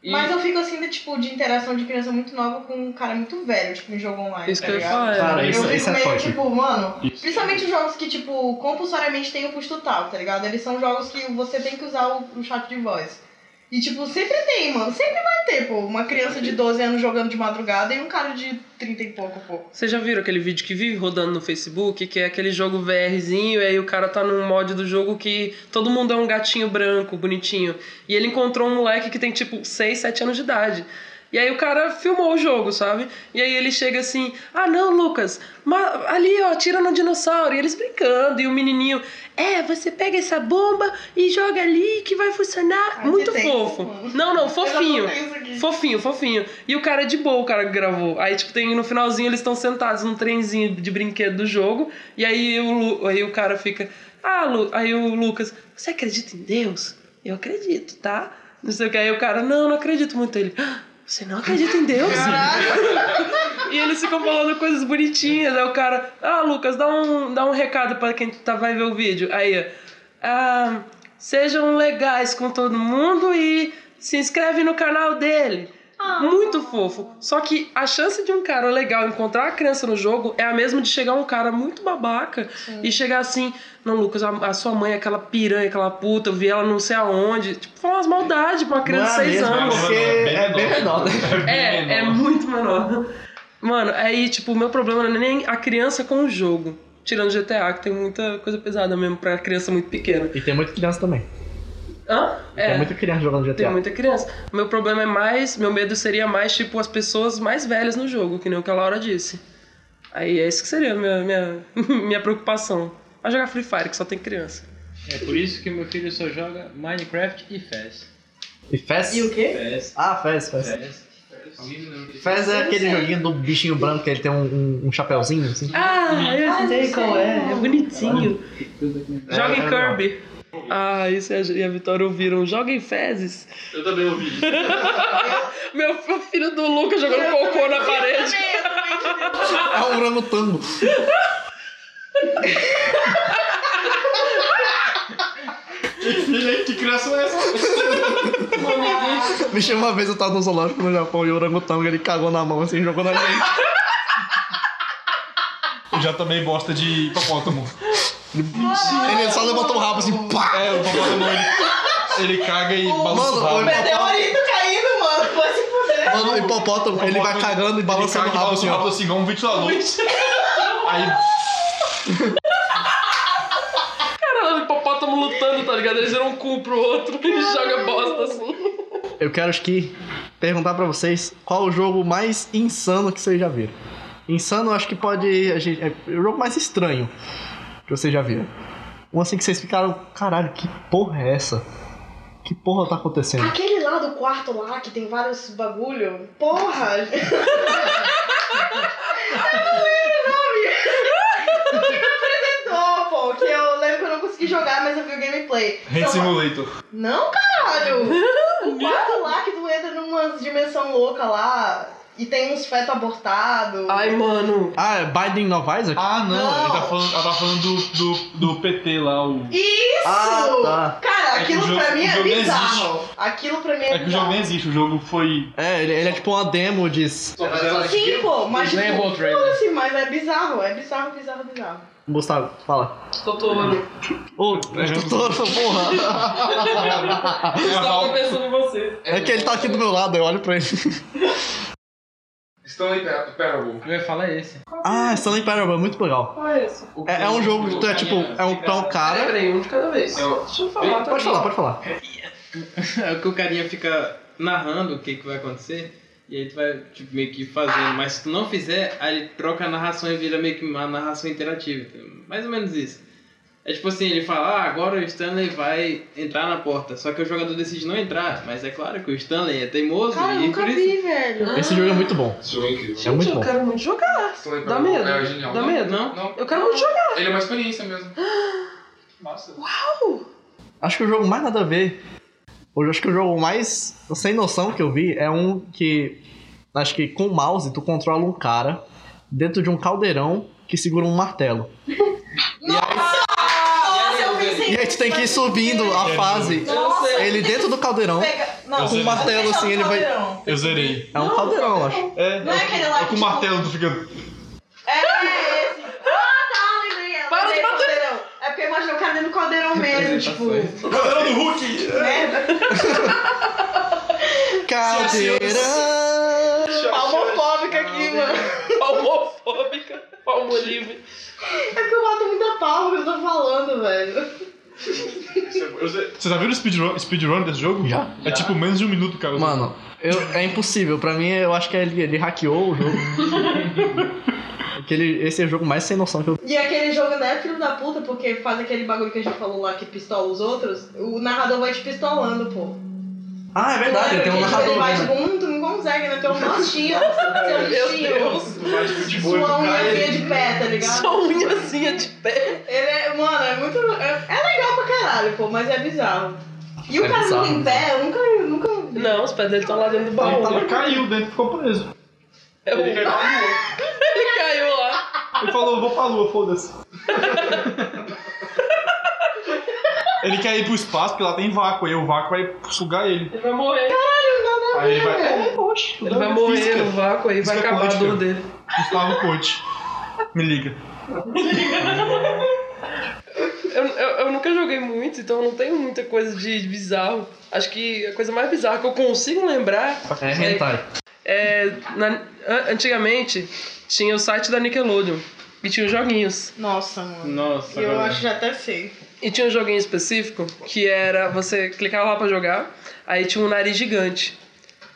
Speaker 6: E-
Speaker 5: Mas eu fico assim, de, tipo, de interação de criança muito nova com um cara muito velho, tipo, em jogo online.
Speaker 2: Isso
Speaker 5: tá
Speaker 2: que eu ia
Speaker 5: ligado?
Speaker 2: falar.
Speaker 1: Cara,
Speaker 5: Eu
Speaker 1: isso,
Speaker 5: fico
Speaker 1: isso é
Speaker 5: meio,
Speaker 1: forte.
Speaker 5: tipo, mano,
Speaker 4: Isso.
Speaker 5: principalmente os jogos que, tipo, compulsoriamente tem o push to talk, tá ligado? Eles são jogos que você tem que usar o, o chat de voz. E, tipo, sempre tem, mano. Sempre vai ter, pô. Uma criança de 12 anos jogando de madrugada e um cara de 30 e pouco, pô.
Speaker 2: Vocês já viram aquele vídeo que vive rodando no Facebook, que é aquele jogo VRzinho, e aí o cara tá num mod do jogo que todo mundo é um gatinho branco, bonitinho. E ele encontrou um moleque que tem tipo 6, 7 anos de idade. E aí o cara filmou o jogo, sabe? E aí ele chega assim, ah não, Lucas, ma- ali ó, tira no dinossauro. E eles brincando, e o menininho, é, você pega essa bomba e joga ali que vai funcionar.
Speaker 5: Ai,
Speaker 2: Muito
Speaker 5: que tenso,
Speaker 2: fofo.
Speaker 5: mano.
Speaker 2: Não, não,
Speaker 5: Eu
Speaker 2: fofinho.
Speaker 5: já tô tenso aqui.
Speaker 2: Fofinho, fofinho. E o cara é de boa, o cara que gravou. Aí, tipo, tem no finalzinho eles estão sentados num trenzinho de brinquedo do jogo. E aí o, Lu- aí o cara fica. Ah, Lu, aí o Lucas, você acredita em Deus? Eu acredito, tá? Não sei o que. Aí o cara, não, não acredito muito. Ele, "Ah, você não acredita em Deus? e eles ficam falando coisas bonitinhas. Aí o cara, ah, Lucas, dá um, dá um recado pra quem tá, vai ver o vídeo. Aí, ó, ah, sejam legais com todo mundo e se inscreve no canal dele. Muito fofo. Só que a chance de um cara legal encontrar a criança no jogo é a mesma de chegar um cara muito babaca e chegar assim: Não, Lucas, a, a sua mãe é aquela piranha, aquela puta, eu vi ela não sei aonde. Tipo, falar umas maldades pra uma criança de
Speaker 1: Não é
Speaker 2: 6
Speaker 1: mesmo,
Speaker 2: anos.
Speaker 1: Porque é bem menor, né?
Speaker 2: É, é
Speaker 4: menor.
Speaker 2: muito menor. Mano, aí, tipo, o meu problema não é nem a criança com o jogo. Tirando GTA, que tem muita coisa pesada mesmo pra criança muito pequena.
Speaker 1: E tem muita criança também.
Speaker 2: Hã?
Speaker 1: Tem
Speaker 2: É.
Speaker 1: muita criança jogando
Speaker 2: Tem
Speaker 1: GTA.
Speaker 2: muita criança. O meu problema é mais. Meu medo seria mais, tipo, as pessoas mais velhas no jogo, que nem o que a Laura disse. Aí é isso que seria a minha, minha, minha preocupação. Vai jogar Free Fire, que só tem criança.
Speaker 12: É por isso que meu filho só joga Minecraft e Fez.
Speaker 1: E Fez?
Speaker 5: E o quê?
Speaker 12: Fez.
Speaker 1: Ah, Fez,
Speaker 6: É.
Speaker 1: Fez.
Speaker 12: Fez.
Speaker 1: Fez é aquele joguinho do bichinho branco que ele tem um, um, um chapéuzinho, assim.
Speaker 2: Ah, eu sei qual é. É bonitinho. Joga
Speaker 1: É,
Speaker 2: em
Speaker 1: é
Speaker 2: Kirby. Ah, isso e a- e a Vitória ouviram. Joga em fezes.
Speaker 12: Eu também ouvi.
Speaker 2: Meu f- filho do Lucas jogando cocô na parede.
Speaker 1: É um orangotango.
Speaker 4: Filha, que criança é essa?
Speaker 1: Bicho, uma vez eu tava no zoológico no Japão e o orangotango ele cagou na mão assim, jogou na gente.
Speaker 4: Eu já também bosta de hipopótamo.
Speaker 1: Ele só levantou o rabo assim, pá!
Speaker 4: É, o hipopótamo ele, ele caga e balança o
Speaker 1: mano,
Speaker 4: rabo.
Speaker 1: olha-
Speaker 5: Meteorito caindo, mano. assim, Vai se fuder.
Speaker 1: Mano, o hipopótamo, ele vai cagando e balançando o
Speaker 4: Ele caga e
Speaker 1: rabo
Speaker 4: balança
Speaker 1: assim,
Speaker 4: o
Speaker 1: ó.
Speaker 4: rabo assim, igual um ventilador. Aí
Speaker 2: Caralho, o hipopótamo lutando, tá ligado? Eles viram um cu pro outro e joga bosta assim.
Speaker 1: Eu quero aqui perguntar pra vocês qual o jogo mais insano que vocês já viram. Insano, eu acho que pode. A gente, é o jogo mais estranho que vocês já viram. Um assim que vocês ficaram, caralho, que porra é essa? Que porra tá acontecendo?
Speaker 5: Aquele lá do quarto lá, que tem vários bagulho. Porra! gente. Eu não lembro o nome. Que me apresentou, pô. Que eu lembro que eu não consegui jogar, mas eu vi o gameplay.
Speaker 4: Hand
Speaker 5: Então,
Speaker 4: Simulator.
Speaker 5: não, caralho! O quarto lá que tu entra numa dimensão louca lá e tem uns fetos abortados.
Speaker 2: Ai, mano.
Speaker 1: Ah, é Biden of Isaac?
Speaker 4: Ah, não,
Speaker 5: Não.
Speaker 4: Ele tá falando, ela tá falando do, do, do PT lá, o.
Speaker 5: Isso!
Speaker 1: tá.
Speaker 5: Cara,
Speaker 4: É que
Speaker 5: aquilo
Speaker 4: o jogo-
Speaker 5: pra mim
Speaker 4: o
Speaker 5: é
Speaker 4: jogo não
Speaker 5: bizarro. Aquilo pra mim é,
Speaker 4: É que o jogo
Speaker 5: bizarro.
Speaker 4: nem existe, o jogo foi.
Speaker 1: É, ele, ele é tipo uma demo de.
Speaker 5: Sim, pô, mas tipo,
Speaker 12: Rainbow Trail.
Speaker 5: assim, mas é bizarro, é bizarro, bizarro, bizarro.
Speaker 1: Gustavo, fala.
Speaker 2: Totoro.
Speaker 1: Ô, doutor, porra!
Speaker 4: É a Val-
Speaker 2: pensando em você.
Speaker 1: tá É que ele tá aqui do meu lado, eu olho pra ele.
Speaker 10: Stanley Par- Parable.
Speaker 6: Eu ia falar esse.
Speaker 1: Ah, Stanley Parable é muito legal.
Speaker 2: assim? Qual é essa?
Speaker 1: É, é um jogo que tu é tipo, é um, tu é um
Speaker 2: Cara,
Speaker 1: cara.
Speaker 2: peraí, um de cada vez.
Speaker 12: Eu-
Speaker 2: Deixa eu falar.
Speaker 1: Pode falar, pode falar.
Speaker 6: É o que o carinha fica narrando o que, que vai acontecer. E aí tu vai tipo, meio que fazendo. Mas se tu não fizer, aí ele troca a narração e vira meio que uma narração interativa. entendeu? Mais ou menos isso. É tipo assim, ele fala, ah, agora o Stanley vai entrar na porta. Só que o jogador decide não entrar. Mas é claro que o Stanley é teimoso
Speaker 5: Cara, eu
Speaker 6: e
Speaker 5: nunca
Speaker 6: por isso.
Speaker 5: vi, velho.
Speaker 1: Esse jogo é muito bom.
Speaker 10: Esse jogo é incrível.
Speaker 1: É muito
Speaker 2: eu
Speaker 1: bom.
Speaker 2: quero muito jogar.
Speaker 10: Stanley
Speaker 2: Dá
Speaker 10: Parable
Speaker 2: medo.
Speaker 10: é genial.
Speaker 2: Dá
Speaker 10: Não,
Speaker 2: medo?
Speaker 6: Não?
Speaker 10: Não,
Speaker 2: Eu quero muito jogar.
Speaker 10: ele é uma experiência mesmo.
Speaker 12: Massa.
Speaker 1: Acho que o jogo mais nada a ver. Hoje acho que o jogo mais sem noção que eu vi é um que. Acho que com o mouse tu controla um cara dentro de um caldeirão que segura um martelo.
Speaker 5: Nossa, eu pensei
Speaker 1: E aí tu tem que ir subindo a fase.
Speaker 5: Nossa,
Speaker 1: Ele dentro do caldeirão. um
Speaker 5: pega... Não, tá
Speaker 4: Eu sei.
Speaker 5: vamos
Speaker 1: martelo,
Speaker 5: fechar o
Speaker 1: assim, ele vai-
Speaker 5: caldeirão.
Speaker 4: Eu zerei.
Speaker 1: É um caldeirão, eu acho.
Speaker 4: É.
Speaker 5: Não é aquele lá que,
Speaker 4: É com o
Speaker 5: tipo,
Speaker 4: martelo, tu fica.
Speaker 5: É esse. Ah, tá, lembrei. ela.
Speaker 2: Para de
Speaker 5: Lembrei
Speaker 2: bater.
Speaker 5: caldeirão. É porque eu imagino o cara dentro do caldeirão mesmo, tipo,
Speaker 4: O Caldeirão do Hulk!
Speaker 5: merda.
Speaker 1: Caldeirão!
Speaker 5: Palmofóbica aqui, mano.
Speaker 2: Palmofóbica, palmo livre.
Speaker 5: É que eu bato muita palma que eu tô falando, velho.
Speaker 12: Eu sei.
Speaker 4: Vocês já viram o speedrun, speedrun desse jogo?
Speaker 1: Já.
Speaker 4: É tipo menos de um minuto, cara.
Speaker 1: Mano, eu- é impossível. Pra mim, eu acho que ele, ele hackeou o jogo. Aquele, esse é o jogo mais sem noção que eu
Speaker 5: E aquele jogo, né, filho da puta, porque faz aquele bagulho que a gente falou lá que pistola os outros, o narrador vai te pistolando, pô.
Speaker 1: Ah, é verdade,
Speaker 5: Não é
Speaker 1: tem um
Speaker 5: porque
Speaker 1: narrador.
Speaker 5: Ele vai,
Speaker 1: Né?
Speaker 5: tipo, hum, tu não consegue, né? Tem um mostinho, seu bichinho.
Speaker 12: Tu faz
Speaker 4: Tipo,
Speaker 12: futebol e tu
Speaker 5: Sua
Speaker 12: cai,
Speaker 5: unhazinha
Speaker 12: ele-
Speaker 5: de pé, tá ligado?
Speaker 2: Só unhazinha de pé.
Speaker 5: Ele é, mano, é muito. É, é legal pra caralho, pô, mas é bizarro. E o
Speaker 1: É
Speaker 5: cara
Speaker 1: bizarro,
Speaker 5: não tem pé, eu nunca. eu nunca...
Speaker 2: Não, os pés dele estão tá lá dentro do baú.
Speaker 12: Ele caiu dentro e ficou preso.
Speaker 2: É o-
Speaker 12: Ele
Speaker 2: Ele
Speaker 12: caiu pra lua.
Speaker 2: caiu lá.
Speaker 12: Ele falou, vou pra lua, foda-se.
Speaker 4: Ele quer ir pro espaço porque lá tem vácuo, aí o vácuo vai sugar ele.
Speaker 2: Ele vai morrer.
Speaker 12: Aí ele vai.
Speaker 5: É,
Speaker 2: Ele vai morrer
Speaker 4: né?
Speaker 2: no vácuo aí, vai
Speaker 4: é Física
Speaker 2: acabar a
Speaker 4: quântica.
Speaker 2: dor dele.
Speaker 4: Gustavo Conte. Me liga.
Speaker 2: Eu, eu, eu nunca joguei muito, então eu não tenho muita coisa de bizarro. Acho que a coisa mais bizarra que eu consigo lembrar
Speaker 1: É hentai.
Speaker 2: é. na- an- antigamente tinha o site da Nickelodeon e tinha os joguinhos.
Speaker 5: Nossa, mano.
Speaker 6: Nossa,
Speaker 5: Eu
Speaker 6: agora. é
Speaker 5: acho que já até sei.
Speaker 2: E tinha um joguinho específico que era você clicava lá pra jogar, aí tinha um nariz gigante.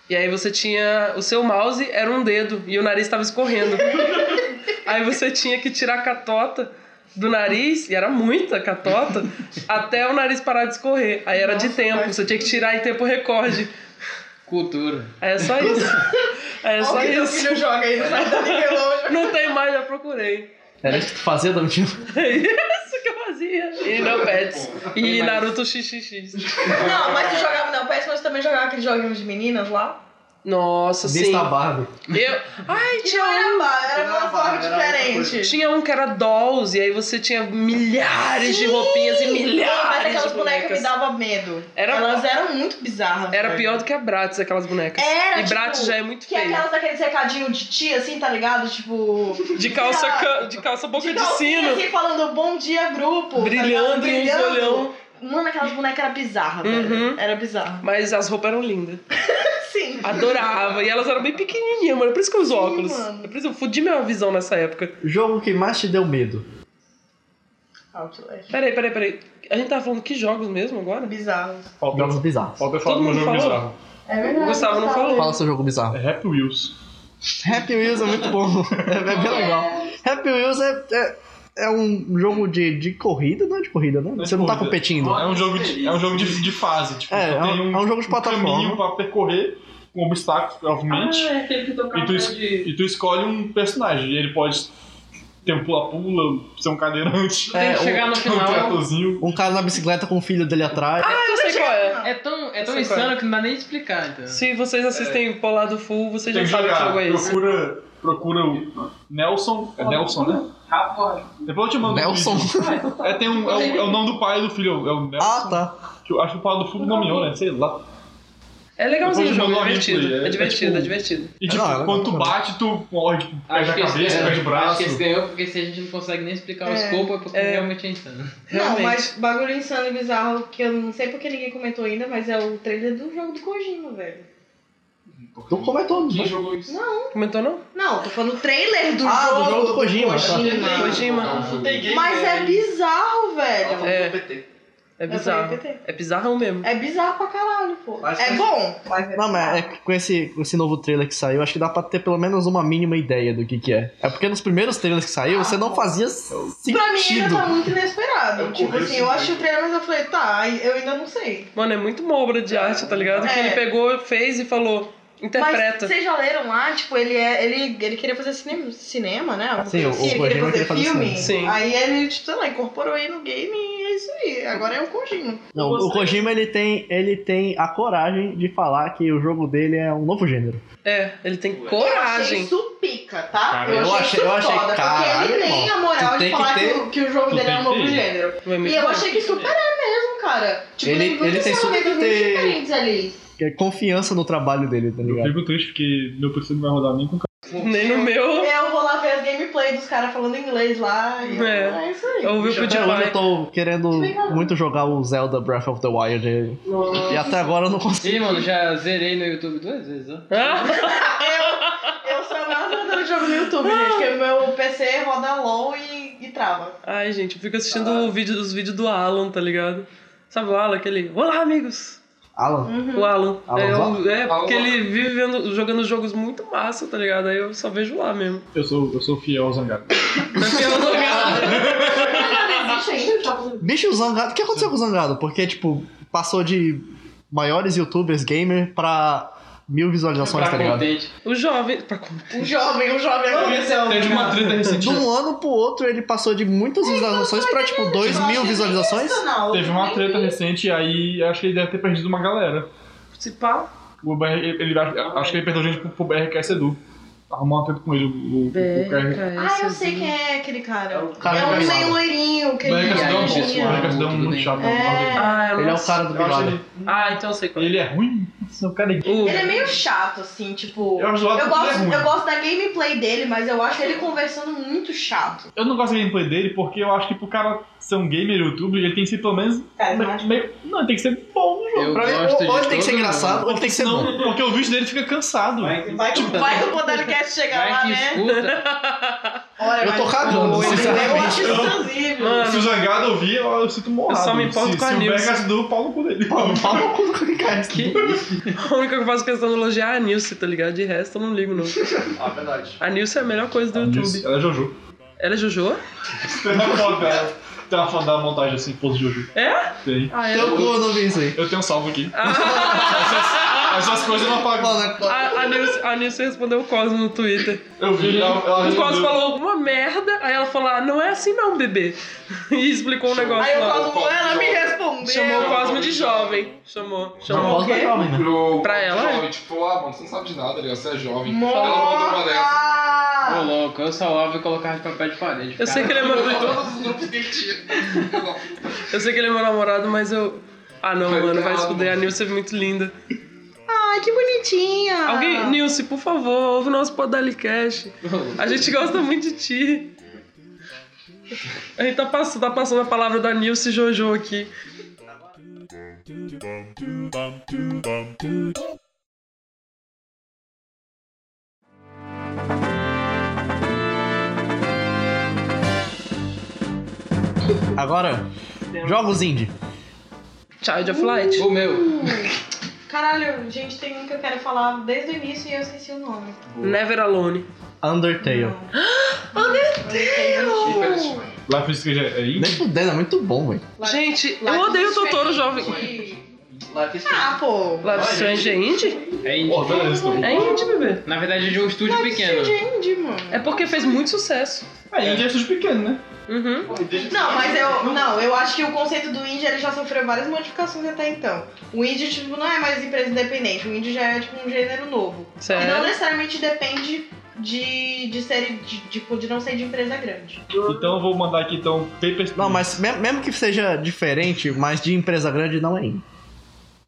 Speaker 2: E aí você tinha. O seu mouse era um dedo e o nariz tava escorrendo. aí você tinha que tirar a catota do nariz, e era muita catota, até o nariz parar de escorrer. Aí era de tempo, você tinha que tirar em tempo recorde.
Speaker 6: Cultura.
Speaker 2: Aí é só isso. Aí é só
Speaker 5: Olha o que teu
Speaker 2: isso.
Speaker 5: filho joga aí no site da Nickelodeon.
Speaker 2: Não tem mais, já procurei.
Speaker 1: Era isso que tu fazia, Domitila?
Speaker 2: É isso que eu fazia. E não pets. E
Speaker 6: mais.
Speaker 2: Naruto XXX.
Speaker 5: Não, mas tu jogava não, parece mas tu também jogava aqueles joguinhos de meninas lá.
Speaker 2: Nossa, sim.
Speaker 1: Vista Barbie.
Speaker 2: Eu... Ai,
Speaker 5: E
Speaker 2: tinha
Speaker 5: não
Speaker 2: um...
Speaker 5: era bar, era uma forma
Speaker 12: era outra
Speaker 5: diferente.
Speaker 2: tinha um que era dolls, e aí você tinha milhares de roupinhas e
Speaker 5: Não, mas
Speaker 2: milhares de
Speaker 5: aquelas bonecas me
Speaker 2: bonecas.
Speaker 5: davam medo.
Speaker 2: Era-
Speaker 5: Elas eram muito bizarras.
Speaker 2: Era
Speaker 5: velho.
Speaker 2: pior do que a Bratz, aquelas bonecas.
Speaker 5: Era,
Speaker 2: e
Speaker 5: tipo,
Speaker 2: Bratz já é muito
Speaker 5: Que é
Speaker 2: feio.
Speaker 5: aquelas daqueles recadinhos de tia, assim, tá ligado? Tipo.
Speaker 2: De calça,
Speaker 5: Ah,
Speaker 2: ca- de calça boca de,
Speaker 5: calcinha,
Speaker 2: sino,
Speaker 5: Assim, falando bom dia, grupo. tá ligado?
Speaker 2: brilhando e um uns
Speaker 5: Brilhando.
Speaker 2: olhão.
Speaker 5: Mano, aquelas bonecas eram bizarras,
Speaker 2: Uhum.
Speaker 5: velho. Era bizarro.
Speaker 2: Mas as roupas eram lindas.
Speaker 5: Sim.
Speaker 2: Adorava. E elas eram bem pequenininhas, mano. É Por isso que eu uso
Speaker 5: Sim,
Speaker 2: óculos.
Speaker 5: mano.
Speaker 2: É Por isso que eu fudi minha visão nessa época.
Speaker 1: Jogo que mais te deu medo.
Speaker 5: Outlast.
Speaker 2: Peraí, peraí, peraí. A gente tava falando que jogos mesmo agora?
Speaker 5: Bizarros.
Speaker 1: Jogos bizarros.
Speaker 4: Falta falar
Speaker 2: Todo
Speaker 4: do meu
Speaker 2: mundo
Speaker 4: jogo
Speaker 2: falou?
Speaker 4: bizarro.
Speaker 5: É
Speaker 2: O
Speaker 5: verdade.
Speaker 2: Gustavo não falou.
Speaker 1: Fala seu jogo bizarro.
Speaker 4: É Rap Wheels.
Speaker 1: Happy Wheels é muito bom. É, é bem legal. Happy Wheels é, é, é um jogo de, de corrida, não é de corrida, né?
Speaker 4: é
Speaker 1: Você não tá
Speaker 4: corrida.
Speaker 1: competindo.
Speaker 4: É um jogo de, é um jogo de, de fase. Tipo,
Speaker 1: É,
Speaker 4: tu
Speaker 1: é um-
Speaker 4: tem
Speaker 1: é um jogo de plataforma.
Speaker 4: caminho pra percorrer com obstáculos,
Speaker 2: Ah,
Speaker 4: provavelmente.
Speaker 9: é aquele que tocava
Speaker 4: e, tu, es-
Speaker 9: é.
Speaker 4: e tu escolhe um personagem. E ele pode ter um pula-pula, ser um cadeirante,
Speaker 6: Tem
Speaker 1: É,
Speaker 6: que
Speaker 1: um-
Speaker 6: chegar no
Speaker 4: um
Speaker 6: final.
Speaker 4: tratozinho.
Speaker 1: Um cara na bicicleta com o filho dele atrás.
Speaker 2: Ah, eu sei qual é.
Speaker 6: É tão, é tão
Speaker 2: Sei qual é.
Speaker 6: insano que não dá nem de explicar, então.
Speaker 2: Se vocês assistem Polado Full, vocês
Speaker 4: É. Tem
Speaker 2: já
Speaker 4: que
Speaker 2: sabem que
Speaker 4: jogar.
Speaker 2: jogo é esse.
Speaker 4: Procura, procura o Nelson. É Nelson, né? Depois eu te mando. o
Speaker 1: Nelson.
Speaker 4: vídeo. É, tem um, é, o, é o nome do pai do filho, é o Nelson.
Speaker 1: Ah, tá.
Speaker 4: Que eu acho que o pai do filho nomeou, né? Sei lá.
Speaker 2: É legalzinho o
Speaker 4: Depois
Speaker 2: jogo,
Speaker 4: eu
Speaker 2: é
Speaker 4: mando o
Speaker 2: divertido.
Speaker 4: replay,
Speaker 2: É,
Speaker 4: é- é
Speaker 2: divertido, é,
Speaker 4: tipo-
Speaker 2: divertido.
Speaker 4: E tipo,
Speaker 1: Não, é
Speaker 4: quando tu
Speaker 1: legal.
Speaker 4: bate, tu morre, tipo, perde
Speaker 6: Acho
Speaker 4: a
Speaker 6: que esse
Speaker 4: cabeça,
Speaker 6: ganhou,
Speaker 4: perde o
Speaker 6: Acho
Speaker 4: braço.
Speaker 6: que esse é ganhou porque se a gente não consegue nem explicar os
Speaker 5: É.
Speaker 6: corpos, é porque
Speaker 2: É.
Speaker 6: realmente é insano.
Speaker 5: Não,
Speaker 2: Realmente.
Speaker 5: mas bagulho insano e bizarro que eu não sei porque ninguém comentou ainda, mas é o trailer do jogo do Kojima, velho.
Speaker 1: Tu comentou.
Speaker 10: Quem Então, jogou isso?
Speaker 2: Comentou não?
Speaker 5: Não, tô falando trailer do
Speaker 1: Ah, do
Speaker 5: jogo.
Speaker 1: jogo do Kojima. tá.
Speaker 2: Kojima.
Speaker 5: Mas é bizarro, velho.
Speaker 2: É.
Speaker 12: PT.
Speaker 2: É
Speaker 5: Eu falei
Speaker 2: bizarro.
Speaker 5: PT.
Speaker 2: É bizarrão mesmo.
Speaker 5: É bizarro pra caralho, pô.
Speaker 12: Mas
Speaker 5: é
Speaker 12: que-
Speaker 5: bom.
Speaker 1: Não, mas é que com esse, com esse novo trailer que saiu, acho que dá pra ter pelo menos uma mínima ideia do que que é. É porque nos primeiros trailers que saiu, você não fazia
Speaker 5: Ah, Pra mim ainda
Speaker 1: sentido.
Speaker 5: tá muito inesperado.
Speaker 10: Eu
Speaker 5: tipo
Speaker 10: corri
Speaker 5: assim,
Speaker 10: esse
Speaker 5: eu achei o
Speaker 10: tempo.
Speaker 5: trailer, mas eu falei, tá, aí eu ainda não sei.
Speaker 2: Mano, é muito uma obra de arte, tá ligado? Que
Speaker 5: É.
Speaker 2: ele pegou, fez e falou,
Speaker 5: Mas
Speaker 2: interpreta.
Speaker 5: vocês já leram lá, tipo, ele é. Ele, ele queria fazer cinema, cinema né? Alguma
Speaker 1: Sim,
Speaker 5: coisa
Speaker 1: o- o
Speaker 5: assim, ele
Speaker 1: Kojima
Speaker 5: queria
Speaker 1: queria fazer
Speaker 5: fazer filme.
Speaker 1: cinema.
Speaker 2: Sim.
Speaker 5: Aí ele, tipo, sei lá, incorporou aí no game e é isso aí. Agora é o Kojima.
Speaker 1: Não, o Kojima ele tem, ele tem a coragem de falar que o jogo dele é um novo gênero.
Speaker 2: É, ele tem
Speaker 5: Eu achei
Speaker 2: coragem.
Speaker 5: isso pica, tá?
Speaker 4: Cara,
Speaker 1: eu achei-
Speaker 5: isso
Speaker 1: eu achei-
Speaker 5: foda,
Speaker 1: caralho,
Speaker 5: porque ele tem
Speaker 1: irmão,
Speaker 5: a moral
Speaker 1: tu
Speaker 5: de
Speaker 1: tem que
Speaker 5: falar que,
Speaker 1: ter-
Speaker 5: o, que o jogo
Speaker 4: tu
Speaker 5: dele é
Speaker 4: tem
Speaker 5: um novo
Speaker 4: que-
Speaker 5: gênero.
Speaker 2: Foi
Speaker 5: E
Speaker 2: muito
Speaker 5: eu
Speaker 2: bom.
Speaker 5: achei que super é mesmo, cara. Tipo,
Speaker 1: Ele-
Speaker 5: tem muitos
Speaker 1: ele tem super
Speaker 5: elementos muito
Speaker 1: ter-
Speaker 5: diferentes ali.
Speaker 1: Que é confiança no trabalho dele, tá
Speaker 4: Eu
Speaker 1: ligado?
Speaker 4: fico triste porque meu PC não vai rodar nem com
Speaker 2: Nem no meu.
Speaker 5: Eu vou lá ver as gameplay dos caras falando inglês lá. E
Speaker 2: É.
Speaker 5: é. isso aí.
Speaker 2: Eu ouvi o
Speaker 1: Até hoje eu
Speaker 2: PewDiePie.
Speaker 1: tô querendo muito jogar o Zelda Breath of the Wild e- e até agora eu não consigo.
Speaker 6: Ih, mano, já zerei no YouTube duas vezes, ó.
Speaker 4: né?
Speaker 2: Ah,
Speaker 5: Eu sou a maior jogadora de jogo no YouTube, gente, porque meu PC roda LOL e, e trava.
Speaker 2: Ai, gente, eu fico assistindo o vídeo, os vídeos do Alan, tá ligado? Sabe o Alan, aquele. Olá, amigos!
Speaker 1: Alan,
Speaker 5: Uhum.
Speaker 2: O Alan.
Speaker 1: Alan
Speaker 2: é,
Speaker 1: Zola?
Speaker 2: o- é,
Speaker 10: Alan
Speaker 2: porque
Speaker 10: Zola.
Speaker 2: ele vive vendo- jogando jogos muito massa, tá ligado? Aí eu só vejo lá mesmo.
Speaker 4: Eu sou, eu sou fiel ao Zangado.
Speaker 2: Porque eu não ganho.
Speaker 5: Existe ainda?
Speaker 1: bicho, o Zangado. O que aconteceu com o Zangado? Porque, tipo, passou de maiores youtubers gamer pra mil visualizações, tá
Speaker 6: Pra
Speaker 1: ligado?
Speaker 6: contente.
Speaker 2: O jovem. Pra contar.
Speaker 5: Um jovem, um jovem comercial.
Speaker 4: Teve uma treta recente.
Speaker 1: De um ano pro outro, ele passou de muitas visualizações pra, tipo, dois mil visualizações.
Speaker 4: Teve uma treta recente, aí acho que ele deve ter perdido uma galera.
Speaker 2: Se pá.
Speaker 4: O BR, ele, ele- acho que ele perdeu gente pro, pro BRKS Edu. Arrumou uma treta com ele, o, o,
Speaker 2: É,
Speaker 4: o cara.
Speaker 5: Ah, eu sei quem é aquele cara. É,
Speaker 1: cara
Speaker 5: um
Speaker 1: engraçado.
Speaker 5: meio loirinho, que ele
Speaker 4: Black
Speaker 5: é
Speaker 4: Ops deu
Speaker 5: engenheiro.
Speaker 4: um monstro, o Black Ops deu um muito chato.
Speaker 5: É.
Speaker 2: Ah, eu não
Speaker 1: Ele é o cara do
Speaker 4: Eu
Speaker 1: Big
Speaker 4: acho
Speaker 1: Brother.
Speaker 4: ele,
Speaker 2: Ah, então eu sei qual é.
Speaker 4: ele é ruim, esse é um cara
Speaker 2: O-
Speaker 5: Ele é meio chato, assim, tipo.
Speaker 4: Eu acho o lado
Speaker 5: Eu
Speaker 4: dele
Speaker 5: gosto,
Speaker 4: é ruim.
Speaker 5: eu gosto da gameplay dele, mas eu acho ele conversando muito chato.
Speaker 4: Eu não gosto da gameplay dele porque eu acho que pro cara ser um gamer youtuber, ele tem que ser pelo menos.
Speaker 5: Carismático.
Speaker 4: meio- não, ele tem que ser bom no jogo.
Speaker 6: Eu
Speaker 1: Pra mim,
Speaker 6: gosto de
Speaker 1: ou ele tem
Speaker 6: todo
Speaker 1: que ser
Speaker 6: mundo.
Speaker 1: engraçado, ou ele tem que ser Tá bom.
Speaker 4: Não, porque o vídeo dele fica cansado.
Speaker 5: Vai que, vai que o podcast chegar
Speaker 6: Vai
Speaker 5: lá,
Speaker 6: que
Speaker 5: né?
Speaker 6: escuta.
Speaker 5: Olha,
Speaker 1: Eu
Speaker 5: mas-
Speaker 1: tô cagando,
Speaker 5: Eu
Speaker 1: sinceramente.
Speaker 5: acho isso horrível.
Speaker 4: Se o Zangado ouvir, eu, eu sinto morrado.
Speaker 2: Eu só me importo
Speaker 4: se,
Speaker 2: com a
Speaker 4: se
Speaker 2: Nilce.
Speaker 4: Se o BRKS Edu, pau no cu dele.
Speaker 1: Fala no cu do Kojima.
Speaker 2: A única que eu faço questão de elogiar é a Nilce, tá ligado? De resto eu não ligo, não.
Speaker 12: Ah, verdade.
Speaker 2: A Nilce é a melhor coisa do YouTube.
Speaker 4: Ela é Jojo.
Speaker 2: Ela é Jojo?
Speaker 4: Tem uma foto dela. Tem uma foto da montagem assim, pose Jojo.
Speaker 2: É?
Speaker 4: Tem.
Speaker 2: Ah, é.
Speaker 1: Teu cu, eu não vi isso aí.
Speaker 4: Eu tenho um salvo aqui.
Speaker 2: Ah,
Speaker 4: Essas, essas coisas eu não apago.
Speaker 1: Mano,
Speaker 2: a, a, Nilce, a Nilce respondeu o Cosmo no Twitter.
Speaker 4: Eu vi, ela, ela
Speaker 2: O Cosmo
Speaker 4: respondeu.
Speaker 2: falou alguma merda, aí ela falou, ah, não é assim não, bebê. E explicou um negócio
Speaker 5: Aí o
Speaker 2: lá.
Speaker 5: Cosmo, ela me respondeu.
Speaker 2: Chamou o Cosmo de jovem. Chamou.
Speaker 1: não
Speaker 2: Chamou.
Speaker 1: posso dar calma, né?
Speaker 10: Pro,
Speaker 2: Pra ela,
Speaker 10: Jovem, tipo, ah, mano, você não sabe de nada, ligado? Você é jovem. Ela mandou uma dessa.
Speaker 5: Morra!
Speaker 6: Ô, louco, eu salvava e colocava de papel de parede.
Speaker 2: Eu sei que
Speaker 6: cara.
Speaker 2: ele é meu,
Speaker 10: Mandou todos os grupos que ele tinha.
Speaker 2: eu sei que ele é meu namorado, mas eu... Ah não,
Speaker 10: Coitado.
Speaker 2: mano, vai se fuder, a Nilce é muito linda.
Speaker 5: Ai, Ah, que bonitinha!
Speaker 2: Alguém, Nilce, por favor, ouve o nosso Podalicast. A gente gosta muito de ti. A gente tá passando, tá passando a palavra da Nilce Jojo aqui.
Speaker 1: Agora, jogos indie.
Speaker 2: Child of Light.
Speaker 6: O meu.
Speaker 5: Caralho, gente, tem um que eu quero falar desde o início e eu esqueci o nome.
Speaker 2: Never Alone. um.
Speaker 1: Undertale.
Speaker 5: Ah, Undertale!
Speaker 4: Life is Strange é indie?
Speaker 1: Nem fudendo, é muito bom, velho.
Speaker 2: Gente, eu odeio o Totoro jovem.
Speaker 12: Life is
Speaker 5: Ah, pô!
Speaker 2: Love Strange é indie?
Speaker 6: É indie.
Speaker 4: Pô, beleza, então.
Speaker 2: É indie, bebê.
Speaker 6: Na verdade, é de um estúdio pequeno.
Speaker 5: Gente, é indie, mano.
Speaker 2: É porque fez muito sucesso.
Speaker 4: É, indie é estúdio pequeno, né?
Speaker 2: Uhum.
Speaker 5: Não, mas eu. Não, eu acho que o conceito do indie ele já sofreu várias modificações até então. O indie, tipo, não é mais empresa independente, o indie já é tipo um gênero novo. E não é.
Speaker 2: Sério.
Speaker 5: necessariamente depende de, de ser de, tipo, de, de não ser de empresa grande.
Speaker 4: Então eu vou mandar aqui, então, Papers, Please.
Speaker 1: Não, mas me- mesmo que seja diferente, mas de empresa grande não é indie.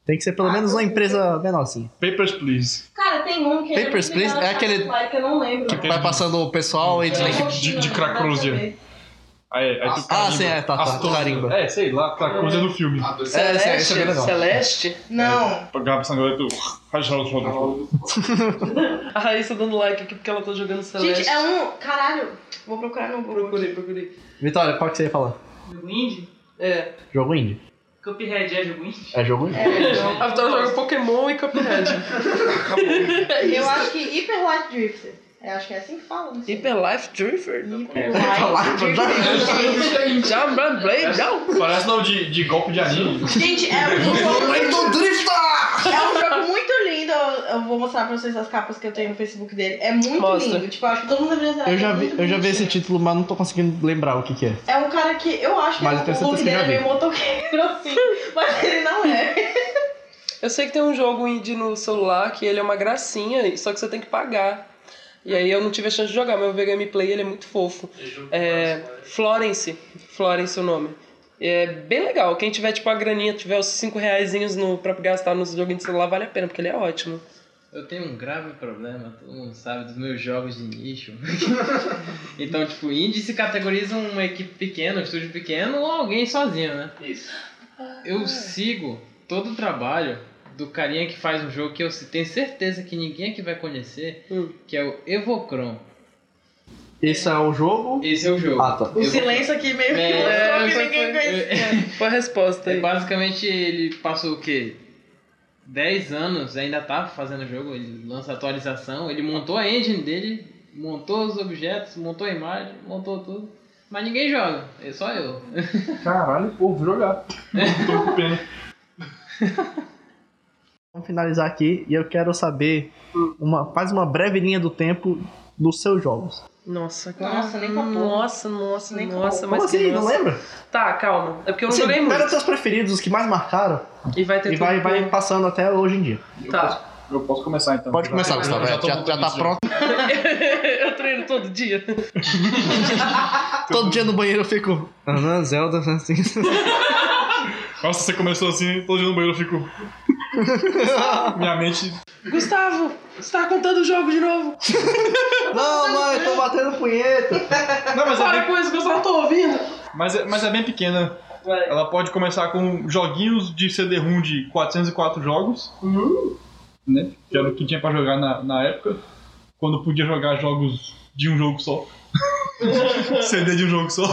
Speaker 1: Tem que ser pelo menos uma empresa menorzinha.
Speaker 4: Papers, Please.
Speaker 16: Cara, tem um que é
Speaker 1: Papers,
Speaker 16: muito legal,
Speaker 1: Please, é
Speaker 16: chamado
Speaker 1: aquele-
Speaker 16: Like, eu não lembro.
Speaker 1: Vai passando o pessoal e
Speaker 4: É.
Speaker 1: tem
Speaker 4: de- de
Speaker 16: Roxinha,
Speaker 4: cracruzia.
Speaker 16: vai saber.
Speaker 4: Aí, aí tu
Speaker 1: Ah,
Speaker 4: carimba.
Speaker 1: sim, é, tá, tá.
Speaker 4: As torres-
Speaker 1: Carimba.
Speaker 4: É, sei lá, aquela coisa do filme.
Speaker 10: Ah, dois.
Speaker 1: É, esse é- esse é bem legal.
Speaker 2: Celeste?
Speaker 5: Não.
Speaker 4: Pagava essa galera tu.
Speaker 2: A Raíssa dando like aqui porque ela tá jogando Celeste.
Speaker 5: Gente, é um. Caralho. Vou procurar no Google.
Speaker 2: Procurei, procurei.
Speaker 1: Vitória, qual que você ia falar?
Speaker 9: Jogo indie?
Speaker 2: É.
Speaker 1: Jogo indie?
Speaker 9: Cuphead é jogo indie?
Speaker 1: É jogo indie?
Speaker 2: A Vitória joga tá Pokémon e Cuphead. É
Speaker 5: Eu acho que Hyper Light Drifter. É, acho que é assim que fala. não sei.
Speaker 2: Hyper Life Driver?
Speaker 5: Hyper
Speaker 1: Light
Speaker 5: Light Drifter.
Speaker 2: Já Brand Blade, não.
Speaker 4: Parece não de, de golpe de anime.
Speaker 5: Gente, é um jogo.
Speaker 1: Momento Drifter!
Speaker 5: É um jogo muito lindo. Eu, eu vou mostrar pra vocês as capas que eu tenho no Facebook dele. É muito
Speaker 2: Mostra.
Speaker 5: lindo. Tipo, eu acho que todo mundo deveria zerar.
Speaker 1: Eu já
Speaker 5: é
Speaker 1: vi,
Speaker 5: muito
Speaker 1: eu já vi esse tipo.
Speaker 5: bonitinho.
Speaker 1: título, mas não tô conseguindo lembrar o que que é.
Speaker 5: É um cara que eu acho que
Speaker 1: Mas eu
Speaker 5: é,
Speaker 1: tenho
Speaker 5: o look
Speaker 1: certeza que eu
Speaker 5: dele
Speaker 1: já
Speaker 5: é meio
Speaker 1: vi.
Speaker 5: motoqueiro, assim. Mas ele não é.
Speaker 2: Eu sei que tem um jogo indie no celular que ele é uma gracinha, só que você tem que pagar. E aí eu não tive a chance de jogar, mas eu vi a gameplay e ele é muito fofo. É, Florence, Florence é o nome. É bem legal. Quem tiver, tipo, a graninha, tiver os 5 reaisinhos no, pra gastar nos joguinhos de celular, vale a pena, porque ele é ótimo.
Speaker 6: Eu tenho um grave problema, todo mundo sabe, dos meus jogos de nicho. então, tipo, indie se categoriza uma equipe pequena, um estúdio pequeno ou alguém sozinho, né?
Speaker 12: Isso.
Speaker 6: Eu sigo todo o trabalho do carinha que faz um jogo que eu tenho certeza que ninguém aqui vai conhecer,
Speaker 2: Hum.
Speaker 6: que é o Evocron.
Speaker 1: Esse é o jogo.
Speaker 6: Esse é o jogo.
Speaker 1: Ah, tá.
Speaker 5: O
Speaker 6: Eu-
Speaker 5: silêncio aqui meio que
Speaker 6: É,
Speaker 5: mostrou que
Speaker 6: foi-
Speaker 5: ninguém
Speaker 6: foi-
Speaker 5: conhecia.
Speaker 2: Foi a resposta
Speaker 6: É,
Speaker 2: aí.
Speaker 6: basicamente ele passou o quê? 10 anos, ainda tá fazendo jogo, ele lança atualização, ele montou a engine dele, montou os objetos, montou a imagem, montou tudo. Mas ninguém joga, é só eu.
Speaker 4: Caralho, pô, vou jogar. Tô com pena.
Speaker 1: Vamos finalizar aqui e eu quero saber uma, faz uma breve linha do tempo dos seus jogos.
Speaker 2: Nossa,
Speaker 5: Nossa, nem capô.
Speaker 2: Nossa, nossa,
Speaker 5: Nem
Speaker 2: nossa,
Speaker 5: capô.
Speaker 1: Como
Speaker 2: mas
Speaker 1: assim?
Speaker 2: que
Speaker 1: Não
Speaker 2: nossa.
Speaker 1: lembra?
Speaker 2: Tá, calma. É porque eu não
Speaker 1: Assim,
Speaker 2: joguei muito.
Speaker 1: pega os seus preferidos, os que mais marcaram,
Speaker 2: E vai ter
Speaker 1: e vai,
Speaker 2: tudo
Speaker 1: vai
Speaker 2: por-
Speaker 1: passando até hoje em dia.
Speaker 2: Tá.
Speaker 4: Eu posso começar então.
Speaker 1: Pode começar, Gustavo. é,
Speaker 4: tô
Speaker 1: Já,
Speaker 4: com
Speaker 1: já tá
Speaker 4: isso,
Speaker 1: pronto.
Speaker 2: eu treino todo dia.
Speaker 1: Todo dia no banheiro eu fico. Aham, Zelda, assim.
Speaker 4: Nossa, você começou assim, todo dia no banheiro eu fico. Minha mente.
Speaker 2: Gustavo, você tá contando o jogo de novo.
Speaker 1: Não, mãe, eu tô batendo punheta.
Speaker 4: Não, mas é bem,
Speaker 2: Para com isso, Gustavo, eu tô ouvindo.
Speaker 4: mas é, mas é bem pequena. Ela pode começar com joguinhos de CD-ROM de 404 jogos. Né? Que era o que tinha pra jogar na, na época. Quando podia jogar jogos de um jogo só. CD de um jogo só.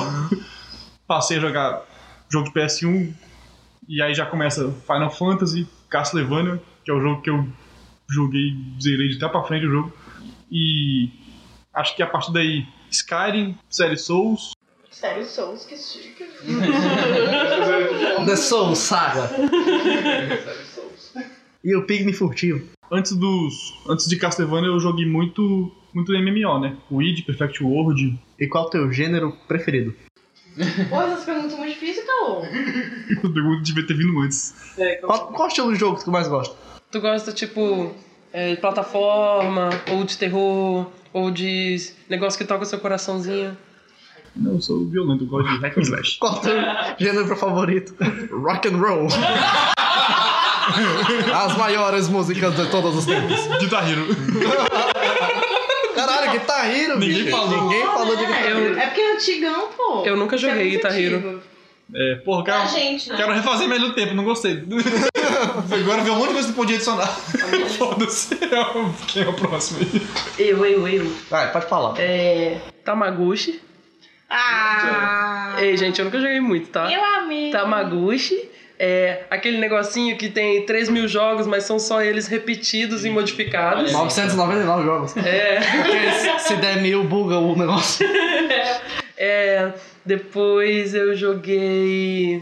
Speaker 4: Passei a jogar jogo de PS1. E aí já começa Final Fantasy, Castlevania, que é o jogo que eu joguei, zerei de até pra frente o jogo. E acho que a partir daí, Skyrim, série Souls,
Speaker 5: Sério, Souls, que chique.
Speaker 1: The Soul Saga. E o Pigme Furtivo.
Speaker 4: antes dos antes de Castlevania eu joguei muito muito MMO, né? Weed, Perfect World.
Speaker 1: E qual o teu gênero preferido?
Speaker 5: Pô, essas perguntas muito difíceis, Caô.
Speaker 4: O pergunta devia ter vindo antes.
Speaker 1: Qual, qual estilo de jogo que tu mais gosta?
Speaker 2: Tu gosta, tipo, é, de plataforma, ou de terror, ou de negócio que toca o seu coraçãozinho?
Speaker 4: Não, eu sou violento, eu gosto de hack and slash.
Speaker 1: Qual o teu gênero favorito? Rock and roll. As maiores músicas de todos os tempos.
Speaker 4: Guitar Hero.
Speaker 1: Caralho, Guitar Hero,
Speaker 4: Ninguém
Speaker 1: bicho.
Speaker 4: falou.
Speaker 1: Ninguém falou de Guitar
Speaker 5: É,
Speaker 1: Hero.
Speaker 5: é porque é antigão, pô.
Speaker 2: Eu nunca
Speaker 5: Isso é
Speaker 2: joguei tá,
Speaker 5: muito
Speaker 2: Guitar Hero.
Speaker 5: antigo.
Speaker 4: É, porra,
Speaker 5: Ah,
Speaker 4: quero,
Speaker 5: gente.
Speaker 4: quero refazer melhor tempo, não gostei. Agora veio um monte de coisa que podia adicionar. Foda-se. Quem é o próximo aí?
Speaker 9: Eu, eu, eu.
Speaker 1: Vai, pode falar.
Speaker 2: É. Tamaguchi.
Speaker 5: Ah.
Speaker 2: Ei, gente, eu nunca joguei muito, tá?
Speaker 5: Meu amigo.
Speaker 2: Tamaguchi. É aquele negocinho que tem 3 mil jogos, mas são só eles repetidos e
Speaker 4: É.
Speaker 2: modificados.
Speaker 1: 999 jogos.
Speaker 2: É.
Speaker 1: Porque se- se der mil, buga o negócio.
Speaker 2: É, depois eu joguei.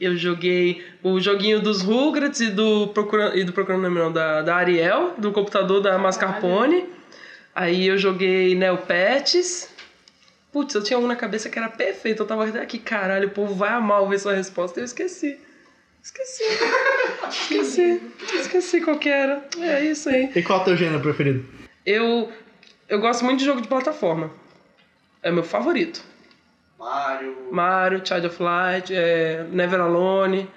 Speaker 2: Eu joguei o joguinho dos Rugrats e do Procurando. E do Procurando não, da, da Ariel, do computador da Mascarpone. Aí eu joguei Neopets. Putz, eu tinha um na cabeça que era perfeito. Eu tava aqui, caralho, o povo vai amar ouvir sua resposta. Eu esqueci. Esqueci. esqueci. Esqueci qual que era. É isso aí.
Speaker 1: E qual é o teu gênero preferido?
Speaker 2: Eu, eu gosto muito de jogo de plataforma. É meu favorito.
Speaker 12: Mario.
Speaker 2: Mario, Child of Light, é, Never Alone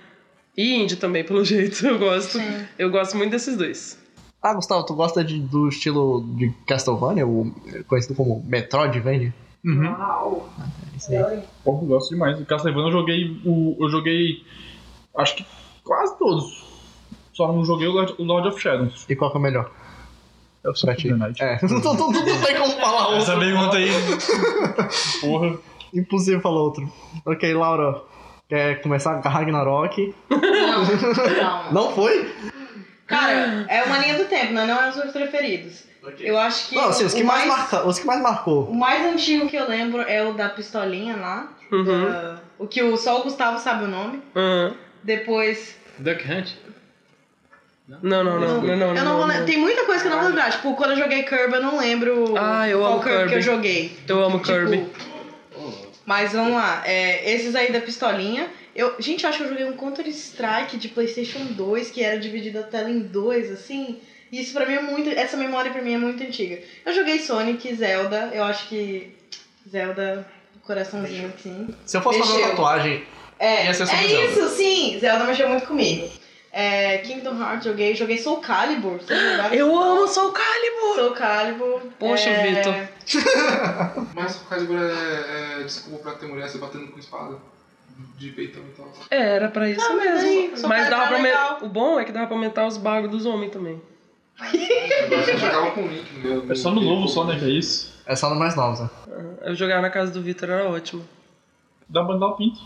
Speaker 2: e Indie também, pelo jeito. Eu gosto. Eu gosto muito desses dois.
Speaker 1: Ah, Gustavo, tu gosta de- do estilo de Castlevania, ou conhecido como Metroidvania?
Speaker 4: Uhum.
Speaker 9: Uau.
Speaker 4: Porra, eu gosto demais. O Castlevania eu joguei. O, eu joguei. Acho que quase todos. Só não joguei o Lord, o Lord of Shadows.
Speaker 1: E qual que é o melhor?
Speaker 4: Eu
Speaker 1: Pra ti. É, não, não- não- não tem como falar um. outro.
Speaker 4: Essa pergunta aí. Porra.
Speaker 1: Impossível falar outro. Ok, Laura. Quer começar com Ragnarok?
Speaker 5: Não.
Speaker 1: Não foi?
Speaker 5: Cara, é uma linha do tempo, né? Não é os meus preferidos. Eu acho que.
Speaker 1: Não, assim,
Speaker 5: o-
Speaker 1: os que
Speaker 5: o
Speaker 1: mais, marca- os que mais marcou.
Speaker 5: O mais antigo que eu lembro é o da pistolinha lá.
Speaker 2: Uhum.
Speaker 5: da- O que o, só o Gustavo sabe o nome.
Speaker 2: Uhum.
Speaker 5: Depois. tipo,
Speaker 6: Duck Hunt?
Speaker 2: Não, não, não, não, não.
Speaker 5: eu não vou lem- Tem muita coisa que eu não vou lembrar. Tipo, quando eu joguei Kirby, eu não lembro
Speaker 2: Ah, eu
Speaker 5: qual
Speaker 2: amo
Speaker 5: que eu
Speaker 2: Kirby.
Speaker 5: joguei.
Speaker 2: Eu amo Kirby.
Speaker 5: Tipo, mas vamos lá. é, esses aí da pistolinha. Eu, gente, eu acho que eu joguei um Counter-Strike de PlayStation 2, que era dividido a tela em dois, assim. E Isso pra mim é muito. Essa memória pra mim é muito antiga. Eu joguei Sonic, Zelda, eu acho que. Zelda, coraçãozinho, sim.
Speaker 1: Se eu fosse fazer uma
Speaker 5: Mexeu.
Speaker 1: tatuagem,
Speaker 5: É,
Speaker 1: Ia ser sobre
Speaker 5: é
Speaker 1: Zelda.
Speaker 5: isso, sim. Zelda mexeu muito comigo. É, Kingdom Hearts joguei, joguei Soul Calibur. vocês jogaram?
Speaker 2: Eu amo Soul Calibur!
Speaker 5: Soul Calibur.
Speaker 2: Poxa,
Speaker 5: é,
Speaker 2: Vitor.
Speaker 10: Mas o Cadibur é, é desculpa pra ter mulher se batendo com espada. De peitão e tal.
Speaker 2: É, era pra isso
Speaker 5: Ah, mas
Speaker 2: mesmo.
Speaker 5: aí, Soul
Speaker 2: mas
Speaker 5: Calibur
Speaker 2: dava
Speaker 5: é
Speaker 2: pra
Speaker 5: legal.
Speaker 2: aumentar. O bom é que dava pra aumentar os bagos dos homens também.
Speaker 10: Eu jogava com o Link no meu.
Speaker 4: É só no novo só, né? Que é isso.
Speaker 1: é só no mais novos, né?
Speaker 2: Eu jogava na casa do Vitor, era ótimo.
Speaker 4: Dá pra um mandar o pinto.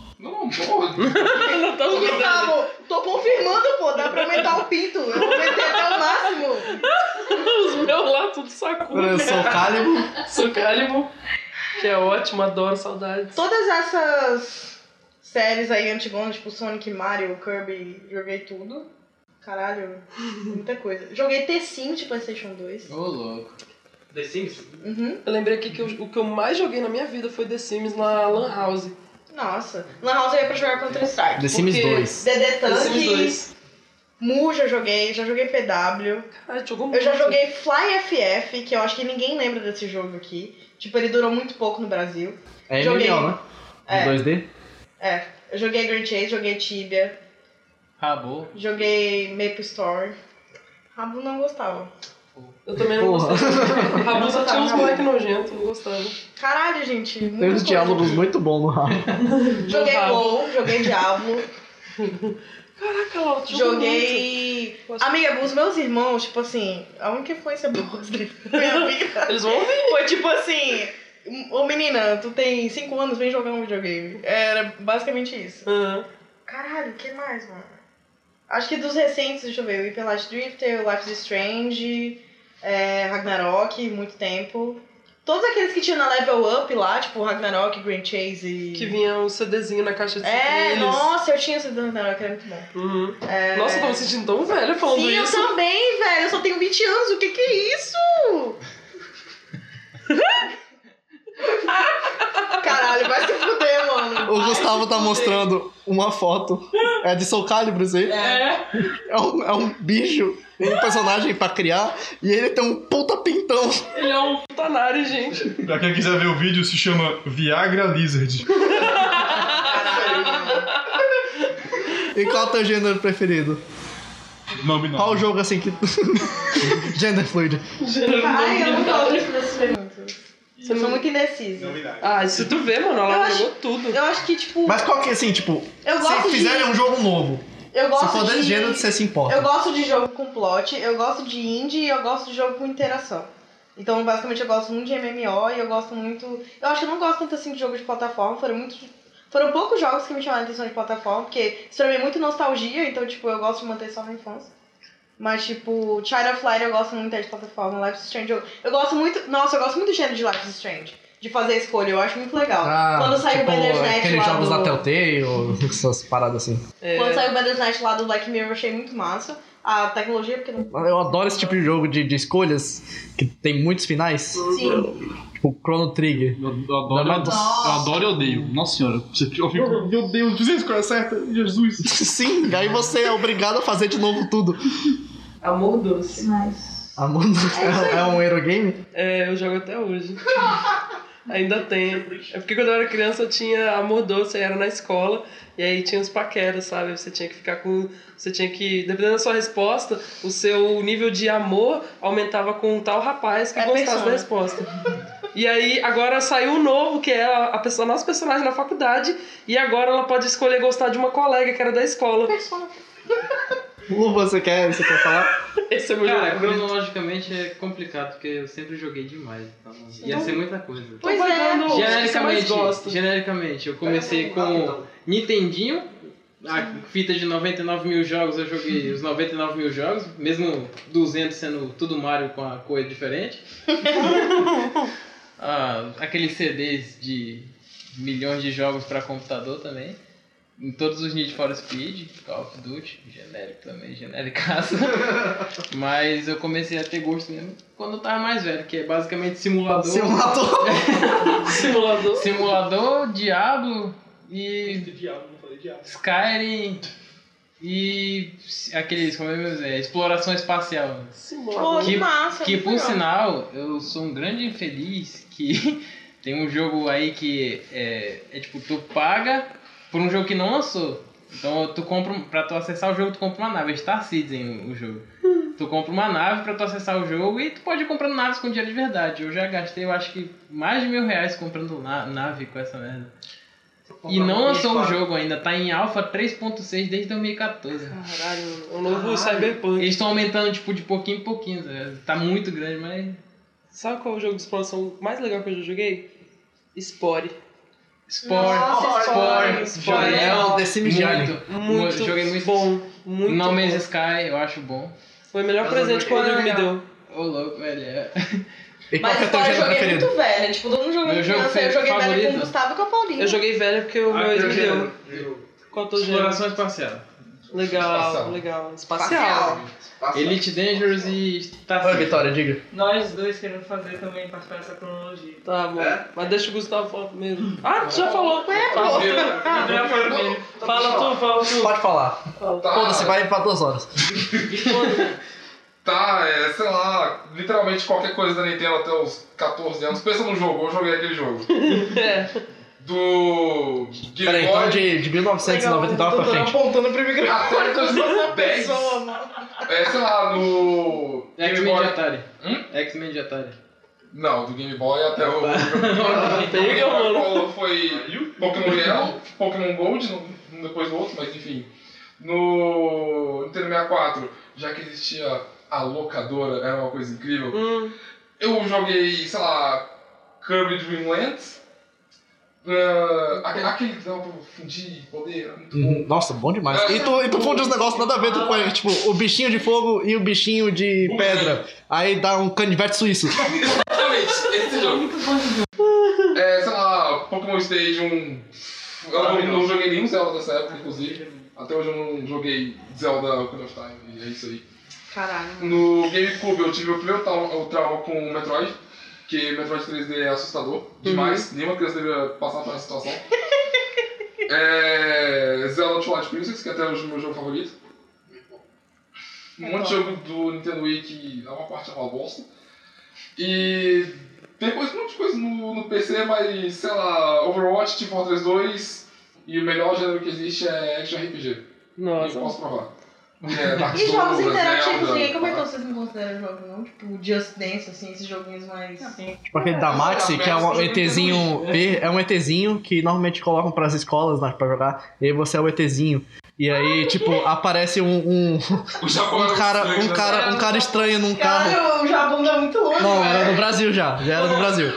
Speaker 10: Não, porra.
Speaker 2: Não
Speaker 5: Ô, Gustavo, tô confirmando, pô, dá pra aumentar o pinto. Eu aumentei até o máximo.
Speaker 2: Os meus lá tudo sacudo.
Speaker 1: Eu sou o Calibur.
Speaker 2: Soul Calibur, que é ótimo, adoro, saudades.
Speaker 5: Todas essas séries aí antigonas, tipo Sonic, Mario, Kirby, joguei tudo. Caralho, muita coisa. Joguei T5 de PlayStation 2.
Speaker 6: Ô, louco.
Speaker 12: The Sims?
Speaker 5: Uhum.
Speaker 2: Eu lembrei aqui que eu- o que eu mais joguei na minha vida foi The Sims na Lan House.
Speaker 5: Nossa. Lan House eu ia pra jogar Counter-Strike.
Speaker 1: The Sims
Speaker 2: Porque-
Speaker 1: 2.
Speaker 5: DD
Speaker 2: The Sims
Speaker 5: Tank,
Speaker 2: 2.
Speaker 5: Mu já joguei, já joguei PW.
Speaker 2: Caralho, tu jogou muito.
Speaker 5: Eu já joguei Fly FF, que eu acho que ninguém lembra desse jogo aqui. Tipo, ele durou muito pouco no Brasil.
Speaker 1: É
Speaker 5: Joguei.
Speaker 1: MMO, né?
Speaker 5: É.
Speaker 1: Em 2D?
Speaker 5: É, eu joguei Grand Chase, joguei Tibia,
Speaker 6: Rabo.
Speaker 5: joguei Maple Story. Rabo não gostava.
Speaker 2: Eu também não
Speaker 1: Porra.
Speaker 2: gostava. Rabu só tinha uns
Speaker 5: Não.
Speaker 2: moleques nojentos, não gostava.
Speaker 5: Caralho, gente.
Speaker 1: Tem
Speaker 5: muita
Speaker 1: uns
Speaker 5: coisa.
Speaker 1: diálogos muito bons no rabo.
Speaker 5: Joguei
Speaker 2: Não,
Speaker 5: Gol, joguei Diablo,
Speaker 2: Caraca, Laura, tu jogou muito.
Speaker 5: joguei.
Speaker 2: Posso-
Speaker 5: Amiga, os meus irmãos, tipo assim, a única influência boa dele na minha vida
Speaker 2: Eles vão ouvir.
Speaker 5: foi tipo assim. Ô menina, tu tem 5 anos, vem jogar um videogame. Era basicamente isso. Caralho, o que mais, mano? Acho que dos recentes, deixa eu ver, o Hyper Light Drifter, o Life is Strange, é, Ragnarok, muito tempo. Todos aqueles que tinham na Level Up lá, tipo Ragnarok, Green Chase e...
Speaker 2: Que vinha um CDzinho na caixa de
Speaker 5: É,
Speaker 2: deles.
Speaker 5: nossa, eu tinha esse do Ragnarok, era muito bom.
Speaker 2: Uhum. Nossa, eu tô me sentindo tão velha falando
Speaker 5: Sim,
Speaker 2: isso.
Speaker 5: eu também, velho, eu só tenho 20 anos, o que que é isso? Caralho, vai se fuder, mano.
Speaker 1: O Gustavo tá mostrando uma foto. É de Soul Calibur isso aí.
Speaker 9: É.
Speaker 1: É um, é um bicho, um personagem pra criar, e ele tem um puta pintão.
Speaker 2: Ele é um tanari, gente.
Speaker 4: Pra quem quiser ver o vídeo, se chama Viagra Lizard.
Speaker 5: Caralho, mano.
Speaker 1: E qual é o teu gênero preferido?
Speaker 4: Nome não.
Speaker 1: Qual o jogo assim que. Gender fluid.
Speaker 5: Ai, eu não gosto dessas perguntas. Eu sou é muito indecisa.
Speaker 2: Ah, se tu vê, mano,
Speaker 5: Eu
Speaker 2: ela
Speaker 5: acho-
Speaker 2: jogou tudo.
Speaker 5: Eu acho que, tipo,
Speaker 1: Mas qual que é assim, tipo,
Speaker 5: eu
Speaker 1: se
Speaker 5: gosto
Speaker 1: fizerem
Speaker 5: de.
Speaker 1: um jogo novo,
Speaker 5: Eu gosto
Speaker 1: se for
Speaker 5: de.
Speaker 1: desse gênero, você se importa.
Speaker 5: Eu gosto de jogo com plot, eu gosto de indie e eu gosto de jogo com interação. Então, basicamente, eu gosto muito de MMO e eu gosto muito. Eu acho que eu não gosto tanto assim de jogo de plataforma, foram muito. Foram poucos jogos que me chamaram a atenção de plataforma, porque isso pra mim é muito nostalgia, então, tipo, eu gosto de manter só na infância. Mas, tipo, Child of Light eu gosto muito é de plataforma, Life is Strange eu, eu gosto muito. Nossa, eu gosto muito do gênero de Life is Strange, de fazer a escolha, eu acho muito legal. Quando saiu o Bandersnatch lá.
Speaker 1: Ah, tipo, aqueles jogos
Speaker 5: do-
Speaker 1: da Telltale, essas paradas assim.
Speaker 2: É.
Speaker 5: quando saiu o Bandersnatch lá do Black Mirror, eu achei muito massa. A tecnologia, porque não.
Speaker 1: Eu adoro esse tipo de jogo de, de escolhas, que tem muitos finais.
Speaker 5: Sim.
Speaker 1: Tipo, Chrono Trigger.
Speaker 4: Eu adoro, eu adoro, eu adoro e odeio. Nossa senhora, eu fico. Meu Deus, dizer isso com certa. Jesus.
Speaker 1: Sim, aí você é obrigado a fazer de novo tudo.
Speaker 2: Amor doce.
Speaker 1: Amor, é, é um Eurogame?
Speaker 2: É, eu jogo até hoje. Ainda tem. É porque quando eu era criança eu tinha amor doce, aí era na escola, e aí tinha os paqueras, sabe? Você tinha que ficar com. Você tinha que. Dependendo da sua resposta, o seu nível de amor aumentava com um tal rapaz que
Speaker 5: É
Speaker 2: gostasse
Speaker 5: persona.
Speaker 2: da resposta. E aí, agora saiu o novo, que é a, a pessoa, a nossa personagem na faculdade. E agora ela pode escolher gostar de uma colega que era da escola.
Speaker 1: Lu, você quer, você quer falar?
Speaker 2: Esse é o meu
Speaker 6: Cara,
Speaker 2: jaleco.
Speaker 6: cronologicamente é complicado, porque eu sempre joguei demais. Então ia ser muita coisa.
Speaker 5: Pois é.
Speaker 2: Não,
Speaker 6: genericamente,
Speaker 2: você mais gosta.
Speaker 6: genericamente, eu comecei com Nintendinho, a fita de 99 mil jogos, eu joguei os 99 mil jogos, mesmo 200 sendo tudo Mario com a cor diferente. Ah, aqueles CDs de milhões de jogos para computador também. Em todos os Need for Speed, Call of Duty, genérico também, genéricaço. Mas eu comecei a ter gosto mesmo quando eu tava mais velho, que é basicamente simulador.
Speaker 1: é Simulador.
Speaker 2: Simulador.
Speaker 6: Simulador, Diablo e
Speaker 12: Muito diabo, não falei diabo.
Speaker 6: Skyrim e aqueles, como é mesmo? É, exploração espacial.
Speaker 5: Pô,
Speaker 6: Que-
Speaker 5: que massa.
Speaker 6: Que
Speaker 5: é muito
Speaker 6: por
Speaker 5: legal.
Speaker 6: sinal, eu sou um grande infeliz que tem um jogo aí que é, é tipo, tu paga por um jogo que não lançou. Então tu compra, um- pra tu acessar o jogo, tu compra uma nave, é Star Citizen o jogo.
Speaker 5: Hum.
Speaker 6: Tu compra uma nave pra tu acessar o jogo e tu pode ir comprando naves com dinheiro de verdade. Eu já gastei, eu acho que mais de mil reais comprando na- nave com essa merda.
Speaker 9: É?
Speaker 6: E não lançou o jogo ainda, tá em Alpha 3.6 desde 2014.
Speaker 2: Caralho, mano. é o novo Cyberpunk.
Speaker 6: Eles estão aumentando, tipo, de pouquinho em pouquinho, tá ligado? tá muito grande, mas.
Speaker 2: Sabe qual é o jogo de exploração mais legal que eu já joguei? Spore.
Speaker 6: Spore,
Speaker 5: Nossa, Spore,
Speaker 6: Spore, Spore.
Speaker 1: É o The Sims Diary.
Speaker 6: Muito,
Speaker 2: Muito
Speaker 6: joguei muito.
Speaker 2: bom. Muito
Speaker 6: No Man's
Speaker 2: bom.
Speaker 6: Sky, eu acho bom.
Speaker 2: Foi o melhor
Speaker 12: Eu
Speaker 2: presente que o
Speaker 12: joguei.
Speaker 2: Rodrigo me deu.
Speaker 6: Ô, louco, velho. é.
Speaker 1: E qual
Speaker 5: Mas
Speaker 1: que é o teu
Speaker 5: agora eu
Speaker 1: jogo
Speaker 5: joguei
Speaker 1: preferido?
Speaker 5: muito velha. Tipo, todo mundo jogou
Speaker 6: Meu jogo
Speaker 5: criança, eu joguei velha com
Speaker 6: favorito?
Speaker 5: o Gustavo e com a Paulinha.
Speaker 2: Eu joguei velho porque o meu ex me deu. Qual é teu gênero?
Speaker 6: Exploração espacial.
Speaker 2: Legal,
Speaker 12: Espacial.
Speaker 2: legal.
Speaker 5: Espacial.
Speaker 2: Espacial.
Speaker 6: Elite Dangerous e Star
Speaker 1: Oi,
Speaker 6: Citizen.
Speaker 1: Vitória, diga.
Speaker 9: Nós dois queremos fazer também participar dessa cronologia.
Speaker 2: Tá bom.
Speaker 12: É?
Speaker 2: Mas deixa o Gustavo falar primeiro. Ah, tu já falou. Fala,
Speaker 6: Ah,
Speaker 9: Gabriel Formelho.
Speaker 6: um
Speaker 2: fala tu, fala tu.
Speaker 1: Pode falar. Foda-se, vai pra duas horas.
Speaker 10: Tá, é, sei lá, literalmente qualquer coisa da Nintendo até os 14 anos. Pensa num jogo, eu joguei aquele jogo.
Speaker 1: É.
Speaker 10: Do. Game
Speaker 1: Peraí, então
Speaker 10: Boy
Speaker 1: de, de 1999 pra frente.
Speaker 5: apontando pro microfone.
Speaker 10: até 2010. É, sei lá, no. Game
Speaker 6: X-Men de
Speaker 10: Boy.
Speaker 6: Atari.
Speaker 10: Hum?
Speaker 6: X-Men de Atari.
Speaker 10: Não, do Game Boy até o.
Speaker 2: Pega,
Speaker 4: né?
Speaker 2: mano.
Speaker 10: Color foi Pokémon Yellow, Pokémon Gold, um depois do outro, mas enfim. No Nintendo 64, já que existia a locadora, era uma coisa incrível.
Speaker 2: Hum,
Speaker 10: Eu joguei, sei lá, Kirby Dream Lands. Ah, aque- aquele que dá pra fundir poder, era muito bom.
Speaker 1: Hum, Nossa, bom demais. E tu, e tu funde os negócios nada a ver tu põe, tipo, o bichinho de fogo e o bichinho de pedra. Aí dá um canivete suíço.
Speaker 10: Exatamente, esse jogo. É, sei lá, Pokémon Stadium. Eu não, não joguei nenhum Zelda dessa época, inclusive. Até hoje eu não joguei Zelda Ocarina of Time, e é isso aí.
Speaker 5: Caralho.
Speaker 10: No GameCube eu tive o primeiro trau- o trauma com o Metroid, que Metroid 3D é assustador demais, nenhuma criança deveria passar por essa situação. é... Zelda Twilight Princess, que até hoje é o meu jogo favorito. Um monte de jogo do Nintendo Wii que a maior parte é uma bosta. E depois um monte de coisa no, no PC, mas sei lá, Overwatch, Team Fortress 2 e o melhor gênero que existe é Action RPG. Eu
Speaker 2: nossa.
Speaker 10: posso provar. É, Dark
Speaker 5: E jogos
Speaker 10: Souls,
Speaker 5: interativos,
Speaker 10: Zelda,
Speaker 5: ninguém comentou se vocês não consideram jogo, não? Tipo, Just Dance, assim, esses joguinhos mais.
Speaker 1: Tipo aquele da Maxi, que é um ETzinho. ver- É um ETzinho que normalmente colocam pras escolas né, pra jogar. E aí você é o ETzinho. E aí, tipo, aparece um, um,
Speaker 10: O Japão
Speaker 1: um
Speaker 10: era
Speaker 1: cara,
Speaker 10: estranho,
Speaker 1: um
Speaker 10: né?
Speaker 1: cara, um cara estranho num carro.
Speaker 5: Cara, o Japão tá muito longe,
Speaker 1: Não, é-
Speaker 5: velho.
Speaker 1: era no Brasil já, já era no Brasil.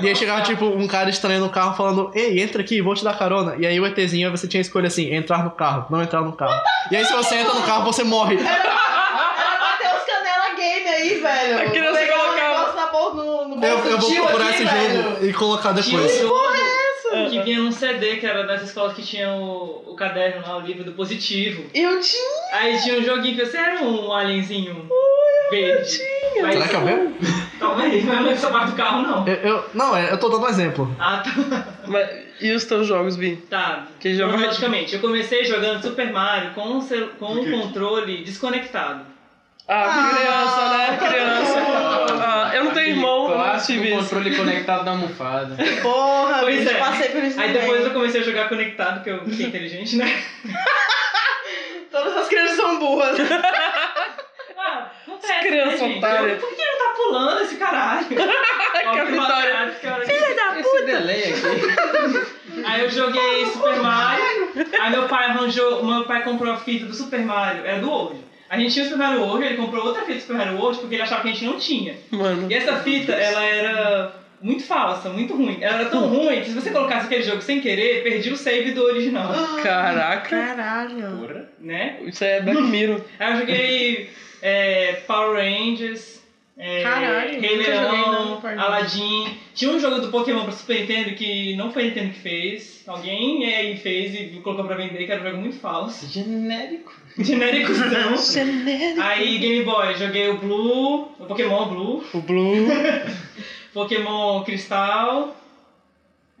Speaker 1: E aí chegava, tipo, um cara estranho no carro falando, ei, entra aqui, vou te dar carona. E aí o ETzinho, você tinha a escolha assim, entrar no carro, não entrar no carro. E aí se você entra no carro, você morre.
Speaker 5: Era bater os Ah, canela game aí, velho.
Speaker 2: A criança
Speaker 5: Pegar um
Speaker 2: colocava.
Speaker 5: negócio na bolsa, no, no
Speaker 1: Eu,
Speaker 5: bolso
Speaker 1: eu
Speaker 5: do
Speaker 1: vou
Speaker 5: tio
Speaker 1: procurar
Speaker 5: aqui,
Speaker 1: esse
Speaker 5: velho.
Speaker 1: jogo e colocar
Speaker 9: Tinha um
Speaker 1: depois.
Speaker 9: jogo
Speaker 4: é
Speaker 9: É. que vinha num CD que era das escolas que tinha o, o caderno lá, o livro do positivo.
Speaker 5: Eu tinha.
Speaker 9: Aí tinha um joguinho que você era um alienzinho verde. Mas-
Speaker 1: Será que é o mesmo?
Speaker 9: Calma aí, não é nessa parte do carro, não.
Speaker 1: Eu, eu- não, é, eu tô dando um exemplo.
Speaker 9: Ah, tá.
Speaker 2: Mas, e os teus jogos, Vi?
Speaker 9: tá.
Speaker 2: Que jogo-
Speaker 9: Cronologicamente, eu comecei jogando Super Mario com um, cel- com um
Speaker 12: quê?
Speaker 9: controle desconectado.
Speaker 2: Ah, criança, né? Criança. Ah, eu não tenho
Speaker 6: Aquele
Speaker 2: irmão, eu não
Speaker 6: Clássico
Speaker 2: tive isso.
Speaker 6: controle conectado na almofada.
Speaker 5: Porra,
Speaker 9: Pois
Speaker 5: bicho,
Speaker 9: é.
Speaker 5: passei por isso
Speaker 9: Aí
Speaker 5: também.
Speaker 9: depois eu comecei a jogar conectado, porque eu fiquei inteligente, né?
Speaker 5: Todas as crianças são burras.
Speaker 9: Ah, acontece,
Speaker 2: Criança
Speaker 9: né, gente?
Speaker 2: otária.
Speaker 9: Eu- Por que não tá rolando esse caralho. Ó, que
Speaker 2: vitória.
Speaker 9: maluco, que hora que- tá
Speaker 6: Esse delay aqui.
Speaker 9: Aí eu joguei Super Mario. Aí meu pai arranjou, meu pai comprou a fita do Super Mario, era do World. A gente tinha o Super Mario World, ele comprou outra fita do Super Mario World porque ele achava que a gente não tinha.
Speaker 2: Mano.
Speaker 9: E essa fita, ela era muito falsa, muito ruim. Ela era tão ruim que se você colocasse aquele jogo sem querer, perdia o save do original,
Speaker 2: Caraca.
Speaker 5: Caralho.
Speaker 9: né?
Speaker 2: Isso é Black Mirror.
Speaker 9: Aí eu joguei é, Power Rangers. É,
Speaker 5: Caralho,
Speaker 9: Rei
Speaker 5: nunca joguei,
Speaker 9: Leão,
Speaker 5: não, Power Rangers.
Speaker 9: Aladdin. Tinha um jogo do Pokémon pra Super Nintendo que não foi a Nintendo que fez. Alguém aí fez e colocou pra vender, que era um jogo muito falso.
Speaker 6: Genérico.
Speaker 9: Genericozão.
Speaker 2: Genérico.
Speaker 9: Aí Game Boy, joguei o Blue, o Pokémon Blue,
Speaker 2: O Blue.
Speaker 9: Pokémon Cristal.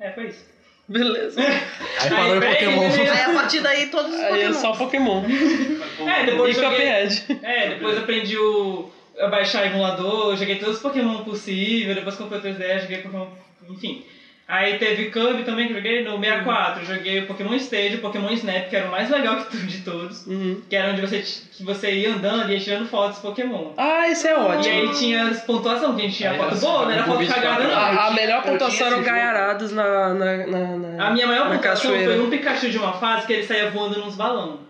Speaker 9: É, foi isso.
Speaker 2: Beleza.
Speaker 4: Aí parou em
Speaker 9: peraí,
Speaker 4: Pokémon.
Speaker 9: peraí.
Speaker 5: Aí a partir daí todos os
Speaker 2: Aí é
Speaker 5: Pokémon.
Speaker 2: só Pokémon.
Speaker 9: É,
Speaker 2: E
Speaker 9: depois joguei.
Speaker 2: Cuphead.
Speaker 9: É, depois aprendi o. a baixar emulador, joguei todos os Pokémon possíveis, depois comprei o 3DS, joguei Pokémon. Enfim. Aí teve Kirby também que eu joguei no 64, joguei o Pokémon Stage, o Pokémon Snap, que era o mais legal que tu- de todos,
Speaker 2: Uhum.
Speaker 9: que era onde você, t- que você ia andando e ia tirando fotos dos Pokémon.
Speaker 2: Ah, esse é
Speaker 9: E
Speaker 2: ótimo.
Speaker 9: aí tinha as pontuação, que a gente tinha
Speaker 6: Aí
Speaker 9: foto
Speaker 6: era
Speaker 9: boa, não era
Speaker 6: só
Speaker 9: foto
Speaker 6: 24
Speaker 9: cagada não.
Speaker 2: A, a
Speaker 6: Eu
Speaker 2: melhor
Speaker 6: tinha
Speaker 2: pontuação
Speaker 6: esse
Speaker 2: eram
Speaker 6: jogo. Ah,
Speaker 2: gaiarados na, na, na, na-
Speaker 9: A minha maior
Speaker 2: na
Speaker 9: pontuação
Speaker 2: cachoeira.
Speaker 9: foi um Pikachu de uma fase que ele saía voando nos balão.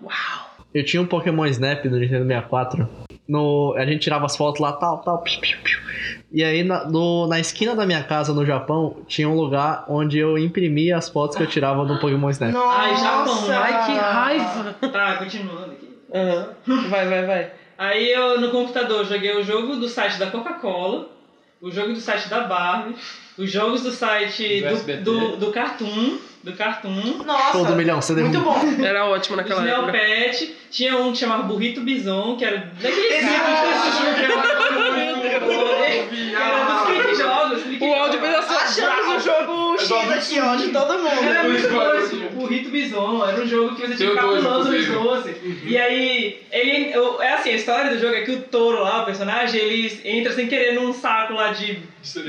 Speaker 1: Eu tinha um Pokémon Snap do Nintendo 64. No, a gente tirava as fotos lá, tal, tal. piu, piu, piu. E aí, na, no- na esquina da minha casa, no Japão, tinha um lugar onde eu imprimia as fotos que eu tirava do Pokémon Snap.
Speaker 5: Nossa.
Speaker 9: Ai, Japão,
Speaker 2: Ai, que raiva.
Speaker 9: Tá, continuando aqui.
Speaker 2: Aham. Vai, vai, vai.
Speaker 9: Aí eu no computador joguei o jogo do site da Coca-Cola, o jogo do site da Barbie, os jogos do site
Speaker 6: Do
Speaker 9: do,
Speaker 6: SBT.
Speaker 9: do, do Cartoon, do Cartoon,
Speaker 1: Show do
Speaker 5: Nossa.
Speaker 1: milhão, CD
Speaker 5: Muito bom.
Speaker 2: Era ótimo
Speaker 9: os
Speaker 2: naquela
Speaker 6: é
Speaker 2: época.
Speaker 9: Neopet, tinha um que chamava Burrito Bison, que era daquele
Speaker 5: Esse
Speaker 9: Era dos click jogos, click
Speaker 2: O áudio
Speaker 9: jogos.
Speaker 2: fez assim.
Speaker 5: Achamos o jogo X aqui, ó, de todo mundo.
Speaker 9: Era muito
Speaker 10: Dois
Speaker 9: doido. tipo, O Rito Bison era um jogo que você tinha
Speaker 10: Tem
Speaker 9: que
Speaker 10: o
Speaker 9: ficar
Speaker 10: dois,
Speaker 9: pulando nos
Speaker 10: inclusive. Uhum.
Speaker 9: doces. E aí, ele. eu- É assim, a história do jogo é que o touro lá, o personagem, ele entra sem querer num saco lá de,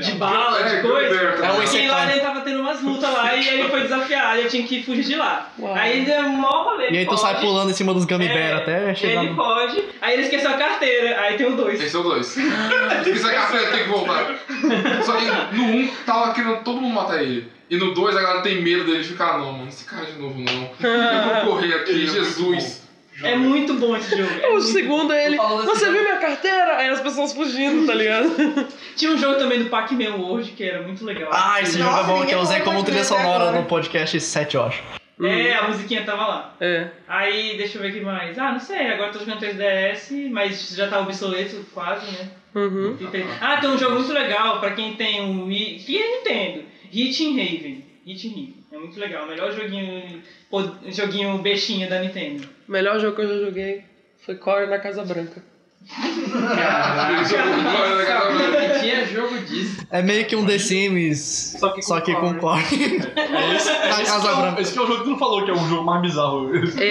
Speaker 9: de bala, de coisa.
Speaker 10: É um
Speaker 9: E lá ele tava tendo umas lutas lá e aí ele foi desafiado e eu tinha que fugir de lá.
Speaker 2: Uau.
Speaker 9: Aí deu um maior rolê.
Speaker 1: E aí tu
Speaker 9: foge,
Speaker 1: sai pulando em cima dos Gummy
Speaker 9: É,
Speaker 1: Bear até
Speaker 9: e
Speaker 1: chegar
Speaker 9: Ele
Speaker 1: no...
Speaker 9: pode, aí ele esqueceu a carteira, aí tem o dois.
Speaker 10: Esse é o 2. Isso é café, tem que voltar. Só que no 1 um, tava querendo todo mundo matar ele. E no 2 a galera tem medo dele ficar, "Ah, não, mano, esse cara de novo não. Eu vou correr aqui, é Jesus.
Speaker 9: É muito bom esse jogo. é
Speaker 2: O
Speaker 9: muito
Speaker 2: segundo é ele.
Speaker 12: Falando assim,
Speaker 6: né?"
Speaker 2: Você viu minha carteira? Aí as pessoas fugindo, tá ligado?
Speaker 9: Tinha um jogo também do Pac-Man World que era muito legal.
Speaker 1: Ah, esse
Speaker 5: Nossa,
Speaker 1: jogo é bom, que eu
Speaker 5: ninguém
Speaker 1: usei
Speaker 5: falou
Speaker 1: como
Speaker 5: de
Speaker 1: trilha
Speaker 5: Gummy Bear
Speaker 1: sonora
Speaker 5: agora.
Speaker 1: no podcast 7, eu acho.
Speaker 9: É,
Speaker 10: hum.
Speaker 9: a musiquinha tava lá.
Speaker 2: É.
Speaker 9: Aí, deixa eu ver o que mais. Ah, não sei, agora eu tô jogando 3DS, mas já tá obsoleto quase, né?
Speaker 2: Uhum.
Speaker 9: E tem- Ah, tem um jogo muito legal pra quem tem um Wii, que é Nintendo. Hit in Haven. Hit in Haven. É muito legal, o melhor joguinho, pô, joguinho bestinha da Nintendo.
Speaker 2: O melhor jogo que eu já joguei foi Core na Casa Branca.
Speaker 6: Caraca.
Speaker 10: é né, Cara,
Speaker 6: E tinha jogo disso.
Speaker 1: É meio que um The Sims,
Speaker 6: Só que com
Speaker 1: só que com
Speaker 9: É
Speaker 1: core.
Speaker 4: Esse,
Speaker 1: Na
Speaker 4: esse,
Speaker 1: Casa
Speaker 4: que é o,
Speaker 1: Branca.
Speaker 4: esse que é o jogo que tu não falou, que é o jogo mais bizarro.
Speaker 2: Esse,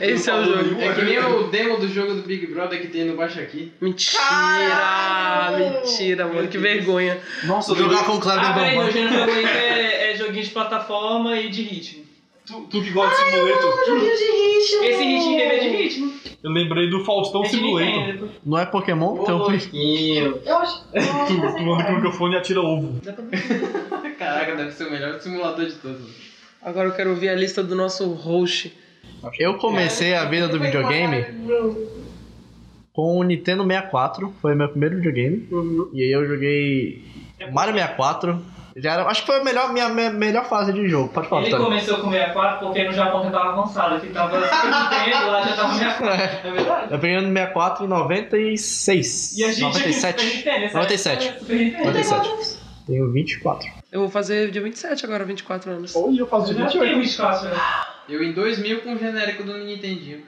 Speaker 2: esse é o jogo.
Speaker 6: É que nem o demo do jogo do Big Brother que tem no baixo aqui.
Speaker 2: Mentira!
Speaker 5: Caralho!
Speaker 2: Mentira, mano.
Speaker 6: Meu
Speaker 2: Que
Speaker 6: Deus.
Speaker 2: vergonha.
Speaker 4: Nossa,
Speaker 1: Jogar com o Kleber
Speaker 9: Ah, peraí,
Speaker 1: Bambam.
Speaker 9: meu gênero favorito é, é joguinho de plataforma e de ritmo.
Speaker 4: tu, tu que gosta de simulator,
Speaker 5: Joguinho de ritmo.
Speaker 9: Esse Hit in Haven é de ritmo.
Speaker 4: eu lembrei do Faustão
Speaker 9: É de
Speaker 4: Simulator.
Speaker 9: Nintendo.
Speaker 1: Não é Pokémon? Então
Speaker 6: Ô, Louquinho.
Speaker 5: Eu acho.
Speaker 4: Tu, tu anda com o microfone e atira ovo.
Speaker 6: Caraca, deve ser o melhor simulador de todos.
Speaker 2: Agora eu quero ouvir a lista do nosso host.
Speaker 1: Eu comecei a vida do videogame com o Nintendo 64, foi meu primeiro videogame.
Speaker 9: Uhum.
Speaker 1: E aí eu joguei
Speaker 9: É
Speaker 1: Mario 64. Já era, acho que foi a melhor, minha, minha melhor fase de jogo. Pode falar,
Speaker 9: Ele
Speaker 1: Vitória.
Speaker 9: começou com 64 porque no Japão já tava avançado, que tava Super Nintendo, lá já tava 64. É verdade?
Speaker 1: Eu peguei no 64 em 96.
Speaker 9: E a gente aqui no
Speaker 1: 97.
Speaker 9: Super Nintendo, essa
Speaker 1: 97.
Speaker 9: época, Super Nintendo.
Speaker 1: 97. Tenho 24.
Speaker 2: Eu vou fazer dia 27 agora, 24 anos.
Speaker 4: Oi, eu faço de
Speaker 9: Já tem
Speaker 4: 28.
Speaker 9: 24, né?
Speaker 6: Eu em 2000 com o genérico do Nintendinho.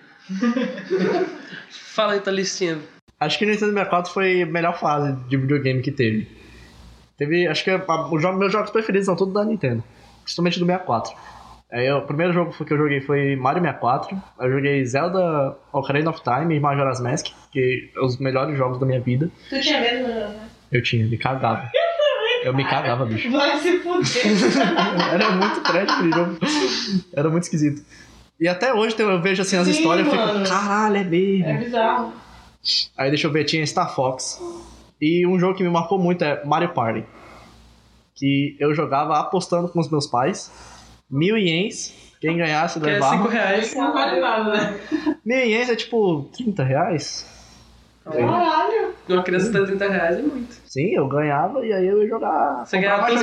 Speaker 2: Fala aí, tá listinha.
Speaker 1: Acho que o Nintendo 64 foi a melhor fase de videogame que teve. Teve, acho que a- os jogos- meus jogos preferidos são todos da Nintendo, principalmente do 64. Aí, eu- o primeiro jogo que eu joguei foi Mario 64, eu joguei Zelda Ocarina of Time e Majora's Mask, que são os melhores jogos da minha vida.
Speaker 5: Tu tinha medo, né?
Speaker 1: Eu tinha, me cagava. Eu me cagava, bicho.
Speaker 5: Vai se fuder.
Speaker 1: Era muito trash aquele jogo. Era muito esquisito. E até hoje eu vejo assim as
Speaker 5: Sim,
Speaker 1: histórias e fico,
Speaker 5: mano.
Speaker 1: caralho, é mesmo.
Speaker 5: É bizarro.
Speaker 1: Aí deixa eu ver, tinha Star Fox. E um jogo que me marcou muito é Mario Party. Que eu jogava apostando com os meus pais. Mil ienes, quem ganhasse
Speaker 2: Que é 5
Speaker 1: levava.
Speaker 2: reais.
Speaker 6: Não vale nada, né?
Speaker 1: Mil ienes é tipo 30 reais.
Speaker 5: Caralho!
Speaker 2: Uma criança de 30 reais é muito.
Speaker 1: Sim, eu ganhava e aí eu ia jogar.
Speaker 2: Você
Speaker 1: Ah, comprar
Speaker 2: ganhava
Speaker 1: mais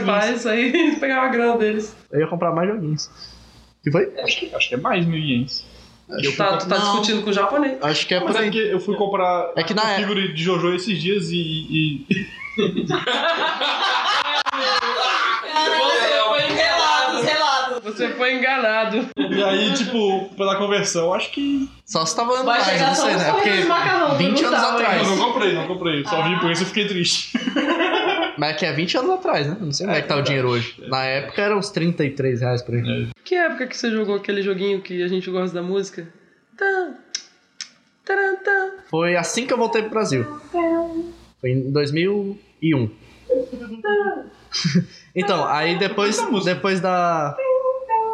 Speaker 1: joguinhos.
Speaker 2: teus pais, aí pegava a grana deles.
Speaker 1: Eu ia comprar mais joguinhos. E foi?
Speaker 4: Acho que, acho que é mais mil ienes. Eu
Speaker 2: Tá,
Speaker 4: fui
Speaker 2: tu tá
Speaker 1: Não.
Speaker 2: discutindo com o japonês.
Speaker 1: Acho que é
Speaker 4: Mas
Speaker 1: por
Speaker 4: é
Speaker 1: aí.
Speaker 4: porque eu fui comprar
Speaker 1: É que na-
Speaker 4: a figura de Jojo esses dias e. e-
Speaker 9: é um
Speaker 5: Relatos, relatos!
Speaker 2: Você foi enganado.
Speaker 4: e aí, tipo, pela conversão, acho que.
Speaker 1: Só se tava dando
Speaker 5: Vai
Speaker 1: mais,
Speaker 5: chegar
Speaker 1: não
Speaker 5: só
Speaker 1: sei,
Speaker 5: uns
Speaker 1: né?
Speaker 5: correios de
Speaker 1: Porque
Speaker 5: macarrão,
Speaker 1: 20 anos
Speaker 5: Gustavo, hein?
Speaker 1: atrás.
Speaker 4: Eu não comprei, não comprei. Só vi por isso e fiquei triste.
Speaker 1: Mas é que é 20 anos atrás, né? Não sei como é, que tá o dinheiro hoje. Na época era uns 33 reais por aí.
Speaker 2: Que época que você jogou aquele joguinho que a gente gosta da música? Tá. Taran, tá.
Speaker 1: Foi assim que eu voltei pro Brasil. Foi em 2001. então, aí depois, depois da.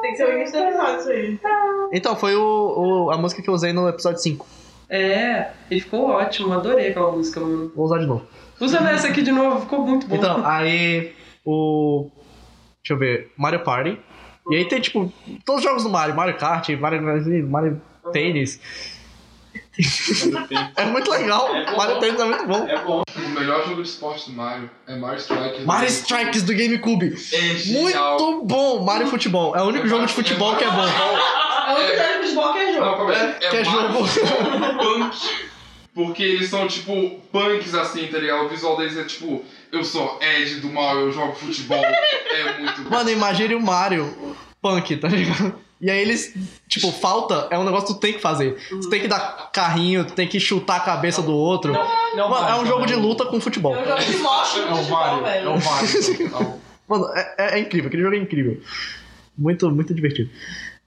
Speaker 5: Tem que ser universalizado isso aí.
Speaker 1: Então, foi o, o- a música que eu usei no episódio 5.
Speaker 2: É, e ficou ótimo, adorei aquela música, mano.
Speaker 1: Vou usar de novo.
Speaker 2: Usa nessa aqui de novo, ficou muito bom.
Speaker 1: Então, aí o. Deixa eu ver. Mario Party. E aí tem, tipo, todos os jogos do Mario, Mario Kart, Mario, Mario Tênis. É muito legal. Mario Tênis é muito bom.
Speaker 10: O melhor jogo de esporte do Mario é Mario Strike.
Speaker 1: Mario Strikes do GameCube.
Speaker 10: É genial.
Speaker 1: Muito bom! Mario Futebol. É o único jogo de futebol que é bom.
Speaker 5: É o único jogo de futebol que é jogo.
Speaker 10: Não, calma aí. É,
Speaker 1: Que é
Speaker 10: Mario
Speaker 1: jogo.
Speaker 10: Futebol Punk. Porque eles são tipo punks assim, tá ligado? O visual deles é tipo, eu sou Ed do mal, eu jogo futebol. é muito bom.
Speaker 1: Mano, imagine o Mario punk, tá ligado? E aí eles, tipo, falta é um negócio que tu tem que fazer. Tu tem que dar carrinho, tu tem que chutar a cabeça do outro. Mano, é um jogo de luta com futebol.
Speaker 5: É um jogo de mostra
Speaker 4: É
Speaker 5: no
Speaker 4: o
Speaker 5: futebol,
Speaker 4: Mario. É o
Speaker 5: velho.
Speaker 4: Mario.
Speaker 1: Mano, é, é- é incrível, aquele jogo é incrível. Muito, muito divertido.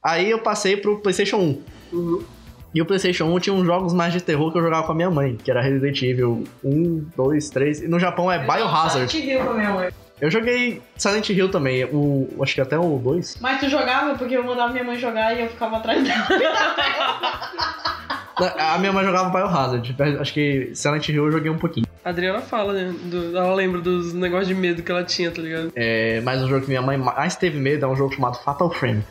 Speaker 1: Aí eu passei pro PlayStation 1.
Speaker 10: Uhum.
Speaker 1: E o PlayStation 1 tinha uns jogos mais de terror que eu jogava com a minha mãe, que era Resident Evil 1, 2, 3. E no Japão é Biohazard.
Speaker 5: Silent Hill pra minha mãe.
Speaker 1: Eu joguei Silent Hill também, o, acho que até o 2.
Speaker 5: Mas tu jogava porque eu mandava minha mãe jogar e eu ficava atrás dela.
Speaker 1: A minha mãe jogava Biohazard. Acho que Silent Hill eu joguei um pouquinho.
Speaker 2: A Adriana fala, né? do- ela lembra dos negócios de medo que ela tinha, tá ligado?
Speaker 1: É, mas um jogo que minha mãe mais teve medo é um jogo chamado Fatal Frame.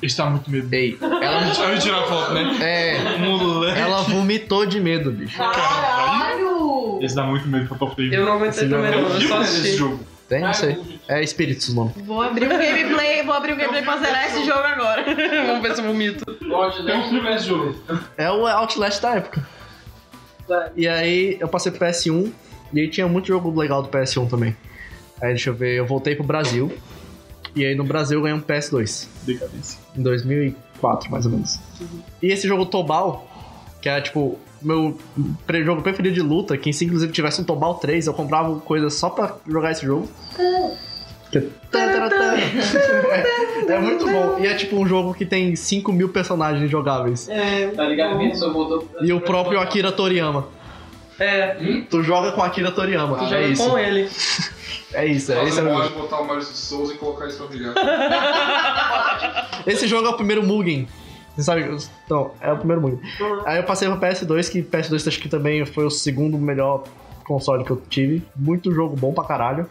Speaker 4: Ele tá muito medo.
Speaker 1: Ei, ela,
Speaker 4: Deixa eu tirar a foto, né?
Speaker 1: é,
Speaker 4: Moleque.
Speaker 1: ela vomitou de medo, bicho.
Speaker 5: Caralho!
Speaker 4: Esse dá muito medo pra Top
Speaker 2: Eu não aguentei
Speaker 1: Esse jogo
Speaker 2: também,
Speaker 1: é
Speaker 2: não, eu
Speaker 4: horrível,
Speaker 2: só
Speaker 4: né, esse
Speaker 2: assisti.
Speaker 4: jogo.
Speaker 1: Tem? Não sei. É Espíritos o nome.
Speaker 5: Vou abrir um gameplay, vou abrir um gameplay pra zerar esse jogo agora.
Speaker 2: Vamos ver se eu vomito.
Speaker 12: né?
Speaker 4: Tem um filme nesse jogo.
Speaker 1: É o Outlast da época. E aí eu passei pro PS1 e aí tinha muito jogo legal do PS1 também. Aí deixa eu ver, eu voltei pro Brasil. E aí no Brasil eu ganhei um PS2.
Speaker 4: Decadência.
Speaker 1: em 2004, mais ou menos. E esse jogo Tobal, que era tipo meu pre- jogo preferido de luta, que se inclusive tivesse um Tobal 3, eu comprava coisa só pra jogar esse jogo. Que é taratã. É, é muito bom. E é tipo um jogo que tem 5 mil personagens jogáveis.
Speaker 12: Tá ligado? Vitor? Só voltou.
Speaker 1: E o próprio Akira Toriyama.
Speaker 2: É,
Speaker 1: Tu joga com Akira Toriyama.
Speaker 12: Ah,
Speaker 6: Ah.
Speaker 2: tu
Speaker 1: é,
Speaker 2: joga
Speaker 1: isso.
Speaker 2: com ele.
Speaker 1: é isso. É isso.
Speaker 10: Você
Speaker 1: é o
Speaker 10: pode
Speaker 1: jogo.
Speaker 10: botar o Mario Souza e colocar isso pra brigar.
Speaker 1: Esse jogo é o primeiro Mugen. Você sabe? Então, é o primeiro Mugen. Aí eu passei pra PS2, que PS2 acho que também foi o segundo melhor console que eu tive. Muito jogo bom pra caralho.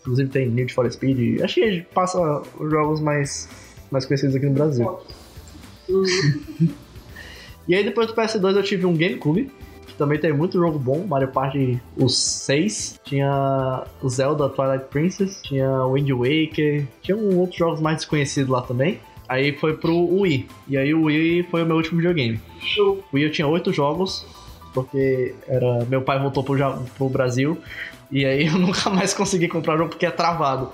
Speaker 1: Inclusive tem Need for Speed. Acho que a gente passa os jogos mais, mais conhecidos aqui no Brasil. e aí depois do PS2 eu tive um GameCube. que Também tem muito jogo bom, Mario Party os 6, tinha o Zelda Twilight Princess, tinha Wind Waker, tinha um outros jogos mais desconhecidos lá também. Aí foi pro Wii, e aí o Wii foi o meu último videogame. Wii eu tinha oito jogos, porque era meu pai voltou pro, Ja- pro Brasil e aí eu nunca mais consegui comprar jogo porque é travado.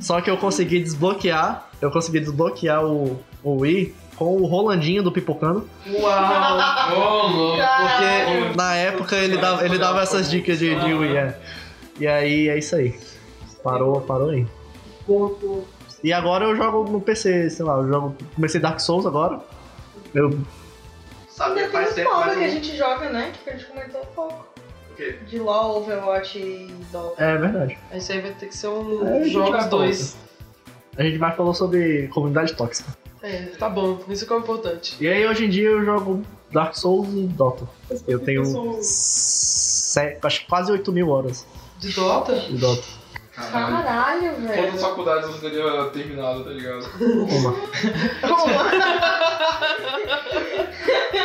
Speaker 1: Só que eu consegui desbloquear, eu consegui desbloquear o, o Wii com o Rolandinho do Pipocano,
Speaker 6: Uau! Ô, louco!
Speaker 1: porque na época ele dava, ele dava essas dicas de, de Wii. é. E aí é isso aí. Parou, parou aí. E agora eu jogo no PC, sei lá, eu jogo. Comecei Dark Souls agora. Eu,
Speaker 5: Sabe
Speaker 12: Sabe, faz
Speaker 5: aqueles
Speaker 12: tempo,
Speaker 5: modos
Speaker 12: mas
Speaker 5: que a
Speaker 12: eu...
Speaker 5: gente joga, né? Que a gente comentou um pouco.
Speaker 12: O quê?
Speaker 5: De LOL, Overwatch e Dota.
Speaker 1: é verdade.
Speaker 2: Esse aí vai ter que ser
Speaker 1: É, a
Speaker 2: um
Speaker 1: gente
Speaker 2: Jogos
Speaker 1: vai
Speaker 2: 2.
Speaker 1: A gente mais falou sobre comunidade tóxica.
Speaker 2: É, tá bom, isso que é o importante.
Speaker 1: E aí hoje em dia eu jogo Dark Souls e Dota. Eu tenho se- acho que quase 8 mil horas
Speaker 2: De Dota?
Speaker 1: de Dota.
Speaker 10: Caralho.
Speaker 5: Caralho, velho.
Speaker 10: Quantas faculdades você teria terminado, tá ligado?
Speaker 5: Como?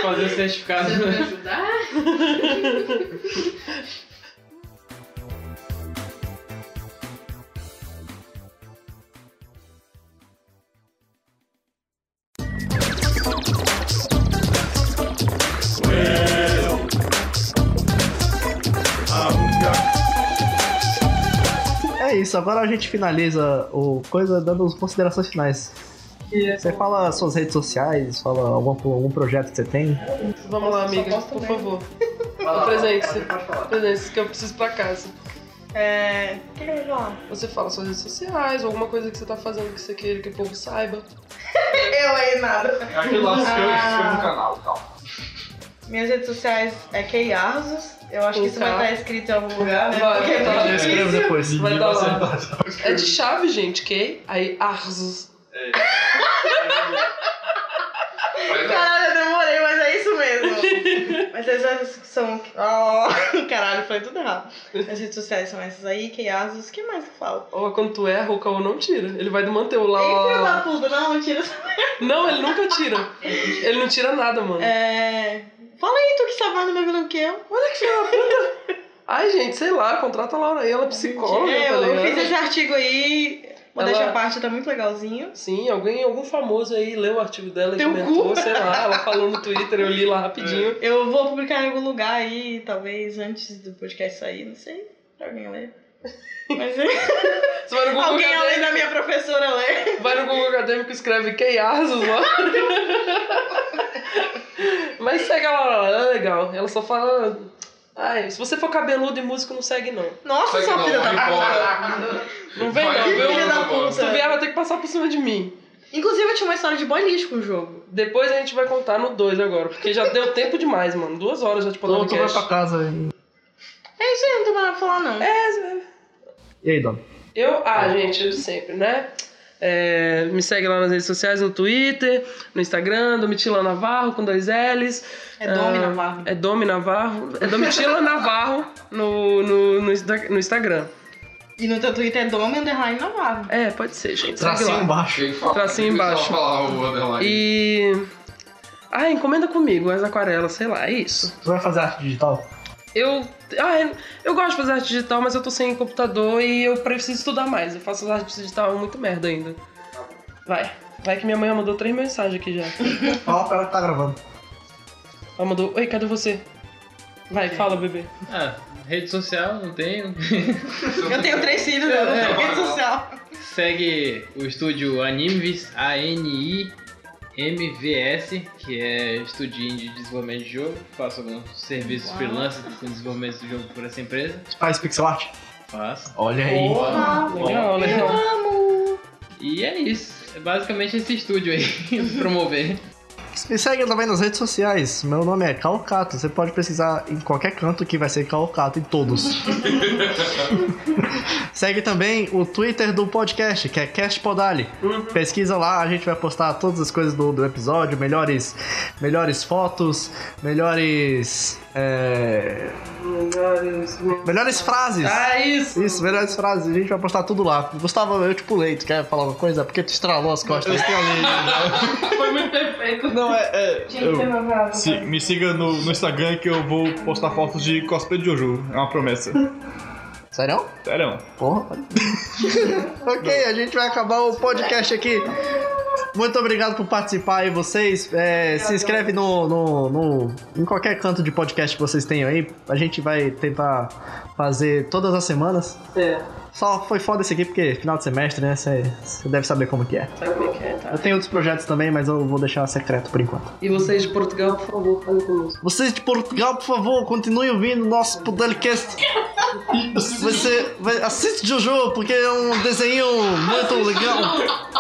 Speaker 6: Fazer certificado.
Speaker 16: Você vai ajudar?
Speaker 1: É isso, agora a gente finaliza o coisa dando as considerações finais. Você fala suas redes sociais, fala algum, algum projeto que você tem.
Speaker 2: Vamos lá, amiga,
Speaker 5: posso
Speaker 2: por
Speaker 5: também.
Speaker 2: favor.
Speaker 12: Fala,
Speaker 2: Presente.
Speaker 12: fala, Pode falar.
Speaker 2: Presença, que eu preciso ir pra casa.
Speaker 5: É. O que que eu ia falar?
Speaker 2: Você fala suas redes sociais, alguma coisa que você tá fazendo que você queira que o povo saiba.
Speaker 5: Eu aí, nada.
Speaker 10: É Aquele lá que escreve
Speaker 5: Ah.
Speaker 10: escreve no canal e tal.
Speaker 5: Minhas redes sociais é Keiarzos. Eu acho que isso vai
Speaker 2: Ok.
Speaker 5: estar escrito em algum lugar, né?
Speaker 2: Vai,
Speaker 5: Porque é
Speaker 2: tá.
Speaker 5: muito
Speaker 1: Eu
Speaker 5: difícil.
Speaker 1: escrevo depois.
Speaker 2: Vai dar lá. É de chave, gente, que? Aí, Arzus.
Speaker 5: Caralho, eu demorei, mas é isso mesmo. mas essas são. Oh, caralho, falei tudo errado. As redes sociais são essas aí, Keiarzos. O que mais que eu falo?
Speaker 2: Ou quando tu erra, o Caô não tira. Ele vai manter o lá.
Speaker 5: Tem filho
Speaker 2: lá,
Speaker 5: da
Speaker 2: lá.
Speaker 5: puta, não, tira essa.
Speaker 2: Não, ele nunca tira. Ele não tira nada, mano.
Speaker 5: É. Fala aí, tu que sabe mais do meu vilão que eu.
Speaker 2: Olha que filha da puta. Ai, gente, sei lá, contrata a Laura aí, ela é psicóloga,
Speaker 5: É,
Speaker 2: tá
Speaker 5: eu, eu
Speaker 2: ligado?
Speaker 5: fiz esse artigo aí. Modéstia
Speaker 2: Ela-
Speaker 5: à parte, tá muito legalzinho.
Speaker 2: Sim, alguém, algum famoso aí leu o artigo dela e
Speaker 5: Teu
Speaker 2: comentou,
Speaker 5: cu.
Speaker 2: sei lá, ela falou no Twitter, eu li lá rapidinho.
Speaker 5: Eu vou publicar em algum lugar aí, talvez antes do podcast sair, não sei. Pra alguém ler. Mas
Speaker 2: Você vai no Google
Speaker 5: É. alguém além
Speaker 2: Acadêmico,
Speaker 5: da minha professora ler.
Speaker 2: vai no Google Acadêmico e escreve Keiasos lá. Mas segue a Laura, ela é legal. Ela só fala. Ai, se você for cabeludo e músico, não segue não.
Speaker 5: Nossa,
Speaker 10: Sai que
Speaker 5: sua
Speaker 10: não,
Speaker 5: filha tá da
Speaker 10: vai embora.
Speaker 2: Não vem
Speaker 10: Vai,
Speaker 2: não,
Speaker 10: que
Speaker 2: viu?
Speaker 5: filha da
Speaker 10: Agora.
Speaker 2: Se tu vier,
Speaker 5: puta.
Speaker 2: vai ter que passar por cima de mim.
Speaker 5: Inclusive, eu tinha uma história de boy lixo com o jogo.
Speaker 2: Depois a gente vai contar no 2 agora, porque já deu tempo demais, mano. Duas horas já de
Speaker 1: Todo mundo vai pra
Speaker 2: podcast.
Speaker 1: casa. E,
Speaker 5: É isso aí, não tem mais nada pra falar, não. É.
Speaker 1: e aí, Dom?
Speaker 2: Eu, ah, gente, eu de sempre, né? É, me segue lá nas redes sociais, no Twitter, no Instagram, Domitila Navarro com dois L's.
Speaker 5: É Domi
Speaker 2: Ah,
Speaker 5: Navarro.
Speaker 2: É Domi Navarro. É Domitila Navarro no, no, no, Insta- no Instagram.
Speaker 5: E no teu Twitter é Domi Underline Navarro.
Speaker 2: É, pode ser, gente. Segue
Speaker 1: Tracinho
Speaker 2: lá.
Speaker 1: embaixo.
Speaker 10: Tem que falar-
Speaker 2: Tracinho
Speaker 10: tem que
Speaker 2: Tá assim embaixo.
Speaker 10: falar o underline.
Speaker 2: E. Ah, encomenda comigo as aquarelas, sei lá, é isso.
Speaker 1: Tu vai fazer arte digital?
Speaker 2: Eu, ah, eu- eu gosto de fazer arte digital, mas eu tô sem computador e eu preciso estudar mais. Eu faço arte digital muito merda ainda. Vai. Vai que minha mãe mandou três mensagens aqui já.
Speaker 1: Fala pra ela que tá gravando.
Speaker 2: Ela mandou, oi, cadê você? Vai, fala, bebê.
Speaker 6: Ah, rede social, não tenho.
Speaker 5: Eu tenho três filhos, né? eu não tenho rede social.
Speaker 6: Segue o estúdio Animvis, A-N-I-M-V-S, que é estúdio indie de desenvolvimento de jogo. Faço alguns serviços freelance com desenvolvimento de jogo por essa empresa.
Speaker 1: Faz pixel art?
Speaker 6: Faço.
Speaker 1: Olha
Speaker 4: É
Speaker 1: aí.
Speaker 4: um
Speaker 2: Legal, legal.
Speaker 6: E é isso. É basicamente esse estúdio aí, promover.
Speaker 1: Me segue também nas redes sociais. Meu nome é Calcato. Você pode pesquisar em qualquer canto que vai ser Calcato, em todos. segue também o Twitter do podcast, que é CastPodali. Pesquisa lá, a gente vai postar todas as coisas do, do episódio, melhores, melhores fotos, melhores. é, melhores frases.
Speaker 5: É,
Speaker 2: Ah, isso.
Speaker 1: Isso, melhores frases, a gente vai postar tudo lá. Gustavo, eu te pulei, tu quer falar alguma coisa? Porque tu estralou as costas.
Speaker 2: Foi muito perfeito.
Speaker 4: né? Não, é. é
Speaker 5: Tinha que
Speaker 4: eu-
Speaker 5: ter namorado.
Speaker 4: se- me siga no, no Instagram que eu vou postar fotos de cosplay de Jojo. É uma promessa.
Speaker 1: Sério?
Speaker 4: Sério.
Speaker 1: Porra. ok, a gente vai acabar o podcast aqui. Muito obrigado por participar aí, vocês. É, se inscreve no, no, no- em qualquer canto de podcast que vocês tenham aí. A gente vai tentar fazer todas as semanas.
Speaker 2: É,
Speaker 1: Só foi foda esse aqui porque final de semestre, né? Você deve saber como que é.
Speaker 2: sabe como é que é, tá?
Speaker 1: Eu tenho outros projetos também, mas eu vou deixar secreto por enquanto.
Speaker 2: E vocês de Portugal, por favor, falem conosco.
Speaker 1: Vocês de Portugal, por favor, continuem ouvindo o nosso podcast. Você vai, assiste Jojo, porque é um desenho muito legal.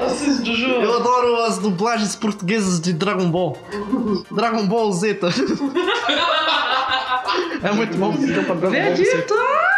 Speaker 2: Assiste, Juju.
Speaker 1: Eu adoro as dublagens portuguesas de Dragon Ball. Dragon Ball Z. é muito bom. Então, pra Dragon Ball Z.
Speaker 2: Vegeta!